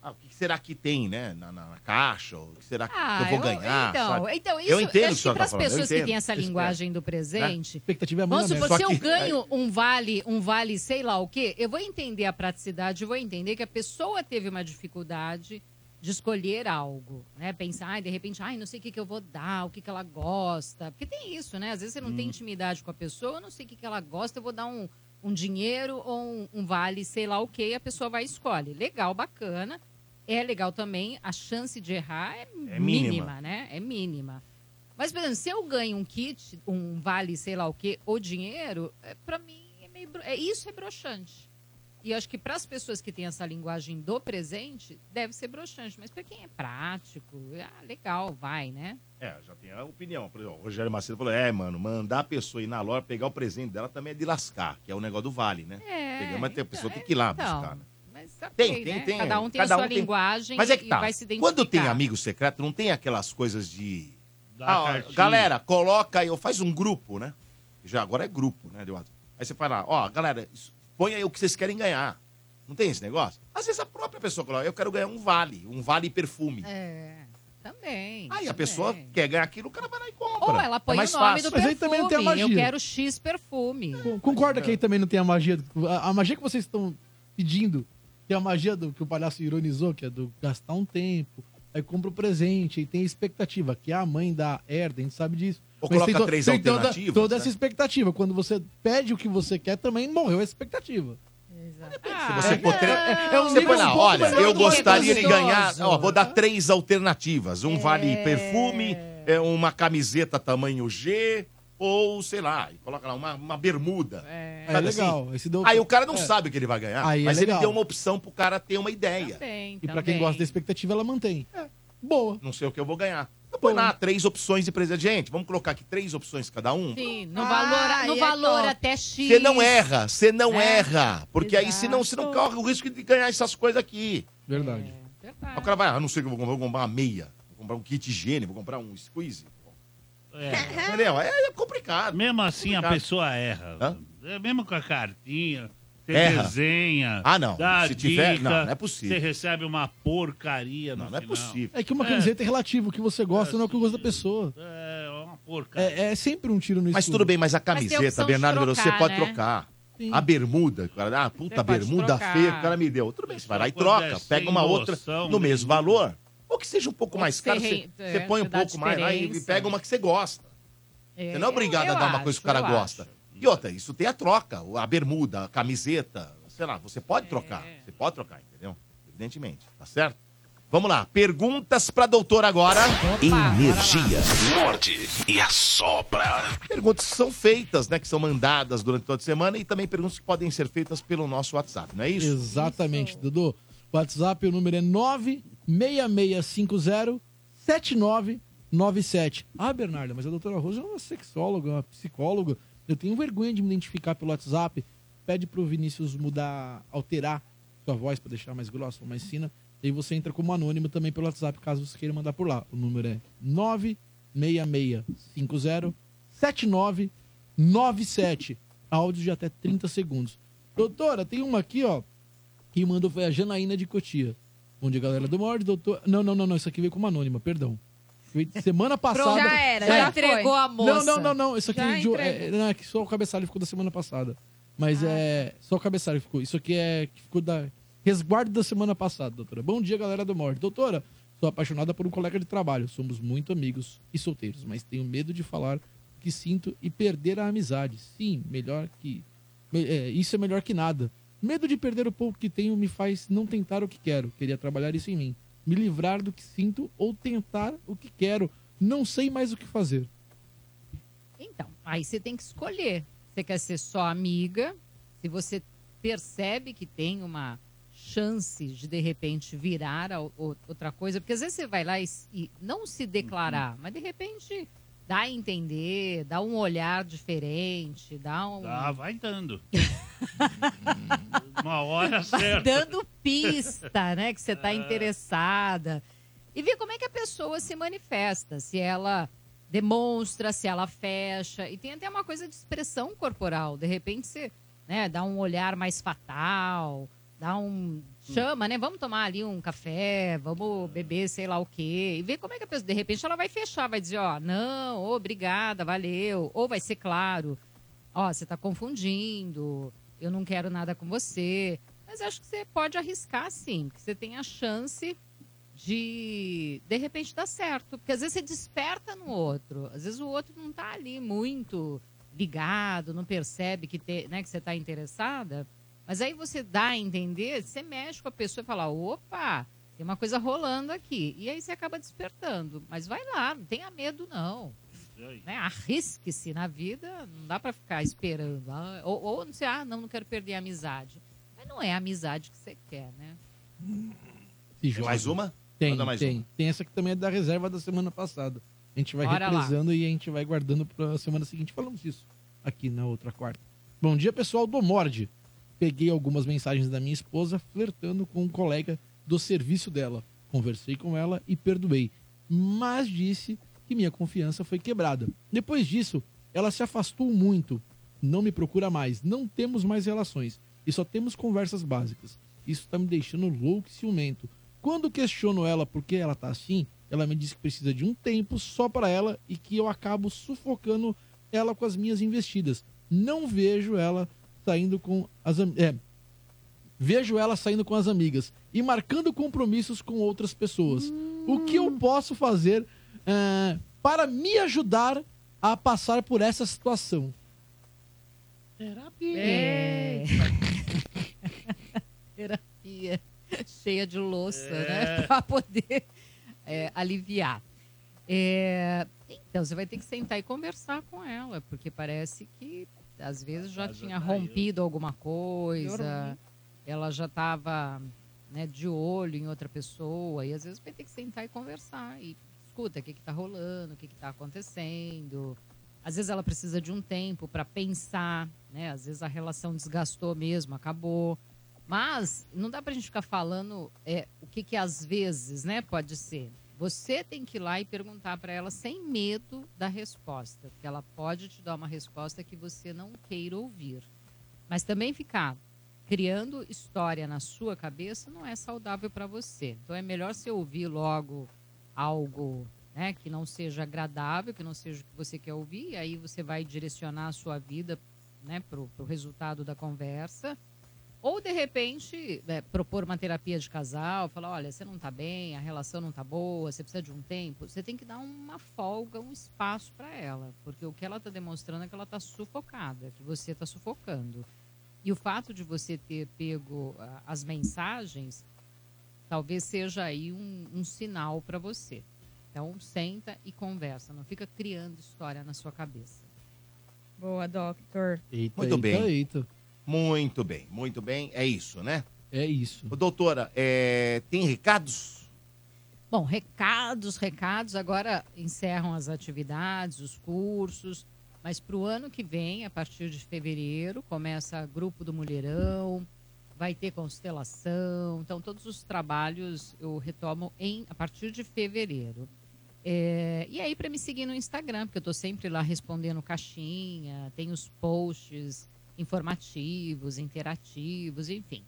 Ah, o que será que tem, né? Na, na- na caixa? O que será que eu vou ganhar?
Então,
sabe?
então isso
eu entendo o
acho
que
que
para
para as pessoas que têm essa linguagem do presente.
Expectativa é
Vamos
muito
supor, se eu ganho um vale, um vale, sei lá o quê, eu vou entender a praticidade, eu vou entender que a pessoa teve uma dificuldade de escolher algo, né? Pensar, ai, de repente, ai, não sei o que, que eu vou dar, o que, que ela gosta. Porque tem isso, né? Às vezes você não tem intimidade com a pessoa, eu não sei o que, que ela gosta, eu vou dar um, um dinheiro ou um, um vale, sei lá o quê, e a pessoa vai e escolhe. Legal, bacana. É legal também, a chance de errar é,
É mínima.
mínima. né? É mínima. Mas, por exemplo, se eu ganho um kit, um vale, sei lá o quê, ou dinheiro, é, para mim, é meio, bro- é, isso é broxante. E eu acho que para as pessoas que têm essa linguagem do presente, deve ser broxante. Mas para quem é prático, ah, legal, vai, né?
É, já tem a opinião. Por exemplo, o Rogério Macedo falou: é, mano, mandar a pessoa ir na loja pegar o presente dela também é de lascar, que é o negócio do vale, né?
É,
Entendeu? Mas tem- a pessoa tem que ir lá
então,
buscar, né?
tá
Mas, ok,
Tem, tem,
né?
tem.
Cada um tem a sua linguagem
Mas é que
e
tá.
vai se identificar.
Quando tem amigo secreto, não tem aquelas coisas de.
Dá
Ah, ó,
cartinha.
galera, coloca aí, ó, faz um grupo, né? Já agora é grupo, né, Eduardo? Aí você fala, ó, galera, isso- põe aí o que vocês querem ganhar. Não tem esse negócio? Às vezes a própria pessoa coloca, eu quero ganhar um vale, um vale perfume.
É, também.
Aí a pessoa quer ganhar aquilo, o cara vai lá e compra.
Ou ela põe
é mais
o nome
fácil.
do perfume. Eu
magia.
quero X perfume.
Concorda que aí também não tem a magia. do- A, a magia que vocês estão pedindo, que é a magia do que o palhaço ironizou, que é do gastar um tempo, aí compra o presente, aí tem a expectativa, que a mãe dá herda, a gente sabe disso.
Ou
Mas
coloca
tem to-
três
tem toda-
alternativas,
Toda, essa
né?
expectativa. Quando você pede o que você quer, também morreu a expectativa.
Se você pôr três-
é- é um
Ah, você
nível
põe
um
lá,
pouco
olha,
melhor
eu
do que é
gostaria de
gostoso.
ganhar. Ó, vou dar três alternativas. Um vale perfume, é uma camiseta tamanho G, Ou, sei lá, coloca lá uma, uma bermuda.
É
Sabe
legal,
assim?
esse deu-
Aí o cara não
é.
sabe o que ele vai ganhar,
Aí é
mas ele
legal.
deu uma opção pro cara ter uma ideia.
E pra quem gosta da expectativa, ela mantém. Boa.
Não sei o que eu vou ganhar. Então põe lá três opções de presente. Gente, vamos colocar aqui três opções cada um?
Sim, no valor, no
aí é
valor
top.
até X.
Você não erra, você não
É.
erra. Porque aí senão você não corre o risco de ganhar essas coisas aqui.
Verdade.
Aí o cara vai, ah, não sei o que eu vou comprar, vou comprar uma meia, vou comprar um kit higiênico, vou comprar um squeeze. Entendeu? É, é complicado.
Mesmo assim, a
Complicado.
pessoa erra. É mesmo com a cartinha. Você
Erra.
desenha.
Ah, não.
Dá
Se tiver-
dica,
não, não é possível.
Você recebe uma porcaria. Não, não é possível.
É que uma camiseta é relativo. O que você gosta não é o que gosta da pessoa.
É, uma porca.
É, é sempre um tiro no escuro.
Mas tudo bem, mas a camiseta, Bernardo, você pode trocar.
né?
né?
Sim.
A bermuda, o cara, ah, puta,
Você pode
bermuda
trocar.
feia que o cara me deu. Tudo bem, você vai lá e
quando
troca,
é
pega
sem
uma outra
noção,
no mesmo valor. Ou que seja um pouco mais
que
caro,
você
você,
re-
você
é,
põe um
você dá
pouco mais lá e- e
diferença.
pega uma que você gosta. Você não é obrigado
eu
a dar uma coisa que o cara
acho, eu
gosta. E outra, isso tem a troca. A bermuda, a camiseta, sei lá, você
É.
pode trocar. Você pode trocar, entendeu? Evidentemente, tá certo? Vamos lá, perguntas pra doutora agora.
Energia. Morde e assopra.
Perguntas que são feitas, né? Que são mandadas durante toda a semana e também perguntas que podem ser feitas pelo nosso WhatsApp, não é isso?
Exatamente, Dudu. WhatsApp, o número é 96650-7997. Ah, Bernardo, mas a doutora Rosa é uma sexóloga, uma psicóloga. Eu tenho vergonha de me identificar pelo WhatsApp. Pede pro Vinícius mudar, alterar sua voz pra deixar mais grossa ou mais fina. E aí você entra como anônimo também pelo WhatsApp, caso você queira mandar por lá. O número é 96650-7997. 97. Áudio de até 30 segundos. Doutora, tem uma aqui, ó. Quem mandou foi a Janaína de Cotia. Bom dia, galera do Mord, doutor. Não, não, não, não. Isso aqui veio como anônima, perdão. Veio de Semana passada. É.
já era, já Já entregou foi. a moça.
Não, não, não, não. Isso aqui
Já
é de-
entregou.
é, é, não, é que só o cabeçalho ficou da semana passada. Mas é. Só o cabeçalho ficou. Isso aqui é que ficou da. Resguardo da semana passada, doutora. Bom dia, galera do Mord. Doutora, sou apaixonada por um colega de trabalho. Somos muito amigos e solteiros, mas tenho medo de falar o que sinto e perder a amizade. Sim, melhor que me- é, isso é melhor que nada. Medo de perder o pouco que tenho me faz não tentar o que quero. Queria trabalhar isso em mim. Me livrar do que sinto ou tentar o que quero. Não sei mais o que fazer.
Então, aí você tem que escolher. Você quer ser só amiga? Se você percebe que tem uma chance de, de repente, virar a o- outra coisa, porque às vezes você vai lá e, s- e não se declarar, mas de repente dá a entender, dá um olhar diferente, dá um.
Tá, vai dando.
[LAUGHS]
Uma hora
Vai
certa.
dando pista, né? Que você tá interessada. E ver como é que a pessoa se manifesta, se ela demonstra, se ela fecha. E tem até uma coisa de expressão corporal. De repente você né, dá um olhar mais fatal, dá um. Chama, né? Vamos tomar ali um café, vamos beber sei lá o quê. E ver como é que a pessoa. De repente ela vai fechar, vai dizer, ó, não, obrigada, valeu. Ou vai ser claro ó, você tá confundindo, eu não quero nada com você. Mas acho que você pode arriscar sim, porque você tem a chance de, de repente, dar certo. Porque às vezes você desperta no outro, às vezes o outro não tá ali muito ligado, não percebe que, te- né, que você tá interessada. Mas aí você dá a entender, você mexe com a pessoa e fala, opa, tem uma coisa rolando aqui. E aí você acaba despertando. Mas vai lá, não tenha medo não né, arrisque-se na vida, não dá pra ficar esperando. Ah, Ou, ou não sei, ah, não, não quero perder a amizade. Mas não é a amizade que você quer, né?
Se
Tem mais uma?
Tem,
Manda mais
tem.
uma.
Tem essa que também é da reserva da semana passada. A gente vai
Bora lá.
represando e a gente vai guardando pra semana seguinte. Falamos disso aqui na outra quarta. Bom dia, pessoal do Mord. Peguei algumas mensagens da minha esposa flertando com um colega do serviço dela. Conversei com ela e perdoei, mas disse que minha confiança foi quebrada. Depois disso, ela se afastou muito. Não me procura mais, não temos mais relações e só temos conversas básicas. Isso tá me deixando louco e ciumento. Quando questiono ela por que ela tá assim, ela me diz que precisa de um tempo só para ela e que eu acabo sufocando ela com as minhas investidas. Não vejo ela saindo com as am- é, vejo ela saindo com as amigas e marcando compromissos com outras pessoas. O que eu posso fazer ah, para me ajudar a passar por essa situação?
Terapia. [LAUGHS] Terapia. Cheia de louça, né? Pra poder é, aliviar. É,
tem.
Então você vai ter que sentar e conversar com ela, porque parece que às vezes já tinha
tá
rompido alguma coisa,
Piorou.
ela já estava né, de olho em outra pessoa, e às vezes vai ter que sentar e conversar. E escuta, o que está rolando, o que está acontecendo. Às vezes ela precisa de um tempo para pensar, né? Às vezes a relação desgastou mesmo, acabou. Mas não dá pra gente ficar falando é, o que, que às vezes, né, pode ser. Você tem que ir lá e perguntar para ela sem medo da resposta, porque ela pode te dar uma resposta que você não queira ouvir. Mas também ficar criando história na sua cabeça não é saudável para você. Então é melhor você ouvir logo algo né, que não seja agradável, que não seja o que você quer ouvir, e aí você vai direcionar a sua vida né, para o resultado da conversa. Ou, de repente, né, propor uma terapia de casal, falar, olha, você não está bem, a relação não está boa, você precisa de um tempo. Você tem que dar uma folga, um espaço para ela. Porque o que ela está demonstrando é que ela está sufocada, que você está sufocando. E o fato de você ter pego ah, as mensagens talvez seja aí um, um sinal para você. Então, senta e conversa. Não fica criando história na sua cabeça.
Boa, Doctor.
muito bem. Muito bem, muito bem. É isso, né?
É isso.
Doutora, é, tem recados?
Bom, recados, recados. Agora encerram as atividades, os cursos. Mas para o ano que vem, a partir de fevereiro, começa Grupo do Mulherão, vai ter constelação. Então, todos os trabalhos eu retomo em, a partir de fevereiro. É, e aí, para me seguir no Instagram, porque eu estou sempre lá respondendo caixinha, tem os posts informativos, interativos, enfim.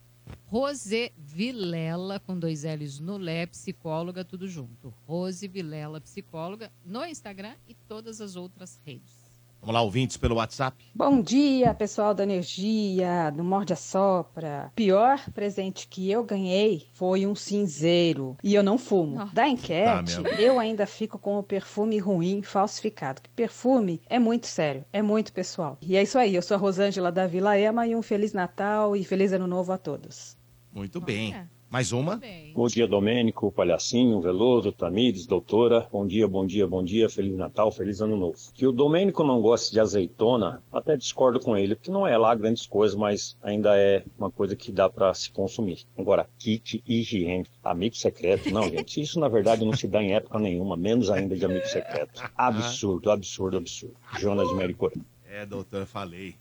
Rose Vilela, com dois L's no Lé, psicóloga, tudo junto. Rose Vilela, psicóloga, no Instagram e todas as outras redes.
Vamos lá, ouvintes pelo WhatsApp.
Bom dia, pessoal da Energia, do Morde a Sopra. Pior presente que eu ganhei foi um cinzeiro. E eu não fumo. Da enquete,
Tá mesmo.
eu ainda fico com o perfume ruim falsificado. Que perfume é muito sério, é muito pessoal. E é isso aí, eu sou a Rosângela da Vila Ema e um Feliz Natal e Feliz Ano Novo a todos.
Muito bem. Mais uma?
Bom dia, Domênico, Palhacinho, Veloso, Tamires, doutora. Bom dia, bom dia, bom dia. Feliz Natal, feliz Ano Novo. Que o Domênico não gosta de azeitona, até discordo com ele, porque não é lá grandes coisas, mas ainda é uma coisa que dá pra se consumir. Agora, kit higiênico, amigo secreto, não, gente. Isso, na verdade, não se dá em época nenhuma, menos ainda de amigo secreto. Absurdo, absurdo, absurdo. Jonas Mericor.
É, doutora, falei.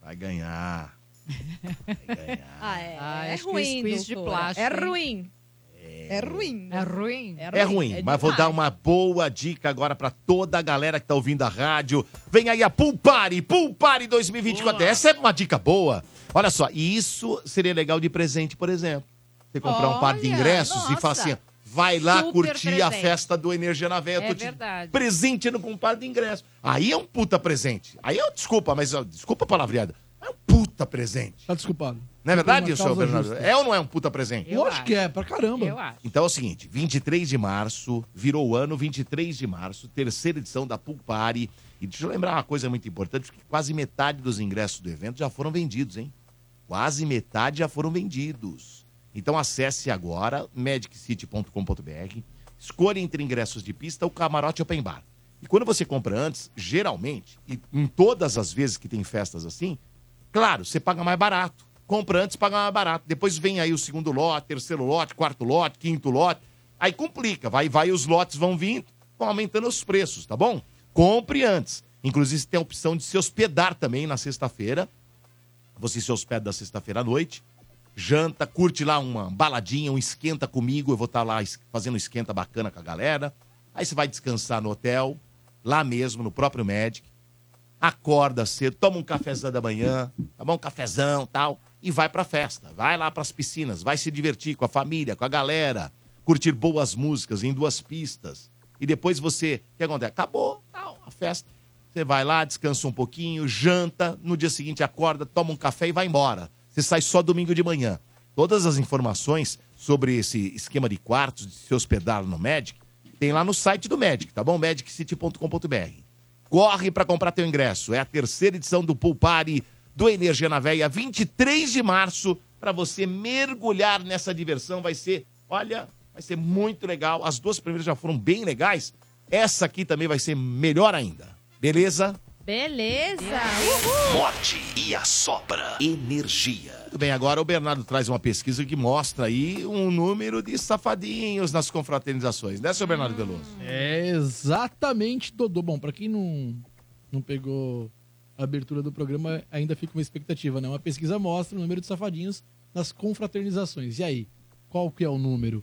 Vai ganhar.
Ah, é.
Ah,
é
acho que o
ruim,
squeeze de
doutora.
plástico,
É
hein?
ruim. É ruim.
É ruim?
É ruim, mas vou dar uma boa dica agora pra toda a galera que tá ouvindo a rádio. Vem aí a Pool Party, Pool Party 2024. Essa é uma dica boa. Olha só, e isso seria legal de presente, por exemplo. Você comprar um par de
Olha,
ingressos e falar
nossa.
assim, vai lá
Super
curtir a
presente.
festa do Energia na Veia. Eu
É
tô te-
verdade.
Presente no com um par de ingressos. Aí é um puta presente. Aí é um, desculpa, mas ó, desculpa a palavreada. É um puta presente.
Tá desculpado.
Não é verdade,
Uma
senhor
causa
Bernardo?
justa.
É ou não é um puta presente?
Eu Lógico acho. que é, pra caramba. Eu acho.
Então é o seguinte, 23 de março, virou o ano, 23 de março, terceira edição da Pool Party. E deixa eu lembrar uma coisa muito importante, que quase metade dos ingressos do evento já foram vendidos, hein? Quase metade já foram vendidos. Então acesse agora mediccity.com.br, escolha entre ingressos de pista ou camarote open bar. E quando você compra antes, geralmente, e em todas as vezes que tem festas assim, Claro, você paga mais barato. Compra antes, paga mais barato. Depois vem aí o segundo lote, terceiro lote, quarto lote, quinto lote. Aí complica. Vai, vai, os lotes vão vindo, vão aumentando os preços, tá bom? Compre antes. Inclusive, você tem a opção de se hospedar também na sexta-feira. Você se hospeda na sexta-feira à noite, janta, curte lá uma baladinha, um esquenta comigo. Eu vou estar lá es- fazendo um esquenta bacana com a galera. Aí você vai descansar no hotel, lá mesmo, no próprio Magic acorda cedo, toma um cafezão da manhã, tá bom? Um cafezão tal, e vai pra festa. Vai lá pras piscinas, vai se divertir com a família, com a galera, curtir boas músicas em duas pistas. E depois você, o que acontece? Acabou, tal, a festa. Você vai lá, descansa um pouquinho, janta, no dia seguinte acorda, toma um café e vai embora. Você sai só domingo de manhã. Todas as informações sobre esse esquema de quartos, de se hospedar no Magic, tem lá no site do Magic, tá bom? Magiccity.com.br. Corre para comprar teu ingresso. É a terceira edição do Pool Party do Energia na Veia, 23 de março, para você mergulhar nessa diversão. Vai ser, olha, vai ser muito legal. As duas primeiras já foram bem legais. Essa aqui também vai ser melhor ainda. Beleza?
Beleza!
Morte e a sopra energia.
Muito bem, agora o Bernardo traz uma pesquisa que mostra aí um número de safadinhos nas confraternizações, né, seu Bernardo Veloso?
É exatamente, Dodô. Bom, pra quem não, não pegou a abertura do programa, ainda fica uma expectativa, né? Uma pesquisa mostra o número de safadinhos nas confraternizações. E aí, qual que é o número?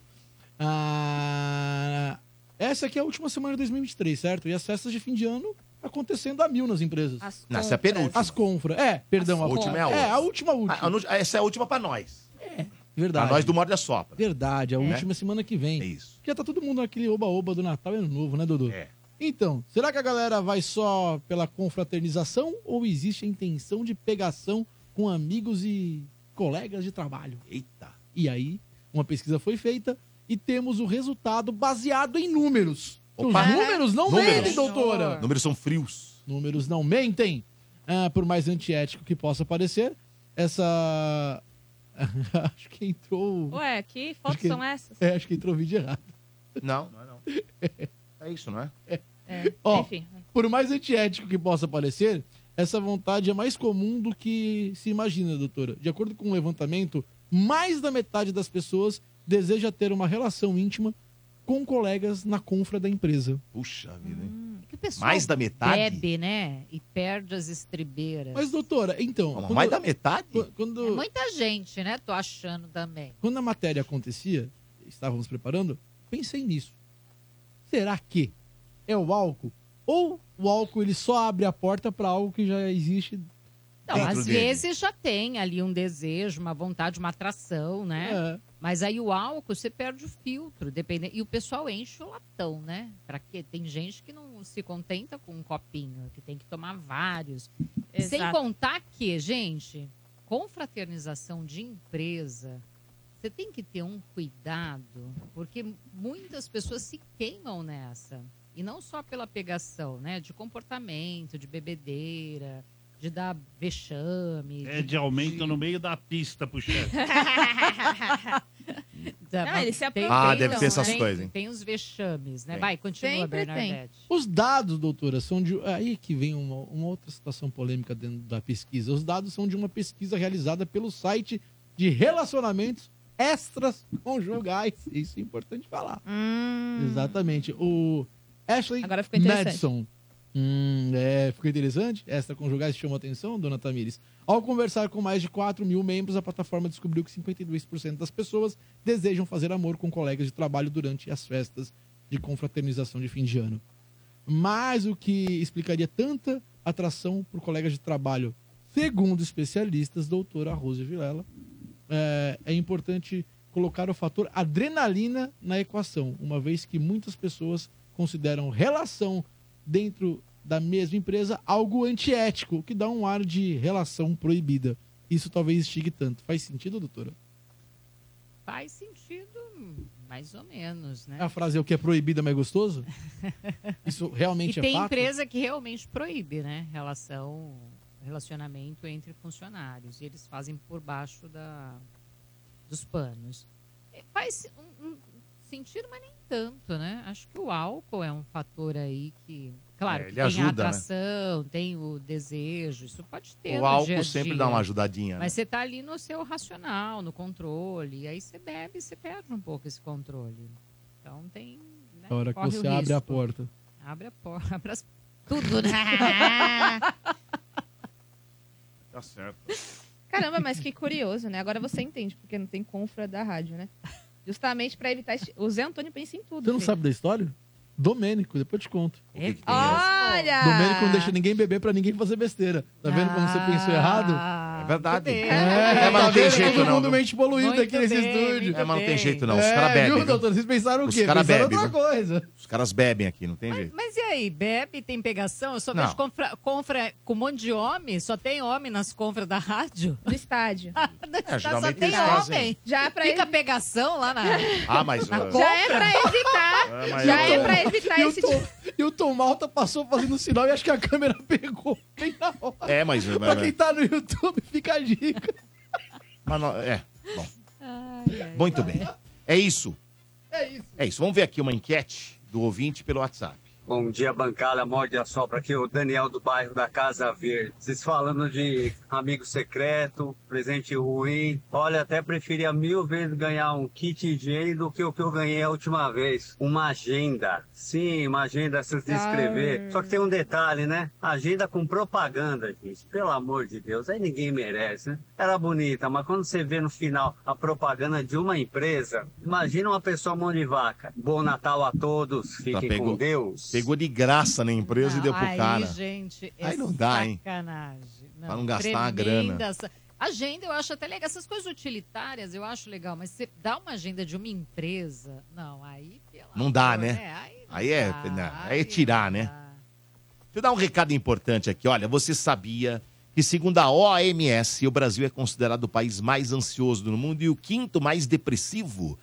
Ah, essa aqui é a última semana de 2023, certo? E as festas de fim de ano acontecendo a mil nas empresas. As
Não, essa é a penúltima.
As confras. É, perdão.
a última é a
É,
outra.
a última, última.
essa é a última pra nós.
É, Verdade.
Pra nós do Morde a Sopra.
Verdade, a
Né?
última semana que vem. É isso. Já tá todo mundo naquele oba-oba do Natal e Ano Novo, né, Dudu? É. Então, será que a galera vai só pela confraternização ou existe a intenção de pegação com amigos e colegas de trabalho? Eita! E aí, uma pesquisa foi feita e temos o resultado baseado em números.
Opa.
Então, Os números não mentem, doutora!
Números são frios.
Números não mentem. Ah, por mais antiético que possa parecer, essa. [LAUGHS] acho que entrou.
Ué, que
acho
fotos
que-
são essas?
É, acho que entrou o vídeo errado.
Não, não é não. É isso, não é?
É.
Ó,
Enfim.
por mais antiético que possa parecer, essa vontade é mais comum do que se imagina, doutora. De acordo com o levantamento, mais da metade das pessoas deseja ter uma relação íntima com colegas na confra da empresa.
Puxa vida, hein?
Hum, Que o pessoal
Mais da metade?
Bebe, né? E perde as estribeiras.
Mas, doutora, então.
Calma, mais da metade?
Quando,
É muita gente, né? Tô achando também.
quando a matéria acontecia, estávamos preparando, pensei nisso. Será que é o álcool? Ou o álcool ele só abre a porta para algo que já existe?
Não,
Dentro
às
dele.
vezes já tem ali um desejo, uma vontade, uma atração, né?
É.
Mas aí o álcool, você perde o filtro. Depende... E o pessoal enche o latão, né? Pra quê? Tem gente que não se contenta com um copinho, que tem que tomar vários. Sem
Exato.
contar que, gente, confraternização de empresa, você tem que ter um cuidado, porque muitas pessoas se queimam nessa. E não só pela pegação, né? De comportamento, de bebedeira, de dar vexame.
É de aumento no meio da pista, puxando.
Da-
Não, ele se
tem-
aproveitam, né?
Ah, deve ter essas
tem-
coisas, hein?
Tem os vexames, né?
Tem.
Vai, continua,
Sempre tem.
Bernadette.
Os dados, doutora, são de. Aí que vem uma, uma outra situação polêmica dentro da pesquisa. Os dados são de uma pesquisa realizada pelo site de relacionamentos extras conjugais. Isso é importante falar. Exatamente. O Ashley
Hum. Agora ficou interessante.
Madison. Hum, é, ficou interessante. Extra conjugais chamou atenção, dona Tamires. Ao conversar com mais de 4 mil membros, a plataforma descobriu que 52% das pessoas desejam fazer amor com colegas de trabalho durante as festas de confraternização de fim de ano. Mas o que explicaria tanta atração por colegas de trabalho? Segundo especialistas, doutora Rose Vilela, é, é importante colocar o fator adrenalina na equação, uma vez que muitas pessoas consideram relação dentro da mesma empresa algo antiético, o que dá um ar de relação proibida. Isso talvez estigue tanto. Faz sentido, doutora?
Faz sentido, mais ou menos, né?
A frase é o que é proibido, mas
[LAUGHS]
é gostoso? Isso
E
realmente é
tem
fato?
empresa que realmente proíbe, né? Relação, relacionamento entre funcionários. E eles fazem por baixo da, dos panos. E Faz um, um sentido, mas nem tanto, né? Acho que o álcool é um fator aí que. Claro, que
É, ele
tem a
ajuda, né?
atração, tem o desejo, isso pode ter.
O
no
álcool
dia a
sempre
dia.
dá uma ajudadinha, né?
Mas você tá ali no seu racional, no controle. E aí você bebe e você perde um pouco esse controle. Então tem. Né?
A hora que
Corre o
você abre a
risco.
porta.
Abre a porta, [LAUGHS] abre as... tudo, né?
[LAUGHS]
[LAUGHS]
Tá certo.
Caramba, mas que curioso, né? Agora você entende porque não tem confra da rádio, né? Justamente pra evitar... esse- O Zé Antônio pensa em tudo.
Você não
filho.
sabe da história? Domênico, depois eu te conto.
É?
Olha!
Domênico não deixa ninguém beber pra ninguém fazer besteira. Tá vendo como você pensou errado?
Ah,
É verdade.
É,
É, mas
tá
não tem
vendo?
jeito,
Todo
não,
mundo
viu?
mente poluída aqui nesse estúdio.
É, mas não tem jeito não. Os caras bebem.
Viu,
viu?
doutor? Vocês pensaram o
Os
quê?
cara
Pensaram
bebe,
outra
viu?
coisa.
Os caras bebem aqui, não tem jeito.
Mas e aí, bebe, tem pegação? Eu só
Não.
vejo confra, confra com um monte de homem, só tem homem nas confras da rádio?
[LAUGHS]
Ah, tá,
Do estádio.
só
É, geralmente
tem
eles fazem.
homem.
Já pra
Fica pegação lá na.
Ah, mas,
na
ah,
confra?
Já é pra evitar.
É, mas
Já
eu-
é pra evitar
E o
esse
Tom-
tipo...
E o Tom Malta passou fazendo sinal e acho que a câmera [LAUGHS] pegou.
É, mas...
Pra quem tá no YouTube, fica a dica.
mas não- é, bom. Muito bem. É isso.
É isso.
É isso. Vamos ver aqui uma enquete do ouvinte pelo WhatsApp.
Bom dia, bancada, morde a sopra aqui, o Daniel do bairro da Casa Verde. Vocês falando de amigo secreto, presente ruim. Olha, até preferia mil vezes ganhar um kit higiene do que o que eu ganhei a última vez. Uma agenda. Sim, uma agenda se se inscrever. Só que tem um detalhe, né? Agenda com propaganda, gente. Pelo amor de Deus, aí ninguém merece, né? Era bonita, mas quando você vê no final a propaganda de uma empresa, imagina uma pessoa mão de vaca. Bom Natal a todos,
Tá,
fiquem
pegou,
com Deus.
pegou de graça na empresa e deu pro
aí,
cara.
gente, é
Aí não dá, hein?
Sacanagem.
Pra não gastar a
tremenda
grana.
sa- Agenda eu acho até legal. Essas coisas utilitárias eu acho legal, mas você dá uma agenda de uma empresa, não, aí pela...
Não dá,
É,
né?
aí
Aí é, né? Aí é tirar, né? Deixa eu dar um recado importante aqui. Olha, você sabia que, segundo a OMS, o Brasil é considerado o país mais ansioso do mundo e o quinto mais depressivo?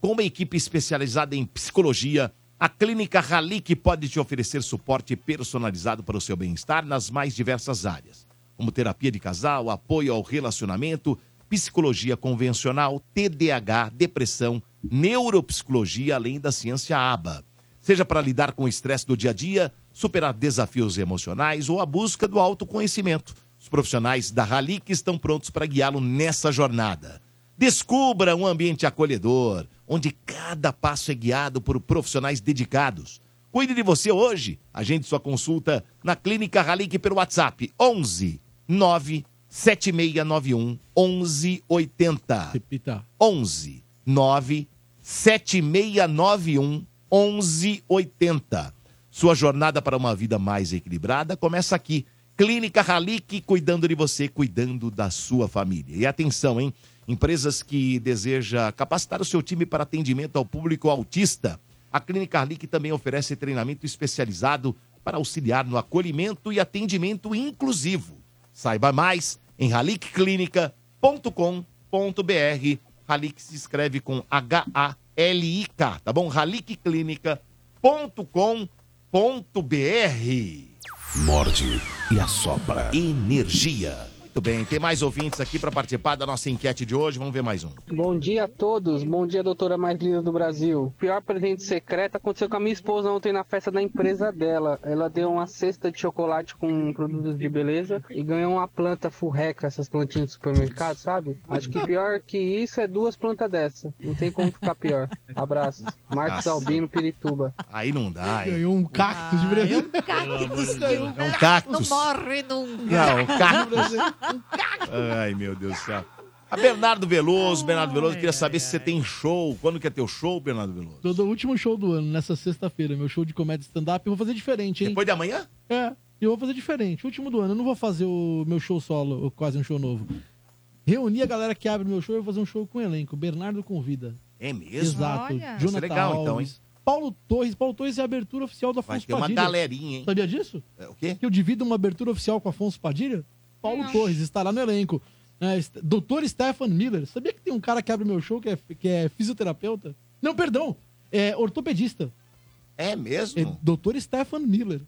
Com uma equipe especializada em psicologia, a Clínica Halik pode te oferecer suporte personalizado para o seu bem-estar nas mais diversas áreas, como terapia de casal, apoio ao relacionamento, psicologia convencional, TDAH, depressão, neuropsicologia, além da ciência ABA seja para lidar com o estresse do dia a dia, superar desafios emocionais ou a busca do autoconhecimento. Os profissionais da Halik estão prontos para guiá-lo nessa jornada. Descubra um ambiente acolhedor, onde cada passo é guiado por profissionais dedicados. Cuide de você hoje. Agende sua consulta na Clínica Halik pelo WhatsApp 11 9 7691 1180.
Repita.
11 9 7691 1180. Sua jornada para uma vida mais equilibrada começa aqui. Clínica Halik, cuidando de você, cuidando da sua família. E atenção, hein? Empresas que deseja capacitar o seu time para atendimento ao público autista. A Clínica Halik também oferece treinamento especializado para auxiliar no acolhimento e atendimento inclusivo. Saiba mais em halikclinica.com.br. Halik se escreve com H-A-L-I-K, tá bom? halikclinica.com.br.
Morde e assopra.
Energia. Muito bem, tem mais ouvintes aqui para participar da nossa enquete de hoje. Vamos ver mais um.
Bom dia a todos, bom dia doutora mais linda do Brasil. O pior presente secreto aconteceu com a minha esposa ontem na festa da empresa dela. Ela deu uma cesta de chocolate com produtos de beleza e ganhou uma planta furreca, essas plantinhas do supermercado, sabe? Acho que pior que isso é duas plantas dessa. Não tem como ficar pior. Abraço. Marcos
Nossa.
Albino, Pirituba.
Aí não dá, hein?
Ganhou um cactus
Ah.
de Brasil. Um
cactus
É um cactus.
Não morre nunca.
Não,
[LAUGHS]
cactus. [LAUGHS] Ai, meu Deus do céu. A Bernardo Veloso, Bernardo Veloso, queria saber se você tem show. Quando que é teu show, Bernardo Veloso?
Todo o último show do ano, nessa sexta-feira, meu show de comédia stand-up, eu vou fazer diferente, hein?
Depois de amanhã?
É, eu vou fazer diferente. Último do ano, eu não vou fazer o meu show solo, ou quase um show novo. Reuni a galera que abre meu show e eu vou fazer um show com o elenco. Bernardo convida.
É mesmo?
Exato.
Olha. Vai ser
Jonathan
legal, então,
Alves,
hein?
Paulo Torres. Paulo Torres é a abertura oficial do
Vai
Afonso
ter uma
Padilha.
galerinha, hein?
Sabia disso?
É, o quê?
Que eu divido uma abertura oficial com Afonso Padilha? Paulo Torres estará no elenco. É, est- Doutor Stefan Miller. Sabia que tem um cara que abre meu show que é, que é fisioterapeuta? Não, perdão. É ortopedista.
É mesmo?
É Doutor Stefan Miller.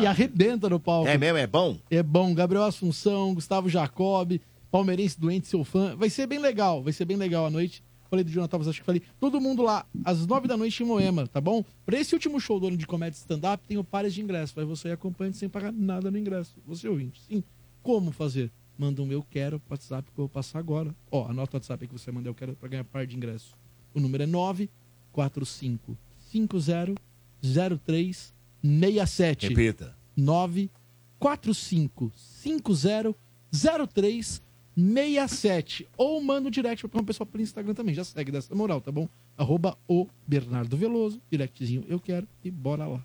E arrebenta no palco.
É mesmo? É bom?
É bom. Gabriel Assunção, Gustavo Jacob, palmeirense doente, seu fã. Vai ser bem legal, vai ser bem legal a noite. Falei do Jonathan, Alves, acho que falei. Todo mundo lá, às nove da noite em Moema, tá bom? Pra esse último show do ano de comédia stand-up, tem o pares de ingresso. Vai você e acompanha sem pagar nada no ingresso. Você ouvinte, sim. Como fazer? Manda um eu quero pro WhatsApp que eu vou passar agora. Ó, anota o WhatsApp aí que você manda eu quero pra ganhar par de ingresso. O número é 945 50 03 67.
Repita.
945500367. Ou manda um direct pra um pessoal pelo Instagram também. Já segue dessa moral, tá bom? Arroba o Bernardo Veloso, directzinho eu quero e bora lá.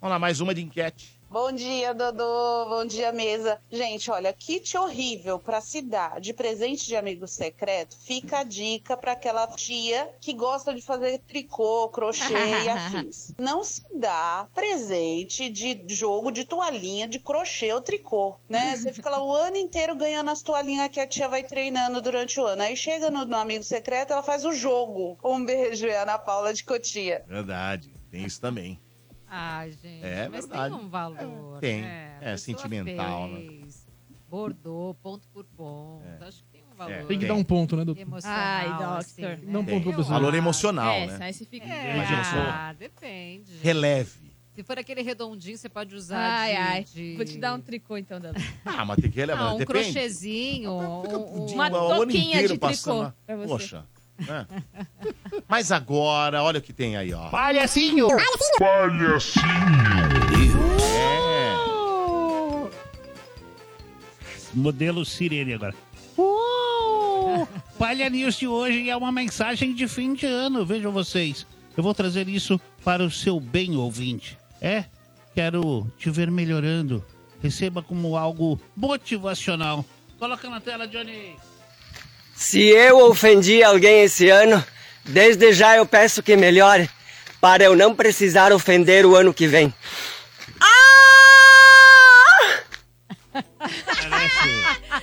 Vamos lá, mais uma de enquete.
Bom dia, Dodô. Bom dia, mesa. Gente, olha, kit horrível pra se dar de presente de amigo secreto. Fica a dica pra aquela tia que gosta de fazer tricô, crochê e afins. Não se dá presente de jogo de toalhinha de crochê ou tricô, né? Você fica lá o ano inteiro ganhando as toalhinhas que a tia vai treinando durante o ano. Aí chega no, no amigo secreto, ela faz o jogo. Um beijo, é a Ana Paula de Cotia.
Verdade. Tem isso também.
Ah, gente,
É
mas
verdade.
tem um valor,
É, tem.
né? A
É,
pessoa
sentimental, né? É.
fez, Bordou, ponto por ponto. Acho que tem um valor.
Tem que dar um ponto, né, doutor?
Emocional,
Ai,
assim,
doctor.
né?
Não, um
Tem.
ponto pra pessoa.
Valor emocional,
É,
né?
aí você fica...
É,
Imagina só.
depende.
Releve.
Se for aquele redondinho, você pode usar
Ai,
de-
ai.
de-
Vou te dar um tricô, então, Danilo.
[LAUGHS] Ah, mas tem que relevar.
Ah, um
Depende.
crochêzinho, um- um-
Uma
O ano
toquinha
inteiro
de tricô
passando.
pra você.
Poxa. né? Mas agora, olha o que tem aí, ó.
Palhacinho!
Palhacinho! É.
Modelo sirene agora. [LAUGHS] Palha News de hoje é uma mensagem de fim de ano, vejam vocês. Eu vou trazer isso para o seu bem ouvinte. É, quero te ver melhorando. Receba como algo motivacional. Coloca na tela, Johnny.
Se eu ofendi alguém esse ano, desde já eu peço que melhore, para eu não precisar ofender o ano que vem.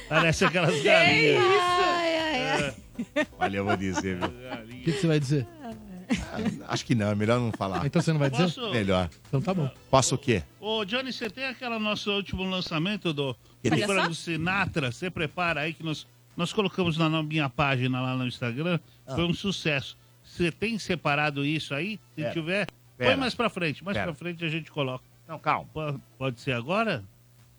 Parece aquelas
Que
galinhas. É.
isso?
Olha, eu vou dizer, viu?
O que, que você vai dizer?
Acho que não, é melhor não falar.
Então você não vai dizer?
Posso?
Melhor.
Então tá bom.
Posso o quê?
Ô, Johnny, você tem aquele nosso último lançamento do
Ele-
Fibra
Olha só.
do Sinatra? Você prepara aí que nós, nós colocamos na no- minha página lá no Instagram. Foi
Ah.
um sucesso. Você tem separado isso aí? Se
Pera.
tiver, põe
Pera.
mais pra frente. Mais
Pera.
pra frente a gente coloca.
Não, calma.
Pode, ser agora?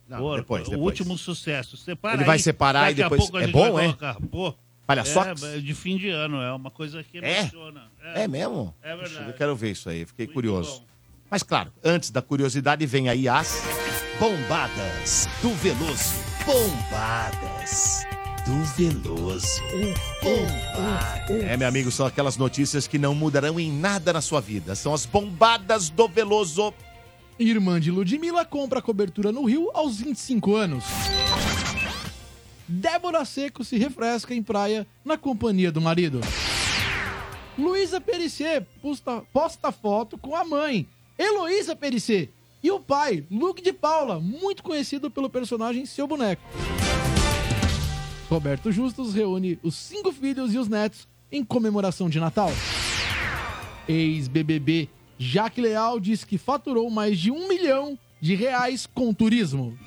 Não,
Pô,
depois,
O
depois.
último sucesso. Separa
Ele vai
aí.
separar
Daqui
e depois-
A pouco a
é
gente
bom,
vai
é?
colocar. Pô,
Olha,
é,
socks?
é de fim de ano. É uma coisa que
É?
emociona.
É mesmo?
É verdade.
Puxa, Eu quero ver isso aí, fiquei curioso. Mas claro, antes da curiosidade vem aí as bombadas do Veloso. Bombadas do Veloso.
Um,
É, meu amigo, são aquelas notícias que não mudarão em nada na sua vida. São as bombadas do Veloso.
Irmã de Ludmilla compra cobertura no Rio aos 25 anos. Débora Seco se refresca em praia na companhia do marido. Luísa Perissé posta, posta foto com a mãe, Heloísa Perissé, e o pai, Luke de Paula, muito conhecido pelo personagem Seu Boneco. Roberto Justus reúne os cinco filhos e os netos em comemoração de Natal. Ex-BBB Jaque Leal diz que faturou mais de um milhão de reais com turismo.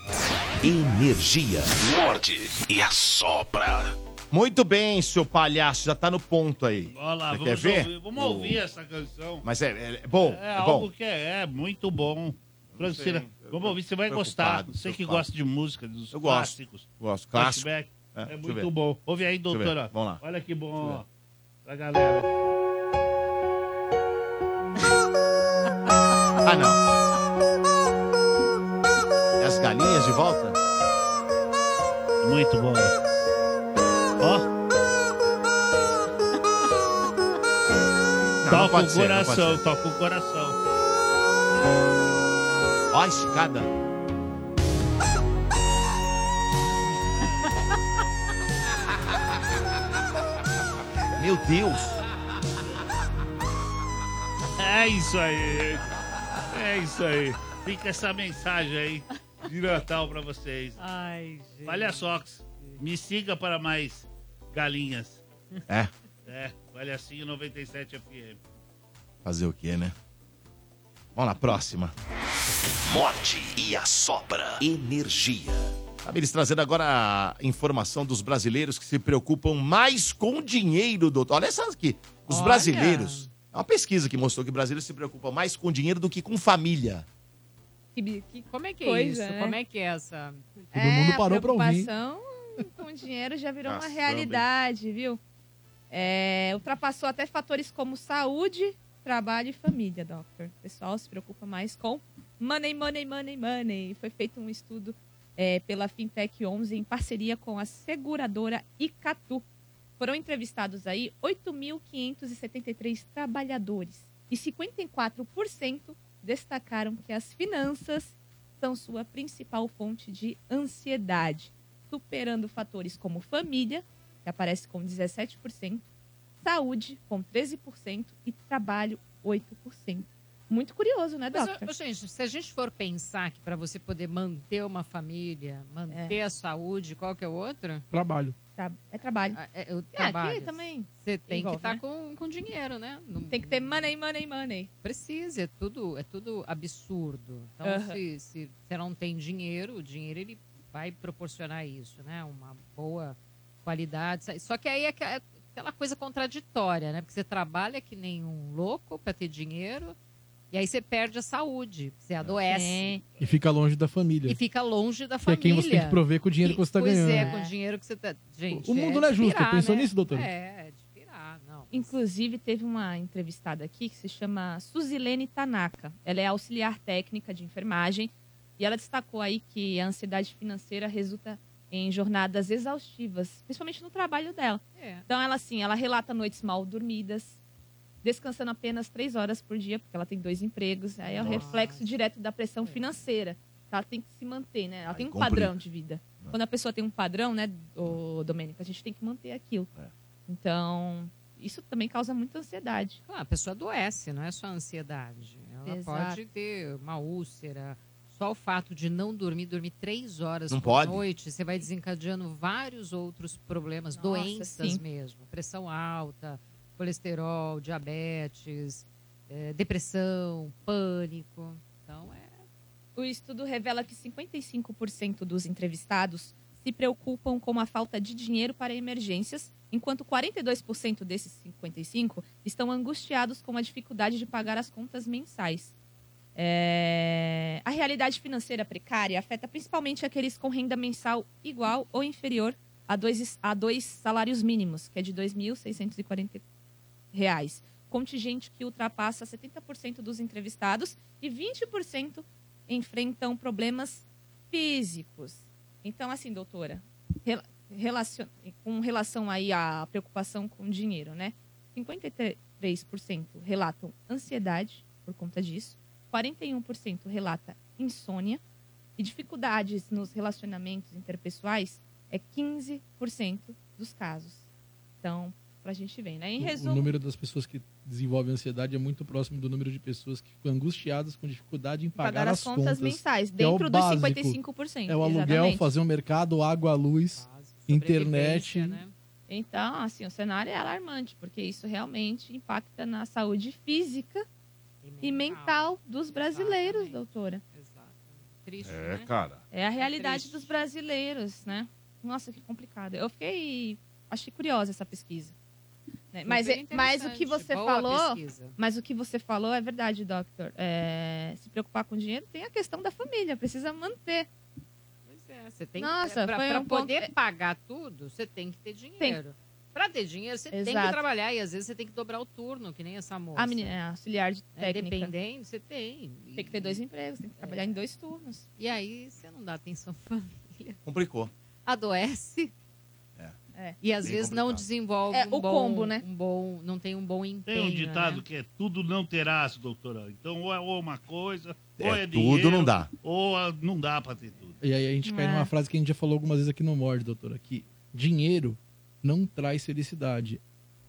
Energia.
Morde e assopra.
Muito bem, seu palhaço, já tá no ponto aí.
Olha lá,
Você
vamos
quer ver?
ouvir, vamos ouvir essa canção.
Mas é, é- é bom,
É,
é, bom.
algo que é, é muito bom. Francina,
sei, eu tô
vamos ouvir, você vai gostar.
preocupado,
Você que
preocupado.
gosta de música, dos
Eu gosto.
clássicos.
Gosto, clássico.
Flashback.
É,
É,
deixa eu
muito
ver.
bom. Ouve aí,
eu ver,
doutora.
vamos lá.
Olha que bom, ó. Pra galera.
Ah, não. E as galinhas de volta?
Muito bom. Ó, toca o coração, toca o coração.
Ó a escada. Meu Deus.
É isso aí. É isso aí. Fica essa mensagem aí de Natal pra vocês.
Ai, gente.
Valha Sox, me siga para mais galinhas.
É,
É, Palhacinho 97 FM.
fazer o quê, né? Vamos lá, próxima.
Morde e assopra. Energia.
Sabe, eles trazendo agora a informação dos brasileiros que se preocupam mais com dinheiro, doutor. Olha essa aqui. Os
Olha.
brasileiros. É uma pesquisa que mostrou que brasileiros se preocupam mais com dinheiro do que com família.
Como é que
coisa,
é isso?
né?
Como é que é essa?
Todo
mundo parou pra ouvir.
É, com dinheiro já virou uma
Caçamba, hein?
realidade, viu? É, ultrapassou até fatores como saúde, trabalho e família, doctor. O pessoal se preocupa mais com money, money, money, money. Foi feito um estudo é, pela Fintech 11 em parceria com a seguradora Icatu. Foram entrevistados aí 8.573 trabalhadores e 54% destacaram que as finanças são sua principal fonte de ansiedade, superando fatores como família, que aparece com 17%, saúde com 13% e trabalho 8%. Muito curioso, né,
Mas,
Doctor?
ô, gente, se a gente for pensar que para você poder manter uma família, manter a saúde, qual que é o outro?
Trabalho.
Tra- É trabalho.
É, o
trabalho.
trabalho.
aqui também.
Você tem
Envolve,
que estar
né?
com, com dinheiro, né? Não
Tem que ter money, money, money.
precisa, é tudo, é tudo absurdo. Então,
Aham.
se, se você não tem dinheiro, o dinheiro ele vai proporcionar isso, né? Uma boa qualidade. Sa- Só que aí é que- é aquela coisa contraditória, né? Porque você trabalha que nem um louco para ter dinheiro, E aí você perde a saúde, você adoece
E fica longe da família.
e fica longe da
Que é
família.
quem você tem que prover com o dinheiro que você tá
pois
ganhando.
é, com o dinheiro que você tá. Gente,
O mundo não é
de
justo, pensou nisso, doutora?
É, é de pirar, não.
Inclusive, teve uma entrevistada aqui que se chama Suzilene Tanaka. Ela é auxiliar técnica de enfermagem e ela destacou aí que a ansiedade financeira resulta em jornadas exaustivas, principalmente no trabalho dela.
É.
Então, ela assim, ela relata noites mal dormidas, descansando apenas três horas por dia, porque ela tem dois empregos. Aí é o
Nossa. É.
reflexo direto da pressão financeira. Ela tem que se manter, né? Ela tem um
complica.
padrão de vida. Quando a pessoa tem um padrão, né, ô, Domênico, a gente tem que manter aquilo. Então, isso também causa muita ansiedade.
Claro, Ah, a pessoa adoece, não é só ansiedade. Ela
Exato.
pode ter uma úlcera. Só o fato de não dormir, dormir três horas
Não
por
pode.
noite, você vai desencadeando vários outros problemas,
Nossa,
doenças
sim.
mesmo. Pressão alta, colesterol, diabetes, eh, depressão, pânico. Então é.
O estudo revela que 55% dos entrevistados se preocupam com a falta de dinheiro para emergências, enquanto 42% desses 55 estão angustiados com a dificuldade de pagar as contas mensais. É, A realidade financeira precária afeta principalmente aqueles com renda mensal igual ou inferior a dois, a dois salários mínimos, que é de R$ 2.640 reais. Contingente que ultrapassa 70% dos entrevistados e 20% enfrentam problemas físicos. Então, assim, doutora, rela- relacion- com relação aí à preocupação com o dinheiro, né? 53% relatam ansiedade por conta disso, 41% relata insônia e dificuldades nos relacionamentos interpessoais é 15% dos casos. Então, pra gente ver, né? Em
O-
resumo,
O número das pessoas que desenvolvem ansiedade é muito próximo do número de pessoas que ficam angustiadas com dificuldade em pagar,
pagar as contas mensais,
que é o
dentro dos
básico.
55%,
É o aluguel,
exatamente.
fazer um mercado, água, luz, internet.
Então, assim, o cenário é alarmante, porque isso realmente impacta na saúde física e mental, dos brasileiros, doutora.
Triste,
É,
né?
cara.
É a realidade dos brasileiros, né? Nossa, que complicado. Eu fiquei. Achei curiosa essa pesquisa. né? Mas,
Super
é- mas o que
interessante,
você
boa
falou.
pesquisa.
Mas o que você falou é verdade, doctor. É, se preocupar com dinheiro tem a questão da família, precisa manter.
Pois é, você tem
Nossa,
que pra,
foi
pra
um ponto-
poder pagar tudo, você tem que ter dinheiro. Pra ter dinheiro, você tem que
Exato.
trabalhar e às vezes você tem que dobrar o turno, que nem essa moça.
A menina é auxiliar de
É,
técnica.
dependente, você tem. É.
Tem que ter dois empregos, tem que trabalhar em dois turnos.
E aí você não dá atenção à família.
Complicou.
Adoece
É.
e às
Bem
vezes não desenvolve
É,
um
o
bom,
combo, né?
um bom, não tem um bom empenho.
Tem um ditado
né?
que é tudo não terás, doutora. Então, ou é ou uma coisa, ou é,
tudo
dinheiro.
não dá.
Ou ah, não dá pra ter tudo.
E aí a gente cai
É.
numa frase que a gente já falou algumas vezes aqui no Morde, doutora, que dinheiro não traz felicidade,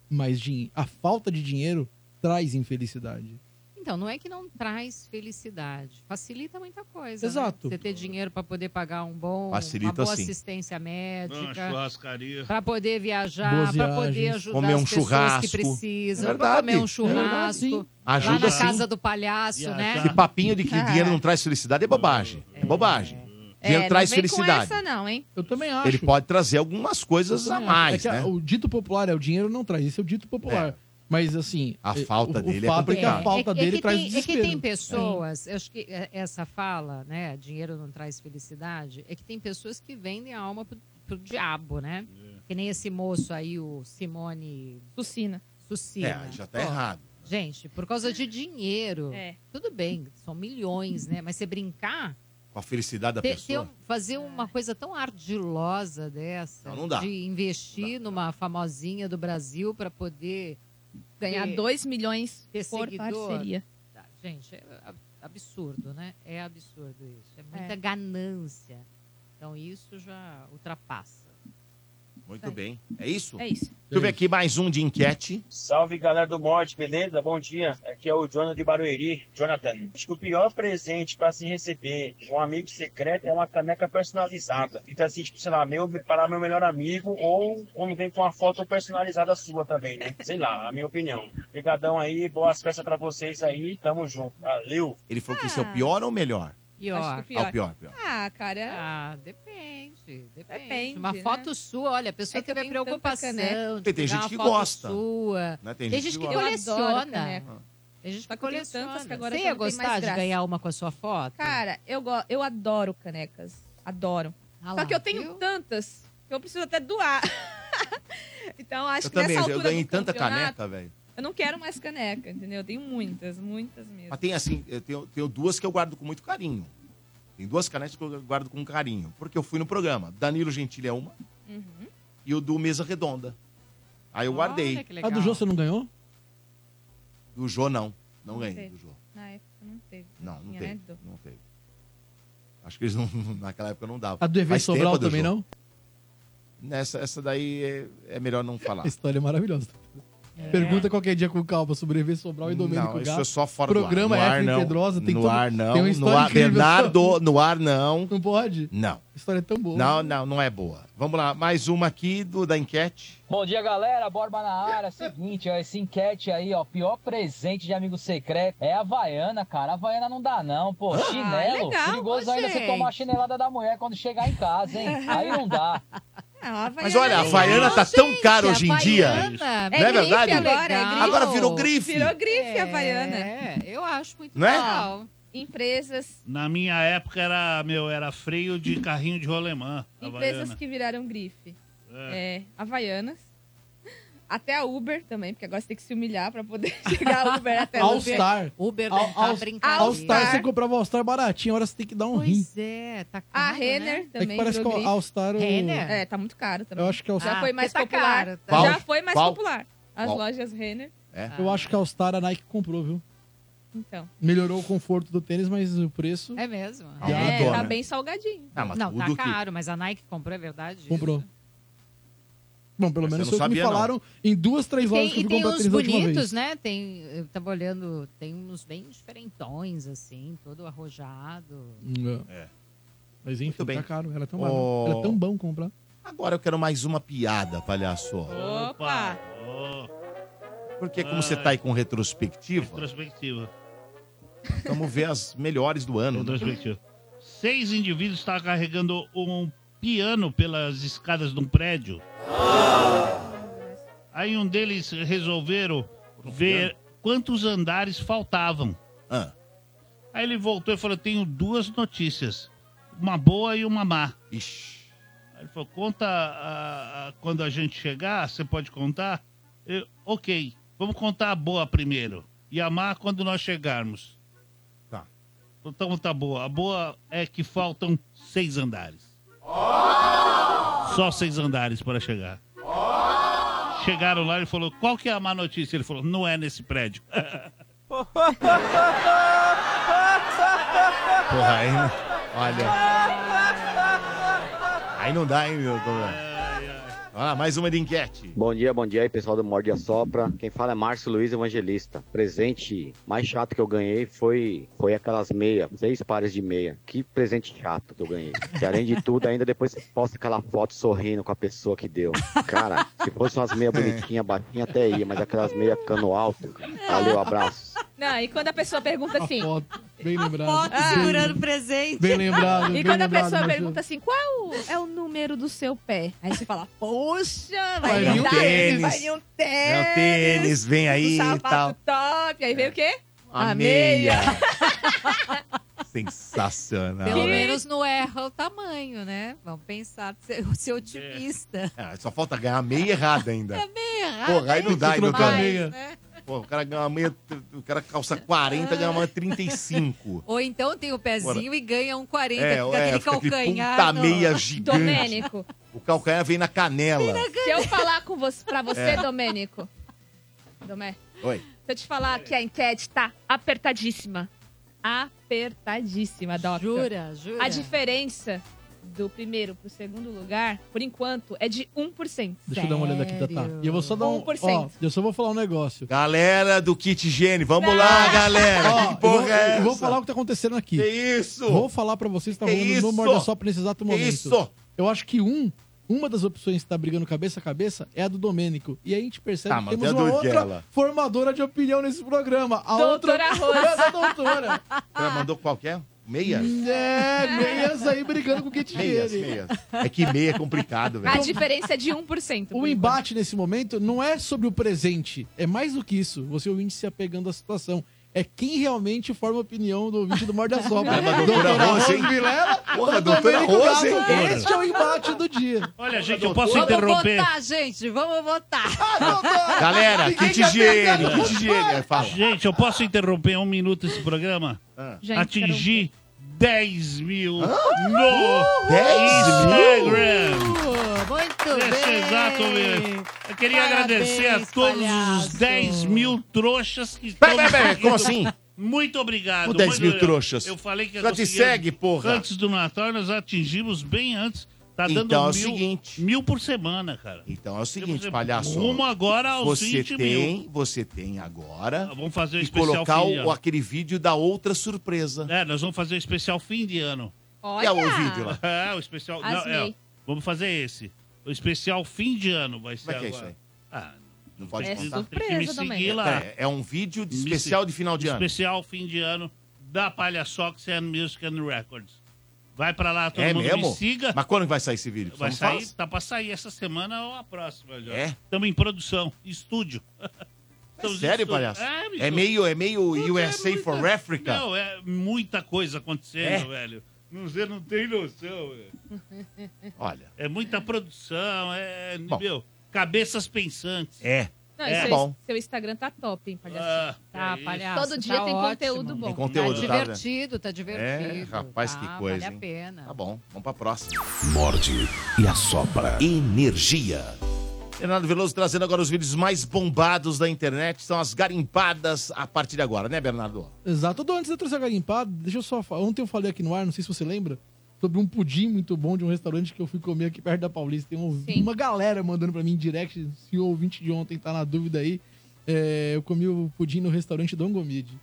mas din- a falta de dinheiro traz infelicidade.
Então, não é que não traz felicidade. Facilita muita coisa. né?
Exato.
Você ter dinheiro para poder pagar um bom,
Facilita,
uma boa
sim.
assistência
Uma
médica,
churrascaria.
para poder viajar,
Boas
para poder
viagens.
ajudar
Comer
as
um
pessoas
churrasco.
que precisam,
É
pra comer um
verdade. É verdade,
churrasco,
sim.
lá
Ajuda,
na
sim.
casa do palhaço, né?
Esse papinho de que dinheiro não traz felicidade é bobagem. É bobagem. Dinheiro traz felicidade.
não, hein?
Eu também acho.
Ele pode trazer algumas coisas
Eu
a
também
mais,
acho. É que
né?
a- O dito popular é o dinheiro não traz, esse é o dito popular. Mas assim,
A
é,
falta
o,
dele é
o fato é, que a
complicado.
falta
É que- é
dele
que
traz
tem- É
desespero.
que tem pessoas, eu acho que é, essa fala, né, dinheiro não traz felicidade, é que tem pessoas que vendem a alma pro, pro diabo, né? Que nem esse moço aí, o Simone...
Sucina.
Sucina.
É, já tá errado.
Gente, por causa de dinheiro,
É.
tudo bem, são milhões, né? Mas você brincar,
Com a felicidade da
ter- ter
pessoa.
um- fazer uma coisa tão ardilosa dessa,
Não, não dá.
de investir numa famosinha do Brasil para poder
Ganhar
ter-
2 milhões
ter
por
seguidor.
parceria.
Tá, Gente, é ab- absurdo, né? É absurdo isso. É muita
É.
ganância. Então isso já ultrapassa.
Muito bem. É isso?
É isso.
Deixa eu ver aqui mais um de enquete.
Salve galera do Morte, beleza? Bom dia. Aqui é o Jonathan de Barueri. Jonathan, acho que o pior presente para se receber de um amigo secreto é uma caneca personalizada. Então, assim, tipo, sei lá, meu, para meu melhor amigo ou como vem com uma foto personalizada sua também, né? Sei lá, a minha opinião. Obrigadão aí, boas festas para vocês aí. Tamo junto. Valeu.
Ele falou que isso é o pior ou o melhor?
Pior.
Ah, o pior, pior.
Ah, cara.
Ah, depende. Depende.
Depende,
uma
né? É
foto sua, olha, a pessoa teve a preocupação.
caneca.
de
Tem
pegar
gente
uma
que
foto
gosta.
Sua.
Né?
Tem, gente que,
gosta.
Eu adoro
coleciona.
caneca.
Tem gente que
Só que eu tenho
Tá coleciona.
tantas que agora
Você
já
ia
não tem
gostar
mais
de
graça.
ganhar um? uma com a sua foto?
Cara, eu, go- eu adoro canecas. Adoro.
Ah lá,
Só que eu tenho tantas que eu preciso até doar. [LAUGHS] então, acho
Eu
que
também,
nessa
eu
altura
ganhei
do
tanta
campeonato,
caneta, velho.
Eu não quero mais caneca, entendeu? Eu tenho muitas, muitas mesmo.
Mas tem assim, eu tenho, tenho duas que eu guardo com muito carinho. Tem duas canetas que eu guardo com carinho. Porque eu fui no programa. Danilo Gentili é uma
Uhum.
e o do Mesa Redonda. Aí eu guardei.
A Ah, do Jô você não ganhou?
Do Jô, não. Não ganhei.
teve.
Do Jô.
Na época não teve.
Não, não
tinha,
teve.
né, Dudu?
Não teve. Acho que eles não, [LAUGHS] naquela época não davam.
A do EV
Faz tempo
Sobral
a do
também
Jô.
não?
Nessa, essa daí é, é melhor não falar.
A história é maravilhosa.
É.
Pergunta qualquer dia com calma sobre o EV Sobral e Domênico
Não, isso
Gato.
é só fora
Programa
do ar. No ar,
Efraim
não.
Pedrosa tem
no
todo-
ar não.
Tem uma
no
história
ar,
incrível.
Bernardo, no ar não.
Não pode?
Não.
A história é tão boa.
Não, não, não é boa. Vamos lá, mais uma aqui do, da enquete.
Bom dia, galera. Borba na área. é Seguinte, ó, essa enquete aí, ó. Pior presente de amigo secreto é a Havaiana, cara. A Havaiana não dá, não, pô. Chinelo.
Ah, é legal,
perigoso
ô,
ainda você
gente.
tomar a chinelada da mulher quando chegar em casa, hein? Aí não dá.
É,
Mas olha, a Havaiana tá tão cara hoje em dia.
Havaiana.
Não
É
é
grife
verdade?
agora, é grife.
Agora virou grife.
Virou grife a Havaiana.
É, eu acho muito
Não é?
legal.
Empresas,
Na minha época era, meu, era freio de carrinho de rolemã.
empresas
Havaiana.
que viraram grife. É. Havaianas. Até a Uber também, porque agora você tem que se humilhar pra poder [LAUGHS] chegar a Uber até
All
você.
Star.
Uber tá
All, All, All Star, você comprava All Star baratinho, agora você tem que dar um rim.
Pois é, tá
A Renner
É que
também.
parece que
virou
o
grife.
All Star... o-
É, tá muito caro também.
Eu acho que é o-
Já
Ah,
foi mais
porque tá
popular.
caro,
tá?
Já
Qual?
foi mais
Qual?
popular. As
Qual?
lojas Renner.
é.
É. Eu acho que a All Star a Nike comprou, viu?
Então.
Melhorou o conforto do tênis, mas o preço...
É mesmo.
Ah,
é,
adoro,
tá
né?
bem salgadinho.
Ah, mas
não, tá
tudo que-
caro, mas a Nike comprou, é verdade?
Comprou. Bom, pelo
Mas
menos
eu não
foi o que me
sabia, não.
falaram em duas,
E
três horas
tem,
que
e
eu fui
tem
comprar
uns
tênis da última
bonitos,
vez.
né? Tem, eu tava olhando, tem uns bem diferentões, assim, todo arrojado.
Hum,
É.
Mas enfim,
Muito bem.
tá caro. Era tão,
Ô.
barato. Era tão bom comprar.
Agora eu quero mais uma piada, palhaço.
Opa! Ah,
Porque como você tá aí com retrospectiva,
Retrospectiva.
vamos ver as melhores do ano. né?
Retrospectiva. Seis indivíduos estavam carregando um piano pelas escadas de um prédio. Aí um deles resolveram ver quantos andares faltavam. Aí ele voltou e falou: tenho duas notícias. Uma boa e uma má. Aí ele falou: conta a- a- quando a gente chegar, você pode contar? Eu, ok, vamos contar a boa primeiro. E a má quando nós chegarmos.
Tá.
Então tá boa. A boa é que faltam seis andares. Só seis andares para chegar. Chegaram lá e falou: qual que é a má notícia? Ele falou: não é nesse prédio.
[LAUGHS] Porra, aí. né? não- Olha. Aí não dá, hein, meu? Olha lá, mais uma de enquete.
Bom dia, bom dia aí, pessoal do Morde e Sopra. Quem fala é Márcio Luiz Evangelista. Presente mais chato que eu ganhei foi, foi aquelas meias, seis pares de meia. Que presente chato que eu ganhei. E além de tudo, ainda depois você posta aquela foto sorrindo com a pessoa que deu. Cara, se fosse umas meias bonitinhas, baixinhas até ia, mas aquelas meias cano alto. Valeu, abraço.
Não, e quando a pessoa pergunta
[LAUGHS]
assim.
Bem lembrado.
Foto
Ah.
segurando presente.
Bem lembrado,
E
bem
quando a
lembrado,
pessoa
Marcelo.
pergunta assim, qual é o número do seu pé? Aí você fala, poxa, vai,
Vai
vir
um
um
tênis.
tênis, vai vir um
É o
tênis,
tênis, vem aí
um
e tal. É.
sapato top. Aí vem o quê?
A meia.
meia.
Sensacional.
Pelo
né?
menos não erra o tamanho, né? Vamos pensar, [LAUGHS] ser, ser otimista.
Ah, só falta ganhar a meia errada ainda.
É meio errado.
Porra, aí não dá, hein, doutor?
né?
Pô, o cara ganha uma meia, o cara calça 40, ganha uma 35.
Ou então tem o pezinho
Bora.
e ganha um 40,
É,
fica
é,
aquele
fica aquele
calcanhar.
puta
no-
meia gigante.
Domênico,
O calcanhar vem na canela.
se eu falar com você, pra você,
É.
Domênico. Domé,
Oi.
se eu te falar que a enquete tá apertadíssima. Apertadíssima, Doc.
Jura, jura?
A diferença do primeiro pro segundo lugar, por enquanto, é de 1%.
Deixa eu dar uma olhada aqui, Tatá. E eu vou só dar um... Ó,
1%.
eu só vou falar um negócio.
Galera do kit higiene, vamos lá, galera.
Ó,
que porra
eu vou,
é
eu
essa?
vou falar o que tá acontecendo aqui. Que
isso?
Vou falar pra vocês que tá
Que
rolando
isso?
no Morda Sopra nesse exato momento.
isso?
Eu acho que um, uma das opções que tá brigando cabeça a cabeça é a do Domênico. E aí a gente percebe
Tá,
que
mas
temos
e a
uma
do
outra
Guela?
formadora de opinião nesse programa. A outra... [LAUGHS]
Doutora Rosa.
doutora.
Ela mandou qualquer? Meias?
É, meias aí brigando com o kit
Meias,
dele.
meias. É que meia é complicado,
A
velho.
diferença é de 1%.
O embate nesse momento não é sobre o presente, é mais do que isso. Você ouvinte se apegando à situação. É quem realmente forma a opinião do ouvinte do Morde a
[LAUGHS]
Sombra.
Caramba, É, doutora Rose, hein?
Vilela,
Porra,
doutora
doutora Rose, hein, cara?
Este é o embate do dia.
Olha, gente,
eu posso
vamos
interromper?
votar, gente. Vamos votar.
Ah, Galera,
Ninguém
kit
quer pegar
higiene,
no
kit higiene. Fala.
Gente, eu posso interromper um minuto esse programa?
Gente,
Atingir 10 mil
Ah?
no
Uhul! 10 mil?
Uh.
Instagram.
Muito
Nesse
bem.
exato momento. Eu queria
Parabéns,
agradecer a todos os 10 mil trouxas que
Pera,
estão
pera, pera,
seguindo.
como assim?
Muito obrigado.
Como 10 mil
Muito-
trouxas?
Eu falei que
Já te
conseguimos-
segue, porra.
Antes do Natal, nós atingimos bem antes. Tá dando
Então é o
mil,
seguinte.
mil por semana, cara.
Então é o seguinte, palhaço.
Rumo agora aos
você
20
tem,
mil.
Você tem agora.
Vamos fazer um
e
especial
colocar
fim de
o-
ano.
aquele vídeo da outra surpresa.
É, nós vamos fazer o especial fim de ano.
Olha! É o vídeo lá.
[LAUGHS] É, o especial. Não,
Asmei.
é, vamos fazer esse. O especial fim de ano vai ser
Como é que é
agora.
isso
Ah,
Não pode
tem-
contar.
tem que me seguir lá.
É, é um vídeo de
Me
especial
se-
de final de ano.
Especial fim de ano da Palha Sox and Music and Records. Vai pra lá, todo
é
mundo
mesmo?
me siga.
Mas quando que vai sair esse vídeo?
Vai
Só me
sair,
fala.
tá pra sair essa semana ou a próxima já.
É?
Estamos em produção, estúdio. Estamos em
Sério,
estúdio.
palhaço?
bicho.
É, meio, é meio USA for Africa?
Não, é muita coisa acontecendo,
É?
velho. Não, Você não tem noção, velho.
Olha.
É muita produção, é. Meu, cabeças pensantes.
É.
Não, e seu, seu Instagram tá top, hein, palhaço?
Tá, palhaço,
Todo dia
tá
tem
ótimo.
conteúdo bom.
Tem conteúdo,
tá
tá?
divertido, tá
É,
divertido.
rapaz, que
Tá,
coisa.
Vale
hein?
a pena.
Tá bom, vamos pra próxima.
Morde e assopra energia.
Fernando Veloso trazendo agora os vídeos mais bombados da internet. São as garimpadas a partir de agora, né, Bernardo?
Exato. Dô, antes de eu trazer a garimpada, deixa eu só falar. Ontem eu falei aqui no ar, não sei se você lembra, sobre um pudim muito bom de um restaurante que eu fui comer aqui perto da Paulista. Tem um- uma galera mandando pra mim em direct, se o ouvinte de ontem tá na dúvida aí. É, eu comi o pudim no restaurante Dom Gomide.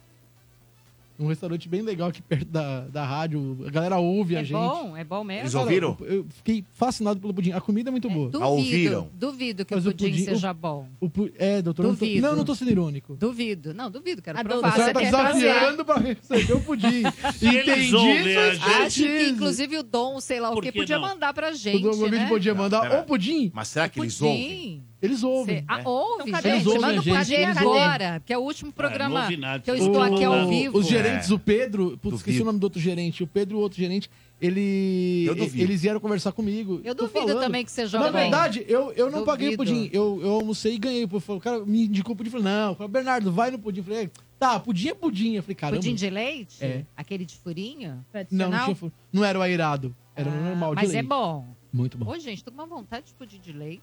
Um restaurante bem legal aqui perto da, da rádio. A galera ouve
é
a gente.
bom, é bom mesmo.
Cara, Eu, eu fiquei fascinado pelo pudim. A comida é muito boa.
Duvido, Duvido que
Mas
o
o
pudim,
pudim-
seja
o-
bom.
O pu- É, doutor. eu não tô-
Duvido.
Não, eu não tô sendo irônico.
Duvido. Não, duvido, quero
A
provar.
doutora
Você
tá
quer trazer.
desafiando pra receber o
[LAUGHS]
pudim.
Se eles
Entendi,
ouvem
né,
a
mas
gente-
Acho que, inclusive, o Dom, sei lá o que,
que
podia
não?
mandar pra gente,
O Dom
né?
podia
Não,
mandar
pera.
o pudim.
Mas será que eles ouvem?
Pudim.
Eles ouvem.
Ah,
né?
ouve,
Então, cadê?
gente.
Eles ouvem,
Manda um
gente,
cadê
eles
agora, que é o último
não
programa
ouvi nada.
que eu estou aqui ao
O-
vivo.
Os gerentes, o Pedro, putz, esqueci
É. Duvido.
o nome do outro gerente, o Pedro e o outro gerente, ele,
Eu duvido.
eles vieram conversar comigo.
Eu
Tô
duvido
falando.
também que seja
Na
bom.
verdade, eu, eu não
Duvido.
paguei o pudim. Eu, eu almocei e ganhei. Eu falei, O cara me indicou o pudim. Eu Falei, não. Eu Falei, Bernardo, vai no pudim. Eu Falei, tá, pudim é pudim. Eu falei, caramba.
Pudim de leite?
É.
Aquele de furinho?
Não, não,
Tradicional?
tinha fu- não era o airado. Era o normal de
Mas
leite.
é bom.
Muito bom.
Ô, gente, tô com uma vontade de pudim de leite.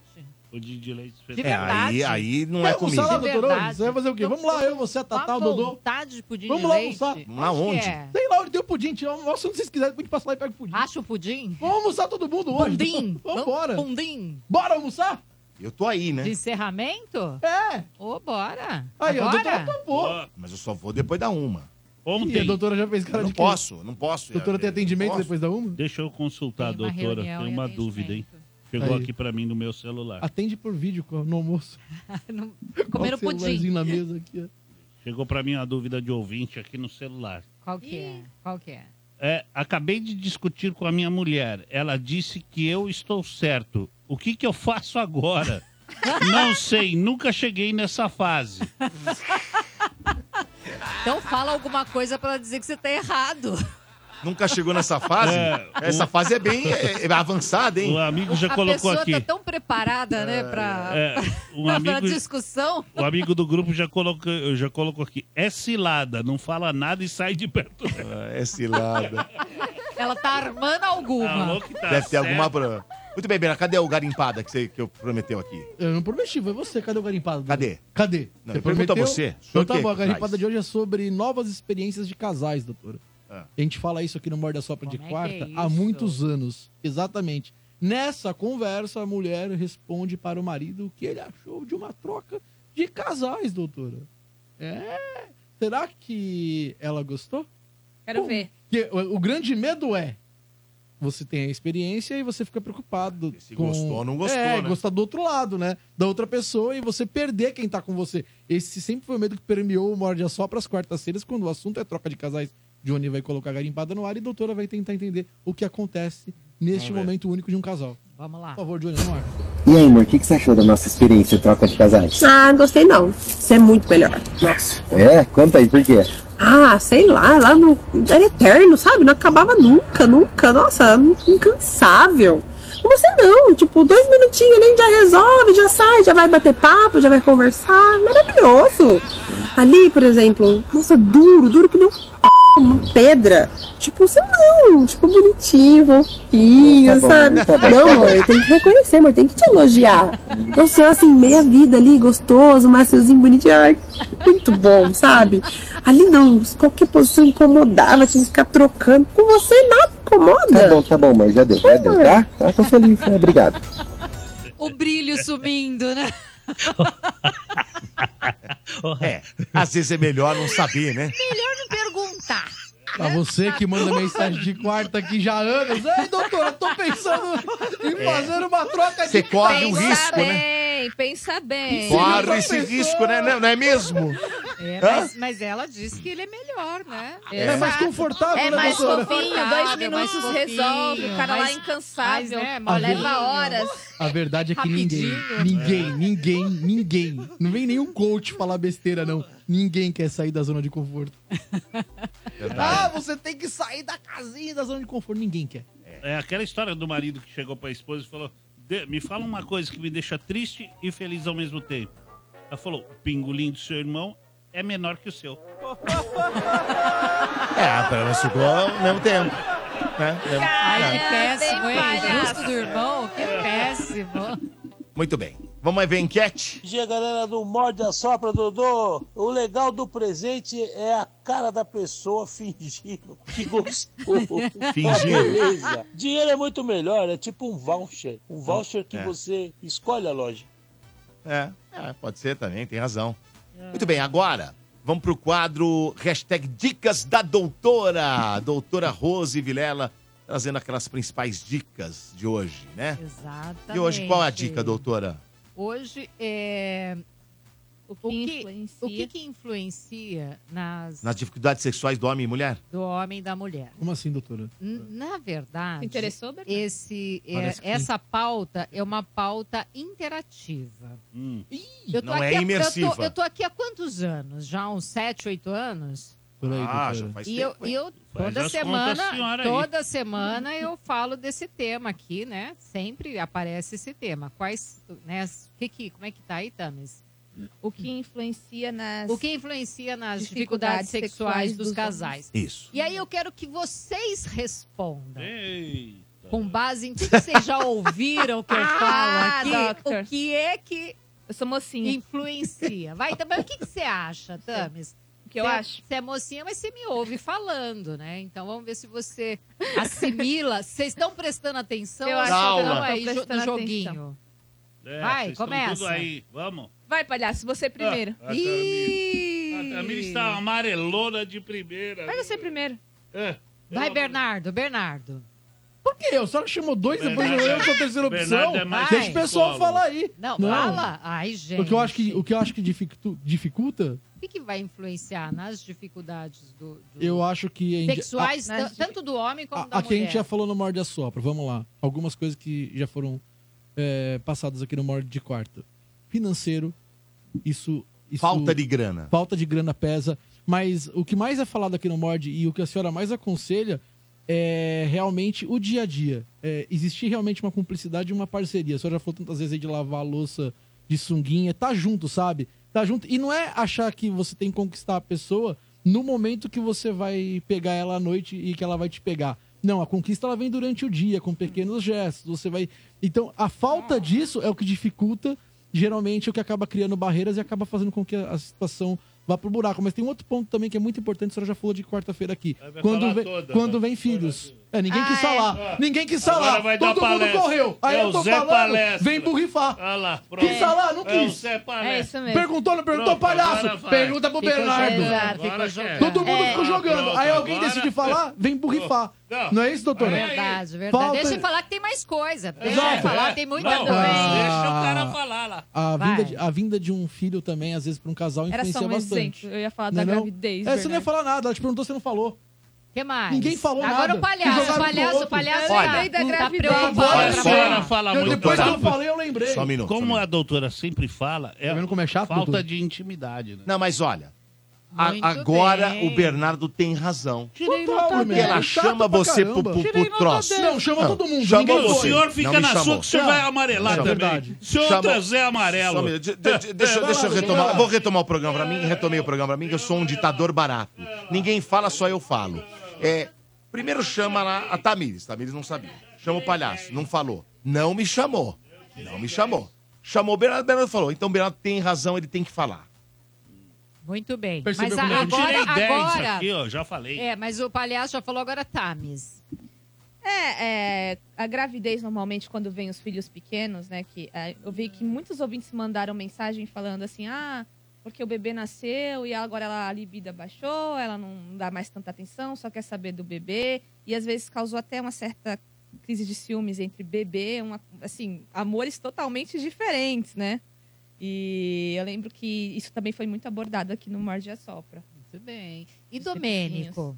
Pudim de leite
De
especial.
verdade.
aí- aí não é
Vamos
comida.
almoçar lá,
De
doutor Ouro?
Você vai fazer o quê? Vamos lá, eu, você, a Tatá, o Dodô.
vontade de pudim
Vamos
de
lá
leite.
almoçar.
Lá
Acho que
onde?
é.
Sei lá onde tem o pudim, tio. Almoça onde vocês quiserem, pode passar lá e pega o pudim.
Acha o pudim?
Vamos almoçar todo mundo hoje.
Pundim.
Vambora.
Pundim.
Bora almoçar?
Eu tô aí, né?
De encerramento?
É.
Ô, bora.
Aí, ó, tá a doutora
Agora?
topou.
tá Mas eu só vou depois da uma.
E a
Ontem.
doutora já fez cara
Eu não
de quê?
posso, não posso.
Doutora, tem atendimento depois da uma?
Deixa eu consultar,
Tem uma
doutora.
reunião
Tem
e
uma
atendimento.
dúvida, hein? Chegou
Aí.
aqui pra mim no meu celular.
Atende por vídeo co- no almoço.
[LAUGHS] Não-
Olha
Comeram
o celularzinho
pudim.
na mesa aqui, ó.
Chegou pra mim uma dúvida de ouvinte aqui no celular.
Qual que é? Qual que é?
É, acabei de discutir com a minha mulher. Ela disse que eu estou certo. O que, que eu
[LAUGHS]
faço agora? Não sei, nunca cheguei nessa fase.
Então fala alguma coisa pra dizer que você tá errado.
Nunca chegou nessa fase?
É,
Essa
o-
fase é bem é- é avançada, hein?
O amigo já
a
colocou
pessoa
aqui.
tá tão preparada, né, pra,
É, um
pra
amigo-
discussão.
O amigo do grupo já colocou, já colocou aqui. É cilada, não fala nada e sai de perto.
É cilada.
Ela tá armando alguma.
tá
Deve ter alguma prova. Muito bem, Bernardo, cadê o garimpada que, você, que eu prometeu aqui?
[LAUGHS] Eu não prometi, foi você. Cadê o garimpado?
Cadê?
Cadê?
Não, eu pergunto a você.
Então
O
tá
que
bom, a
que
garimpada
traz?
de hoje é sobre novas experiências de casais, doutora.
Ah.
A gente fala isso aqui no Morda Sopra de
Como é que
quarta
é
há
isso?
muitos anos. Exatamente. Nessa conversa, a mulher responde para o marido o que ele achou de uma troca de casais, doutora. É. Será que ela gostou?
Quero ver.
Porque o, o grande medo é você tem a experiência e você fica preocupado. Se
gostou ou não gostou,
É,
né?
gostar do outro lado, né? Da outra pessoa e você perder quem tá com você. Esse sempre foi o medo que permeou o Morde a Sopra às quartas-feiras, quando o assunto é troca de casais. Johnny vai colocar a garimpada no ar e a doutora vai tentar entender o que acontece neste
Vamos ver.
momento único de um casal. Vamos lá. Por favor, Johnny, no ar.
E aí, amor, o que, que você achou da nossa experiência de troca de casais?
Ah, não gostei não. Isso é muito melhor. Nossa.
哎
É? Conta aí, por quê?
Ah, sei lá, lá no. Era eterno, sabe? Não acabava nunca, nunca. Nossa, incansável. Com Você não, tipo, dois minutinhos nem já resolve, já sai, já vai bater papo, já vai conversar. Maravilhoso. Ali, por exemplo, nossa, duro, duro que nem um p... uma pedra. Tipo, você não, tipo, bonitinho, fofinho,
Tá bom,
sabe?
tá bom.
Não, amor, tem que reconhecer, amor, tem que te elogiar. Você é assim, meia vida ali, gostoso, um maciozinho, bonitinho, ai, muito bom, sabe? Ali não, qualquer posição incomodava, tinha que ficar trocando. Com você nada
Tá bom,
incomoda.
tá bom, amor, já deu, já deu, tá? Tá, tô feliz, né? obrigado.
O brilho subindo, né?
É, às vezes é melhor não saber, né?
Melhor não perguntar.
Pra você que manda mensagem É de quarta aqui já há anos. Ei,
[LAUGHS]
doutora, tô pensando em
É.
fazer uma troca
Você
de
corre um
casal."
risco, né?
Bem, pensa bem.
Corre esse risco, né? Não, não é mesmo?
É,
Hã?
mas, mas ela disse que ele é melhor, né?
É mais
Exato.
confortável,
É
né,
mais
doutora?
fofinho, dois
Confortável, mais
minutos
fofinho,
resolve. O cara lá é
mais-
incansável. é
mais, né,
Ó,
é
leva
molinho.
horas.
A verdade é que
Rapidinho. É.
ninguém, ninguém, ninguém, ninguém. Não vem nenhum coach falar besteira, não. Ninguém quer sair da zona de conforto. Ah, você tem que sair da casinha, da zona de conforto. Ninguém quer.
É aquela história do marido que chegou pra esposa e falou: "De- Me fala uma coisa que me deixa triste e feliz ao mesmo tempo. Ela falou: O pingolim do seu irmão é menor que o seu.
É, pra ela sugou ao mesmo tempo. Né? Mesmo-
Ai,
né?
que É péssimo, hein?
palhaço.
Justo do irmão, que
É.
é péssimo.
Muito bem. Vamos ver a enquete?
Bom dia, galera do Morde a Sopra, Dodô. O legal do presente é a cara da pessoa fingindo que
[LAUGHS]
gostou.
Fingindo.
Uma beleza. Dinheiro é muito melhor, é tipo um voucher. Um voucher que
É.
você escolhe a loja.
É, é, pode ser também, tem razão. Muito bem, agora vamos pro quadro hashtag Dicas da Doutora. Doutora Rose Vilela trazendo aquelas principais dicas de hoje, né?
Exatamente.
E hoje qual é a dica, doutora?
Hoje é. O que, o que influencia, nas,
Nas dificuldades sexuais do homem e mulher?
do homem e da mulher?
Como assim, doutora?
Ah.
N- Na verdade,
Te interessou, Bernardo?
esse, é,
Parece que
essa pauta é uma pauta interativa. Eu tô
não é
há-
imersiva.
Eu tô, eu tô aqui há quantos anos? Já há uns 7, 8 anos?
Por aí,
Ah,
doutora.
já faz
E
tempo,
eu, e eu
Faz
toda
as contas,
semana,
senhora, aí.
toda semana eu falo desse tema aqui, né? Sempre aparece esse tema. Quais, né? Que que, como é que tá aí, Tamis?
O que influencia nas.
O que influencia nas dificuldades, sexuais, dos, casais?
Isso.
E aí eu quero que vocês respondam.
Eita.
Com base em tudo que vocês já ouviram que eu falo
[LAUGHS] Ah,
aqui,
doctor.
o que é que
Eu sou mocinha.
influencia. Vai, também o que, que você acha, Tamis? O
que eu acho?
Você é mocinha, mas você me ouve falando, né? Então vamos ver se você
[LAUGHS]
assimila. Vocês estão prestando atenção?
Eu
ou
acho que
não,
eu tô
aí, jo-
prestando
no joguinho.
atenção.
É,
Vai,
vocês tão
começa.
Tudo aí, vamos.
Vai, palhaço, você primeiro.
Ah, a Tamir. A Tamir está amarelona de primeira.
Vai você primeiro.
É.
Vai, Bernardo, Bernardo.
Por que eu? Só que É, chamou dois, depois eu
Bernardo
eu
é-
sou a terceira opção.
Bernardo é mais
Deixa o pessoal
psicólogo.
falar aí.
Não, fala. Ai, gente.
O que eu acho que, o que, eu acho que dificultu- dificulta,
O que, que vai influenciar nas dificuldades do, do-
eu acho que... a gente-
sexuais,
a-
tan- tanto do homem como da
a, aqui a
mulher?
gente já falou no Morde a Sopra, vamos lá. Algumas coisas que já foram é, passadas aqui no Morde de Quarta. Financeiro, isso, isso-
Falta de grana.
Falta de grana pesa. Mas o que mais é falado aqui no Morde e o que a senhora mais aconselha é realmente o dia a dia. É, existir realmente uma cumplicidade e uma parceria. A senhora já falou tantas vezes aí de lavar a louça de sunguinha. Tá junto, sabe? Tá junto. E não é achar que você tem que conquistar a pessoa no momento que você vai pegar ela à noite e que ela vai te pegar. Não, a conquista ela vem durante o dia, com pequenos gestos. Você vai. Então, a
Ah.
falta disso é o que dificulta geralmente é o que acaba criando barreiras e acaba fazendo com que a situação vá pro buraco. Mas tem um outro ponto também que é muito importante, a senhora já falou de quarta-feira aqui.
vai
Quando
falar
vem,
toda,
quando
né?
vem filhos. É, ninguém quis
Ah, é.
falar. Ninguém quis
Agora
falar.
vai dar
Todo mundo
palestra.
correu. Aí
É
eu
o
tô
Zé
falando,
Palestra.
vem burrifar.
Ah lá, pronto.
Quis falar, não
É o
quis.
Zé Palestra. É isso mesmo.
Perguntou, não perguntou,
Pronto, agora
palhaço.
vai.
Pergunta pro
Ficou
Bernardo.
jogando, Exato, ficou agora jogando.
Todo mundo
É.
ficou jogando.
Pronto,
Aí alguém
agora-
decide falar, vem burrifar. Não,
Não.
é isso, doutora?
Verdade, é verdade.
Falta-
Deixa eu falar que tem mais coisa. Deixa
Exato.
eu falar,
É.
tem muita
Não,
coisa.
deixa o cara
falar lá.
A
Vai.
vinda, de, a vinda de um filho também, às vezes, pra um casal,
Era
influencia
só um
bastante.
exemplo. Eu ia falar da
Não é não?
gravidez.
É, você não ia
Bernardo.
falar nada. Ela te perguntou, você não falou.
que mais?
Ninguém falou
Agora
nada.
o palhaço,
Jogaram
o palhaço,
pro outro.
o palhaço
Olha,
tá,
da
tá
gravidez.
preocupado.
Olha,
a
só.
senhora fala
Eu-
muito
depois que eu
rápido.
falei, eu lembrei. Tá
Só um minuto,
Como
só um
a doutora sempre fala, é
vendo como é chato,
falta
doutor?
de intimidade, né?
Não, mas olha. a-
Muito
agora
bem.
o Bernardo tem razão.
Tirei
Total,
nota
Porque ela
dez.
chama
tá pra
você pro,
caramba.
pro,
Tirei
pro
nota
troço.
dez. Não, chama
Não,
todo mundo,
chamou
ninguém É
você.
O senhor
Não
fica
me
na sua
chamou.
que o senhor
Não,
vai amarelar
não,
também.
verdade.
O senhor
Chamou.
trazer
Só um
amarelo. É,
minuto, de- de- de- deixa, deixa eu retomar. eu Vou retomar o programa pra mim. Retomei o programa pra mim, que eu sou um ditador barato. Ninguém fala, só eu falo. É, primeiro chama lá a Tamires. Tamires não sabia. Chama o palhaço. Não falou. Não me chamou. Não me chamou. Chamou o Bernardo. Bernardo falou. Então o Bernardo tem razão, ele tem que falar.
Muito bem.
Percebeu
mas a-
como é eu
agora,
tirei dez
agora...
aqui, ó, já falei.
É, mas o palhaço já falou agora Tamis.
É, é, a gravidez normalmente quando vem os filhos pequenos, né? Que é, eu vi que muitos ouvintes mandaram mensagem falando assim, ah, porque o bebê nasceu e agora ela, a libido baixou, ela não dá mais tanta atenção, só quer saber do bebê e às vezes causou até uma certa crise de ciúmes entre bebê, uma, assim, amores totalmente diferentes, né? E eu lembro que isso também foi muito abordado aqui no Morde a Sopra.
Muito bem. E Domênico?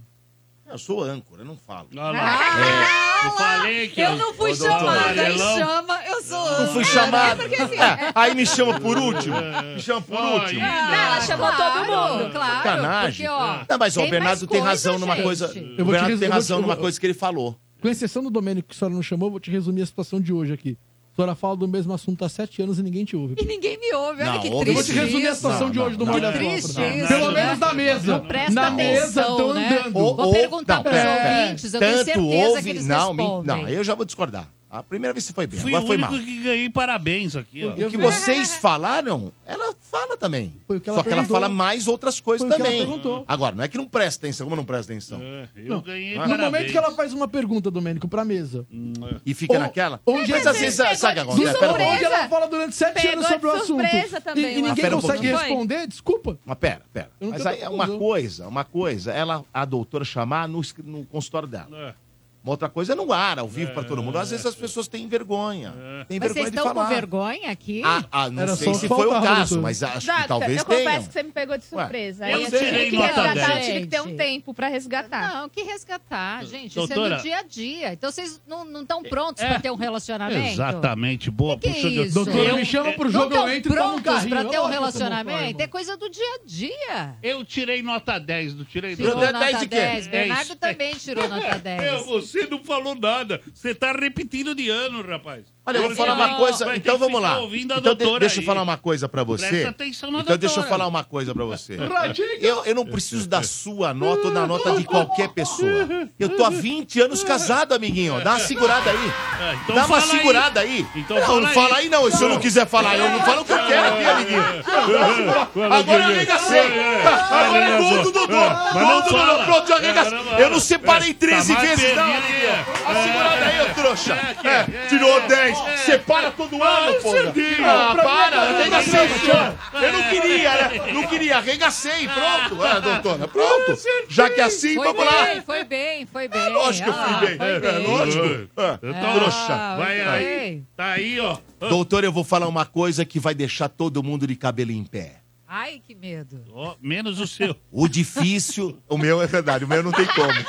Eu sou âncora, eu não falo.
eu falei que
Ah, eu não fui
Ô, doutor,
chamada, hein,
Adelão.
chama, eu sou...
Não fui
É,
chamado.
porque assim,
É, [LAUGHS] Aí me chama por último. Me chama por último.
Ah,
ela chamou todo mundo.
Claro,
Sacanagem.
porque, ó,
Não, mas ó, o
tem
Bernardo
mais
tem
coisa,
razão numa
gente.
coisa.
te
o Bernardo
res- eu vou
tem
te-
razão
eu
numa
vou-
coisa que ele falou.
Com exceção do Domênico, que a senhora não chamou, eu vou te resumir a situação de hoje aqui. A senhora fala do mesmo assunto há sete anos e ninguém te ouve.
E ninguém me ouve, olha
Não,
que
ouve
triste.
Eu vou te resumir a situação de hoje do Morda
Que triste
Sopra.
isso,
Pelo
né?
menos na mesa.
Não presta
Na
atenção,
mesa, tão
né?
andando.
Vou
Ou-
perguntar pros
pera,
ouvintes, eu tenho
tanto
certeza
ouve-
que eles
não, me-
respondem.
Não, eu já vou discordar. A primeira vez você foi bem,
Fui
agora
o
foi
único
mal.
que ganhei parabéns aqui, ó.
O que vocês falaram, ela fala também.
que ela
Só que ela
perguntou.
fala mais outras coisas
Foi o que ela
também.
perguntou.
Agora, não é que não presta atenção, como não presta atenção?
É, eu
Não.
ganhei
No momento que ela faz uma pergunta, Domênico, pra mesa.
E fica
Ou-
naquela.
onde
Mas
é-
às vezes, sabe o
Do
que acontece? Pera um
surpresa.
pouquinho.
Onde ela fala durante sete
é. Pegou
anos sobre o
de
assunto.
surpresa
E,
também,
e
lá.
ninguém
Pera um
consegue
pouquinho.
responder, desculpa.
Mas pera, pera.
Eu não
Mas
tenho
aí é
tanta
uma
conclusão.
coisa, uma coisa, ela, a doutora chamar no, escri- no consultório dela. Uma outra coisa é no ar, ao vivo pra todo mundo. Às
é.
vezes as pessoas têm vergonha. Têm
Mas vocês
vergonha de
estão com
falar.
vergonha aqui?
Ah, ah, não
Era
sei
só
se foi o
faltava,
caso,
doutor.
mas acho que
Dá,
talvez
é, eu confesso
tenham.
que você me pegou de surpresa.
Ué, Tá
Aí
eu
eu
tirei
tive que
nota
resgatar, eu
10.
tive que ter um tempo pra resgatar.
Tá, Não, que resgatar, gente. Isso é
Doutora-
no dia a dia. Então vocês não- não estão prontos pra ter um relacionamento?
Exatamente, boa.
Que é
puxa,
isso?
doutora,
me chama pro jogo,
não tão
eu entro e tomo um
prontos
carrinho.
pra ter um
Lógico que eu tomo
relacionamento?
carrinho.
É coisa do dia a dia.
Eu tirei nota 10, não tirei
Tirou
nota
nota é 10 de quê? 10, Bernardo também tirou [LAUGHS] nota
[LAUGHS]
10.
Meu, É, você não falou nada. Você tá repetindo de ano, rapaz.
Olha, eu vou
Você
falar
vai-
uma coisa.
vai ter
Então
que
vamos
ficar
lá.
ouvindo a
Então de-
doutora
deixa eu
aí.
falar uma coisa Tá pra você.
Presta atenção na
Então deixa eu
doutora.
falar uma coisa pra
[LAUGHS]
você.
Radinho.
Eu, eu não preciso da sua nota ou da nota de qualquer pessoa. Eu tô há 20 anos casado, amiguinho. Dá uma segurada aí.
Ah, então
Dá uma
fala aí.
segurada aí.
Então
não,
fala
não
aí.
fala aí não. Se eu não quiser falar, eu não falo o que eu quero aqui, amiguinho. Agora eu arregacei. Agora é gol do Dodô.
Mas
Gol
não
do Dodô.
fala. É,
Pronto, eu arregacei. Eu não separei 13
Tá mais
vezes, não,
perdido
amiguinho.
que-
A segurada aí, ô trouxa. É, Tirou 10. Separa todo ano, pô. Ah,
é
para. Arregacei o chão. Eu não queria, né? Não queria. Arregacei. Pronto. Ah, doutora, pronto. Já que é assim,
Foi
vamos
bem,
lá. É
foi bem, foi bem.
Lógico que eu
Ah,
fui bem.
foi
É, lógico. Ah, Trouxa.
tá. Vai
muito
aí.
bem.
Tá aí, ó.
Doutor, eu vou falar uma coisa que vai deixar todo mundo de cabelo em pé.
Ai, que medo.
Ó, menos o seu.
O difícil. o meu é verdade, o meu não tem como. Mas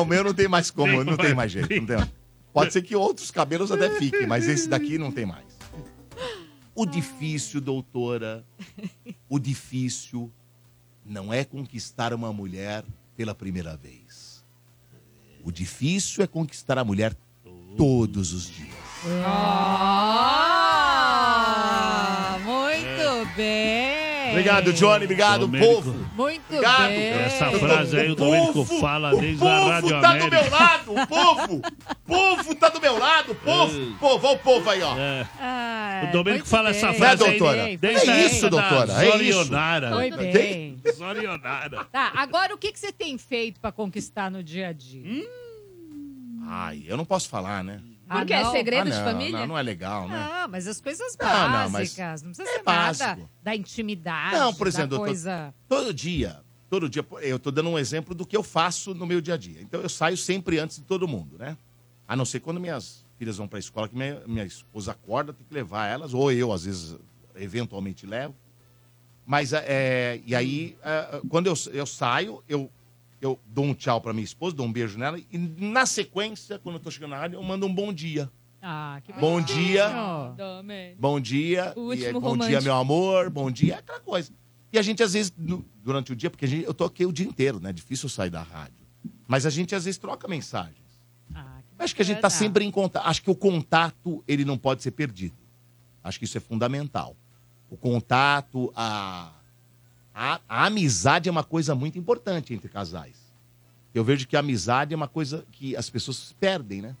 o meu não tem mais como, não tem mais jeito. não tem mais. Pode ser que outros cabelos até fiquem, mas esse daqui não tem mais. O difícil, doutora, o difícil não é conquistar uma mulher pela primeira vez. O difícil é conquistar a mulher todos os dias.
Ah,
É.
muito bem.
Obrigado, Johnny. Obrigado,
Domênico.
povo.
Muito
Obrigado.
bem.
Essa frase aí o Domênico fala desde a
povo
Rádio
tá
América.
do meu lado, o povo! povo tá do meu
[LAUGHS]
lado, povo! Povo, olha o povo aí, ó.
Ah,
É. O Domênico
muito
fala essa
bem.
frase
Né,
aí.
doutora?
desde-
É
desde a
isso,
época da
doutora, é isso.
Zorionara.
Foi bem.
Zorionara.
Tá, agora o que, que você tem feito pra conquistar no dia a dia?
Hum, Ai, eu não posso falar, né?
Ah,
quê?
não?
é Segredo
Ah,
de
não,
família?
Não, não é legal, né?
Ah, mas as coisas
Ah,
básicas.
não,
não,
mas
precisa
é
ser nada
básico.
da intimidade.
Não, por exemplo,
da
doutor,
coisa...
todo dia, todo dia, eu tô dando um exemplo do que eu faço no meu dia a dia. Então eu saio sempre antes de todo mundo, né? A não ser quando minhas filhas vão pra escola, que minha, minha esposa acorda, tem que levar elas, ou eu, às vezes, eventualmente é, levo. Mas, é, e aí, é, quando eu, eu saio, eu eu dou um tchau pra minha esposa, dou um beijo nela, e na sequência, quando eu tô chegando na rádio, eu mando um bom dia.
Ah, que
Bom
bonitinho.
dia.
Amém.
Bom dia,
O
e
último
é, bom
romântico.
dia, meu amor, bom dia, é aquela coisa. E a gente, às vezes, du- durante o dia, porque a gente, eu tô aqui o dia inteiro, né? Difícil eu sair da rádio. Mas a gente, às vezes, troca mensagens.
Ah,
Acho que a gente tá sempre em contato. Acho que o contato, ele não pode ser perdido. Acho que isso é fundamental. O contato, a, a, a amizade é uma coisa muito importante entre casais. Eu vejo que a amizade é uma coisa que as pessoas perdem, né?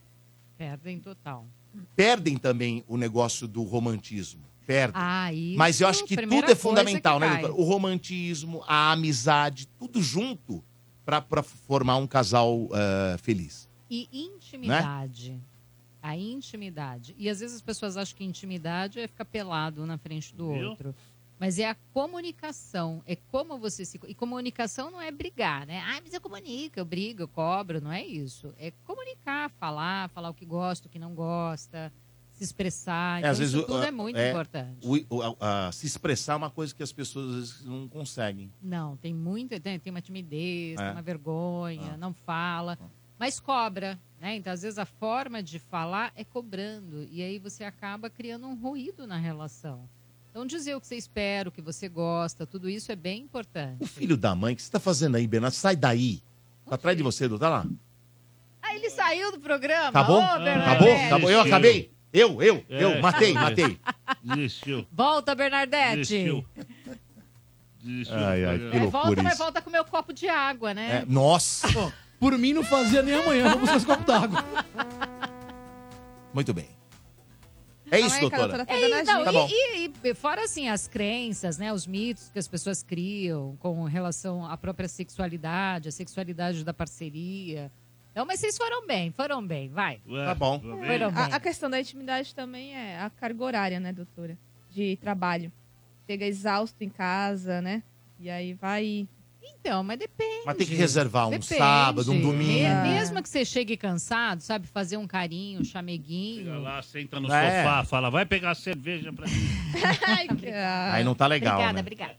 Perdem total.
Perdem também o negócio do romantismo. Perdem.
Ah, isso.
Mas eu acho que
primeira
tudo é
coisa
fundamental,
que
né,
cai.
Vitor? O romantismo, a amizade, tudo junto para formar um casal eh, feliz. né? É,
E intimidade. A intimidade. E às vezes as pessoas acham que intimidade é ficar pelado na frente do
Viu?
outro. Mas é a comunicação. É como você se. E comunicação não é brigar, né? Ah, mas eu comunico, eu brigo, eu cobro. Não é isso. É comunicar, falar, falar o que gosta, o que não gosta, se expressar. Então, isso
o-
tudo é muito
é,
importante.
o- o- a- a- se expressar é uma coisa que as pessoas às vezes, não conseguem.
Não, tem muita, tem, tem uma timidez,
É. Ah.
tem uma vergonha, não fala, mas cobra, né? Então, às vezes a forma de falar é cobrando e aí você acaba criando um ruído na relação. Então, dizer o que você espera, o que você gosta, tudo isso é bem importante.
Filho da mãe, o que você tá fazendo aí, Bernardo? Sai daí. Tá atrás de você, Dudu. Tá lá.
Ah, ele saiu do programa.
Acabou?
Ô, Bernardo
Acabou?
Velho.
Acabou? Eu acabei? Eu, eu,
É,
eu. Matei, [LAUGHS]
isso.
matei.
Desistiu.
Volta, Bernardete.
Desistiu. Desistiu.
Ai, ai,
É, volta, mas volta com o meu copo de água, né?
É, nossa!
Por mim não fazia nem amanhã, vou buscar esse copo d'água.
Muito bem. É isso, doutora.
É, não,
Tá
e-
bom.
e, e fora assim, as crenças, né? Os mitos que as pessoas criam com relação à própria sexualidade, a sexualidade da parceria. Então, mas vocês foram bem, foram bem, vai.
Tá bom.
Foram bem.
Ah, A, a questão da intimidade também é a carga horária, né, doutora? De trabalho. Chega exausto em casa, né? E aí vai.
Então, mas depende.
Mas tem que reservar um sábado, um domingo.
Me- Mesmo que você chegue cansado, sabe? Fazer um carinho, um chameguinho. [LAUGHS]
Chega lá, Ah, senta no
É.
sofá, fala, vai pegar cerveja pra mim.
Aí não tá legal,
Obrigada,
né?
obrigada.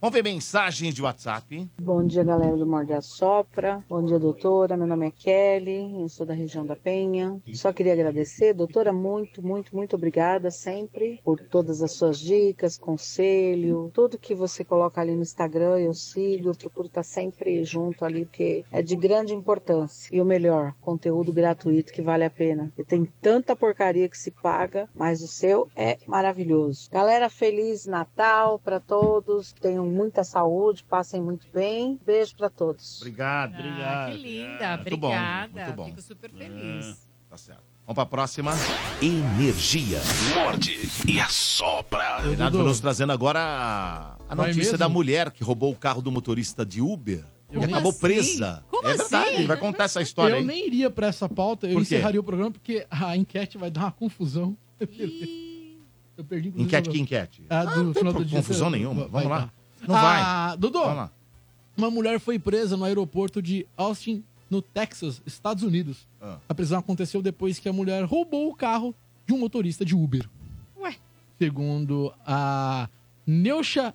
Vamos ver mensagens de WhatsApp.
Bom dia, galera do Morde a Sopra. Bom dia, doutora. Meu nome é Kelly, eu sou da região da Penha. Só queria agradecer, doutora, muito, muito, muito obrigada sempre por todas as suas dicas, conselho, tudo que você coloca ali no Instagram, eu sigo, eu procuro estar sempre junto ali, porque é de grande importância. E o melhor, conteúdo gratuito que vale a pena. E tem tanta porcaria que se paga, mas o seu é maravilhoso. Galera, feliz Natal pra todos. Tenham muita saúde, passem muito bem. Beijo pra todos.
Obrigado,
Ah,
obrigado. Ah, que linda,
Muito bom,
obrigada.
muito bom.
Fico super feliz.
Tá certo. Vamos pra próxima. Energia.
Morde e assopra.
Renato Veloso trazendo agora a- a
Vai
notícia
mesmo?
da mulher que roubou o carro do motorista de Uber e
Como
acabou
assim?
presa.
Como
é verdade,
assim?
ele vai contar essa história
eu
aí.
nem iria pra essa pauta, eu
Por quê?
encerraria o programa porque a enquete vai dar uma confusão. Eu perdi. Eu perdi inclusive,
Enquete,
o-
que enquete?
Ah,
Ah, não
do
tem
final do
pro-
dia.
confusão
Vai-
nenhuma,
vai
vamos lá.
dar.
Não vai.
Ah, Dodô,
Vamos lá.
uma mulher foi presa no aeroporto de Austin, no Texas, Estados Unidos.
Ah.
A prisão aconteceu depois que a mulher roubou o carro de um motorista de Uber.
Ué.
Segundo a Neusha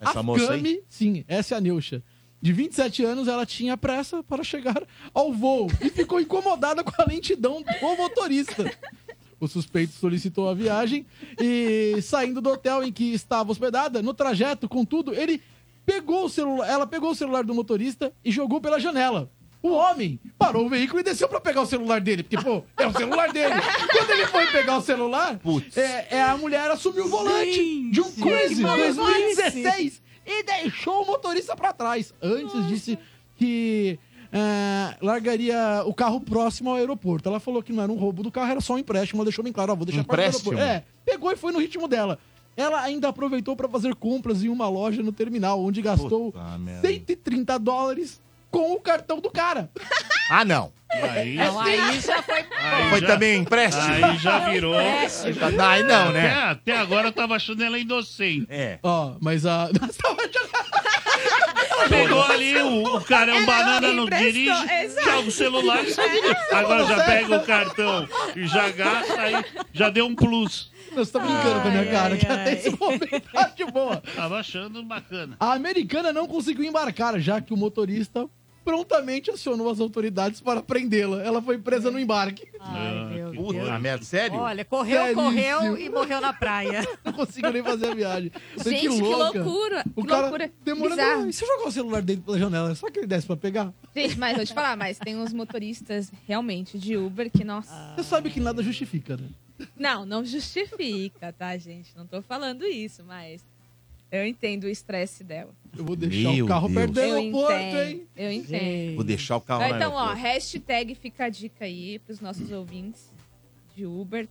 Essa moça aí?
Afkami, sim, essa é a Neusha. De 27 anos, ela tinha pressa para chegar ao voo e ficou incomodada com a lentidão do motorista. O suspeito solicitou a viagem e, saindo do hotel em que estava hospedada, no trajeto, contudo, ele pegou o celular, ela pegou o celular do motorista e jogou pela janela. O homem parou o veículo e desceu para pegar o celular dele, porque, pô, é o celular dele. Quando ele foi pegar o celular, é, é, a mulher assumiu o volante de um Cruze
que maluquice.
2016 e deixou o motorista para trás. Antes disse que ah, largaria o carro próximo ao aeroporto. Ela falou que não era um roubo do carro, era só um empréstimo. Ela deixou bem claro, ó, vou deixar próximo
Empréstimo?
do aeroporto. É, pegou e foi no ritmo dela. Ela ainda aproveitou para fazer compras em uma loja no terminal, onde gastou
Puta merda.
130 dólares com o cartão do cara.
Ah, não.
Então,
É
aí já foi.
Aí
Foi
já-
também empréstimo?
Aí já
[LAUGHS]
virou. É.
Empréstimo.
Já- aí não, né?
Até, até agora eu tava achando ela inocente.
É.
Ó, mas a. [LAUGHS]
Pegou ali o, o cara, é um
Ela
banana, não
emprestou,
dirige,
exato.
joga
[LAUGHS]
o celular e sai
É.
Agora já pega o cartão e já gasta, aí já deu um plus.
Você tá brincando com a minha cara, que até esse momento tá de boa.
Tava achando bacana.
Tá A americana não conseguiu embarcar, já que o motorista prontamente acionou as autoridades para prendê-la. Ela foi presa no embarque.
Ah, Puta merda, sério?
Olha, correu,
Seríssimo.
correu e morreu na praia.
[LAUGHS] Não consigo nem fazer a viagem. Falei,
Gente, que
louca.
loucura,
O
que
cara
loucura.
demorando.
Bizarro.
E se eu jogar o celular dele pela janela, será que ele desce pra pegar?
Gente, mas vou te falar, mas tem uns motoristas realmente de Uber que, nossa.
Você sabe que nada justifica, né?
Ah. Não, não justifica, tá, gente? Não tô falando isso, mas eu entendo o estresse dela.
Eu vou deixar
Meu
o carro
Deus.
perto do
Eu
aeroporto, hein?
entendo, eu entendo.
Vou deixar o carro
Ah,
na
então, ó,
aeroporto.
hashtag fica a dica aí pros nossos ouvintes de Uber.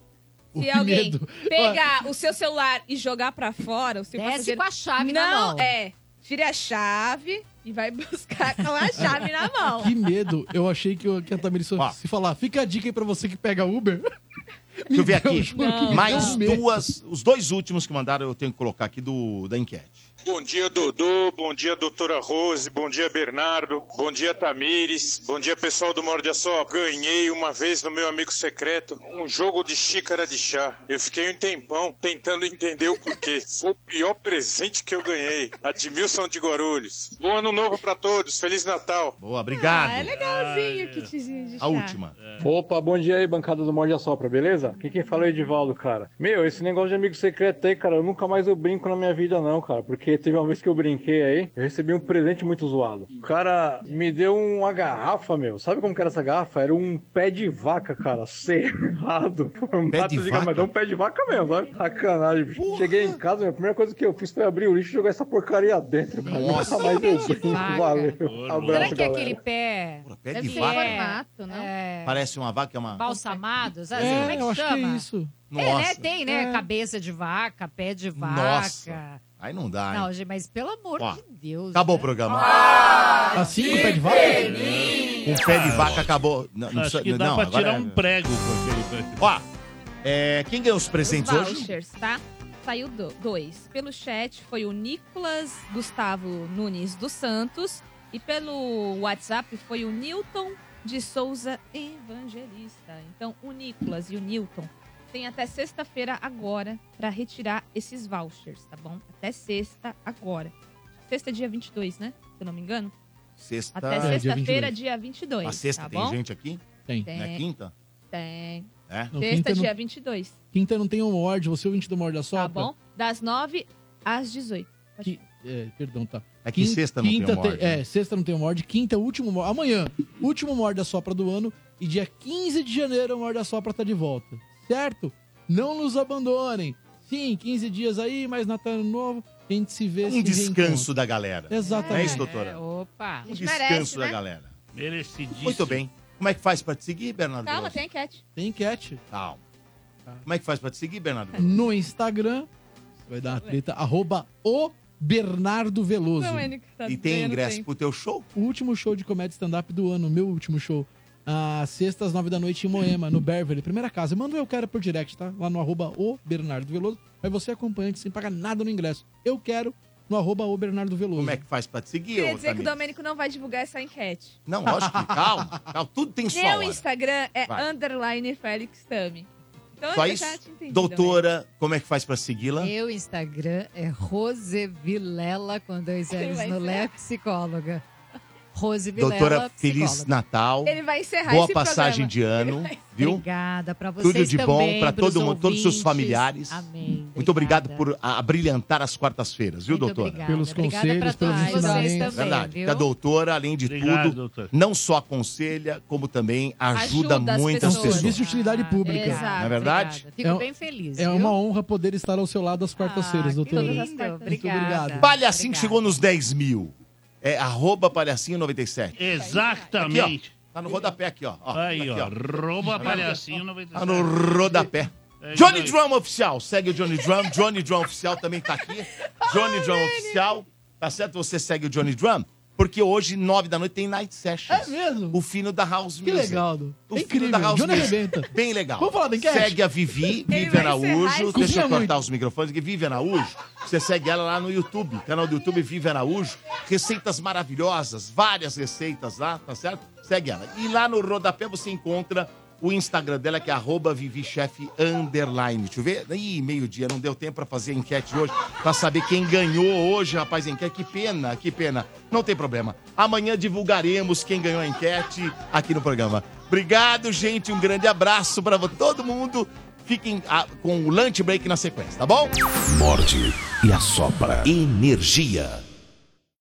Ui,
Se alguém
medo.
pegar o seu celular e jogar pra fora, o seu
Desce
passageiro...
com a chave
não,
na mão.
é. Tire a chave e vai [LAUGHS] buscar com a chave na mão.
Que medo. Eu achei que, eu, que a Tamiris se falar. Fica a dica aí pra você que pega Uber.
Deixa eu ver
deu,
aqui.
juro que [LAUGHS] me
Mais
deu medo.
duas. Os dois últimos que mandaram eu tenho que colocar aqui do, da enquete.
Bom dia, Dodô. Bom dia, doutora Rose. Bom dia, Bernardo. Bom dia, Tamires. Bom dia, pessoal do Morde a Sopra. Ganhei uma vez no meu amigo secreto um jogo de xícara de chá. Eu fiquei um tempão tentando entender o porquê. Foi o pior presente que eu ganhei. Admilson de Guarulhos. Bom ano novo pra todos. Feliz Natal.
Boa, obrigado.
Ah, é legalzinho o
Ah, é.
kitzinho de chá.
É. Opa, bom dia aí, bancada do Morde a Sopra, beleza? Aqui quem fala é o Edivaldo, cara. Meu, esse negócio de amigo secreto aí, cara, eu nunca mais eu brinco na minha vida não, cara. Porque teve uma vez que eu brinquei aí, eu recebi um presente muito zoado. O cara me deu uma garrafa, meu. Sabe como que era essa garrafa? Era um pé de vaca, cara, [LAUGHS] cerrado. Um
Pé de vaca?
um pé de vaca mesmo, sabe? Sacanagem, bicho. Cheguei em casa, meu, a primeira coisa que eu fiz foi abrir o lixo e jogar essa porcaria dentro, cara.
Nossa.
nunca mais eu
Pé de
brinco,
vaca.
valeu.
Será
Abraço,
que
galera.
é aquele pé?
pé
Deve
de
ser
vaca.
formato, não? É.
Parece uma vaca, é uma.
Balsamado, sabe?
É,
Como é que
eu acho que
chama?
é isso.
É, né?
Nossa.
Tem, né?
É.
Cabeça de vaca, pé de vaca.
Nossa. Aí não dá, hein?
Não, gente, mas pelo amor
Ó,
de Deus.
Acabou o programa.
assim com o pé de vaca?
O pé de vaca acabou. Não, não
Acho
precisa-
que dá
não,
pra
agora
tirar
é-
um prego com aquele pé.
Ó, é, quem ganhou os presentes hoje?
Vouchers, tá? Saiu do- dois. Pelo chat foi o Nicolas Gustavo Nunes dos Santos. E pelo WhatsApp foi o Newton de Souza Evangelista. Então, o Nicolas e o Newton têm até sexta-feira agora pra retirar esses vouchers, tá bom? Até sexta agora. Sexta é dia 22, né? Se eu não me engano.
Sexta. é
Até sexta-feira, dia 22.
A sexta
tá
tem
bom?
gente aqui?
Tem.
Na
Tem.
quinta?
Tem.
É?
Não,
Sexta,
quinta não-
dia 22.
Quinta não tem um morde, você ouvinte do morde a sopra.
Tá bom? Das 9 às 18. Pode
Que- é, perdão, tá.
É que
Quin-
sexta não tem um
quinta
o morde, né?
É, sexta não tem o morde. Quinta é o último morde. Amanhã, último morde a sopra do ano. E dia 15 de janeiro, o morde a sopra tá de volta. Certo? Não nos abandonem. Sim, 15 dias aí, mas Natal Ano Novo. A gente se vê.
Um
se
descanso
reencontra.
da galera.
Exatamente.
É isso, doutora?
Opa.
Um descanso
né?
da galera. Muito bem. Como é que faz pra te seguir, Bernardo?
Calma,
Veloso?
tem enquete. Tá.
Tem enquete.
Calma. Como é que faz pra te seguir, Bernardo? Veloso?
No Instagram, você vai dar uma treta. Arroba o Bernardo Veloso.
tá
E tem ingresso pro teu show? [LAUGHS]
O último show de comédia stand-up do ano, meu último show. Às sextas, nove da noite, em Moema, no Beverly, primeira casa. Manda um eu quero por direct, tá? Lá no arroba o Bernardo Veloso. Aí você é acompanhante sem pagar nada no ingresso. Eu quero no arroba o Bernardo Veloso. Como é
que faz pra te seguir,
Queria dizer que o Domênico não vai divulgar essa enquete.
Não, lógico que calma. calma. Tudo tem
[LAUGHS]
sua
Meu
hora.
Instagram é
Vai.
underline Félix Tami. Então
Só
eu
isso?
já te entendi.
Doutora, como é que faz pra segui-la?
Meu Instagram é Rose Vilela, com dois L's
vai
no
ser.
Lé, psicóloga. Rose Vilela,
Doutora, feliz
psicóloga.
Natal.
Ele vai encerrar
Boa
esse
passagem
programa.
de ano,
[LAUGHS]
viu?
Obrigada pra vocês
Tudo de bom
também,
pra
pros
todo mundo, todos os seus
ouvintes.
familiares.
Amém.
Muito obrigado por a- abrilhantar as quartas-feiras, viu,
Muito
doutora?
obrigada. Pelos Obrigada conselhos, pra pelos todos vocês ensinamentos. também,
Verdade.
viu?
Que A doutora, além de
Obrigado,
tudo,
doutora.
não só aconselha, como também ajuda,
Ajuda as pessoas.
muitas pessoas.
É um serviço de utilidade pública.
Não é verdade?
Fico
É um-
bem feliz.
É uma honra poder estar ao seu lado às quartas-feiras, doutora.
Obrigada.
Palhacinho que chegou nos 10 mil. É arroba palhacinho97.
Exatamente.
Aqui, ó. Tá no rodapé aqui, ó. ó
É. Aí,
aqui,
ó. Rouba
Tá vendo?
palhacinho 97.
Tá no rodapé.
É isso
Johnny
aí.
Drum Oficial, segue o Johnny Drum. Johnny Drum Oficial também tá aqui. Johnny Drum Oficial, tá certo? Você segue o Johnny Drum, porque hoje, nove da noite, tem Night Session. É
mesmo?
O fino da House
Que
Music.
legal, Du.
O
É
fino
incrível.
da House
Johnny
Music.
arrebenta.
Bem legal.
Vamos falar da enquete? É
Segue a Vivi,
Ele
Vivi
vai encerrar
Araújo.
isso.
Deixa eu
Cozinha
cortar os microfones aqui. Vivi Araújo, você segue ela lá no YouTube. Canal do YouTube Vivi Araújo. Receitas maravilhosas, várias receitas lá, tá certo? Segue ela. E lá no rodapé você encontra O Instagram dela que é arroba vivichefe underline. Deixa eu ver. Ih, meio-dia, não deu tempo pra fazer a enquete hoje, pra saber quem ganhou hoje, rapaz, a enquete. Que pena, que pena. Não tem problema. Amanhã divulgaremos quem ganhou a enquete aqui no programa. Obrigado, gente. Um grande abraço pra vo- todo mundo. Fiquem ah, com o lunch break na sequência, tá bom?
Morde e assopra. Energia.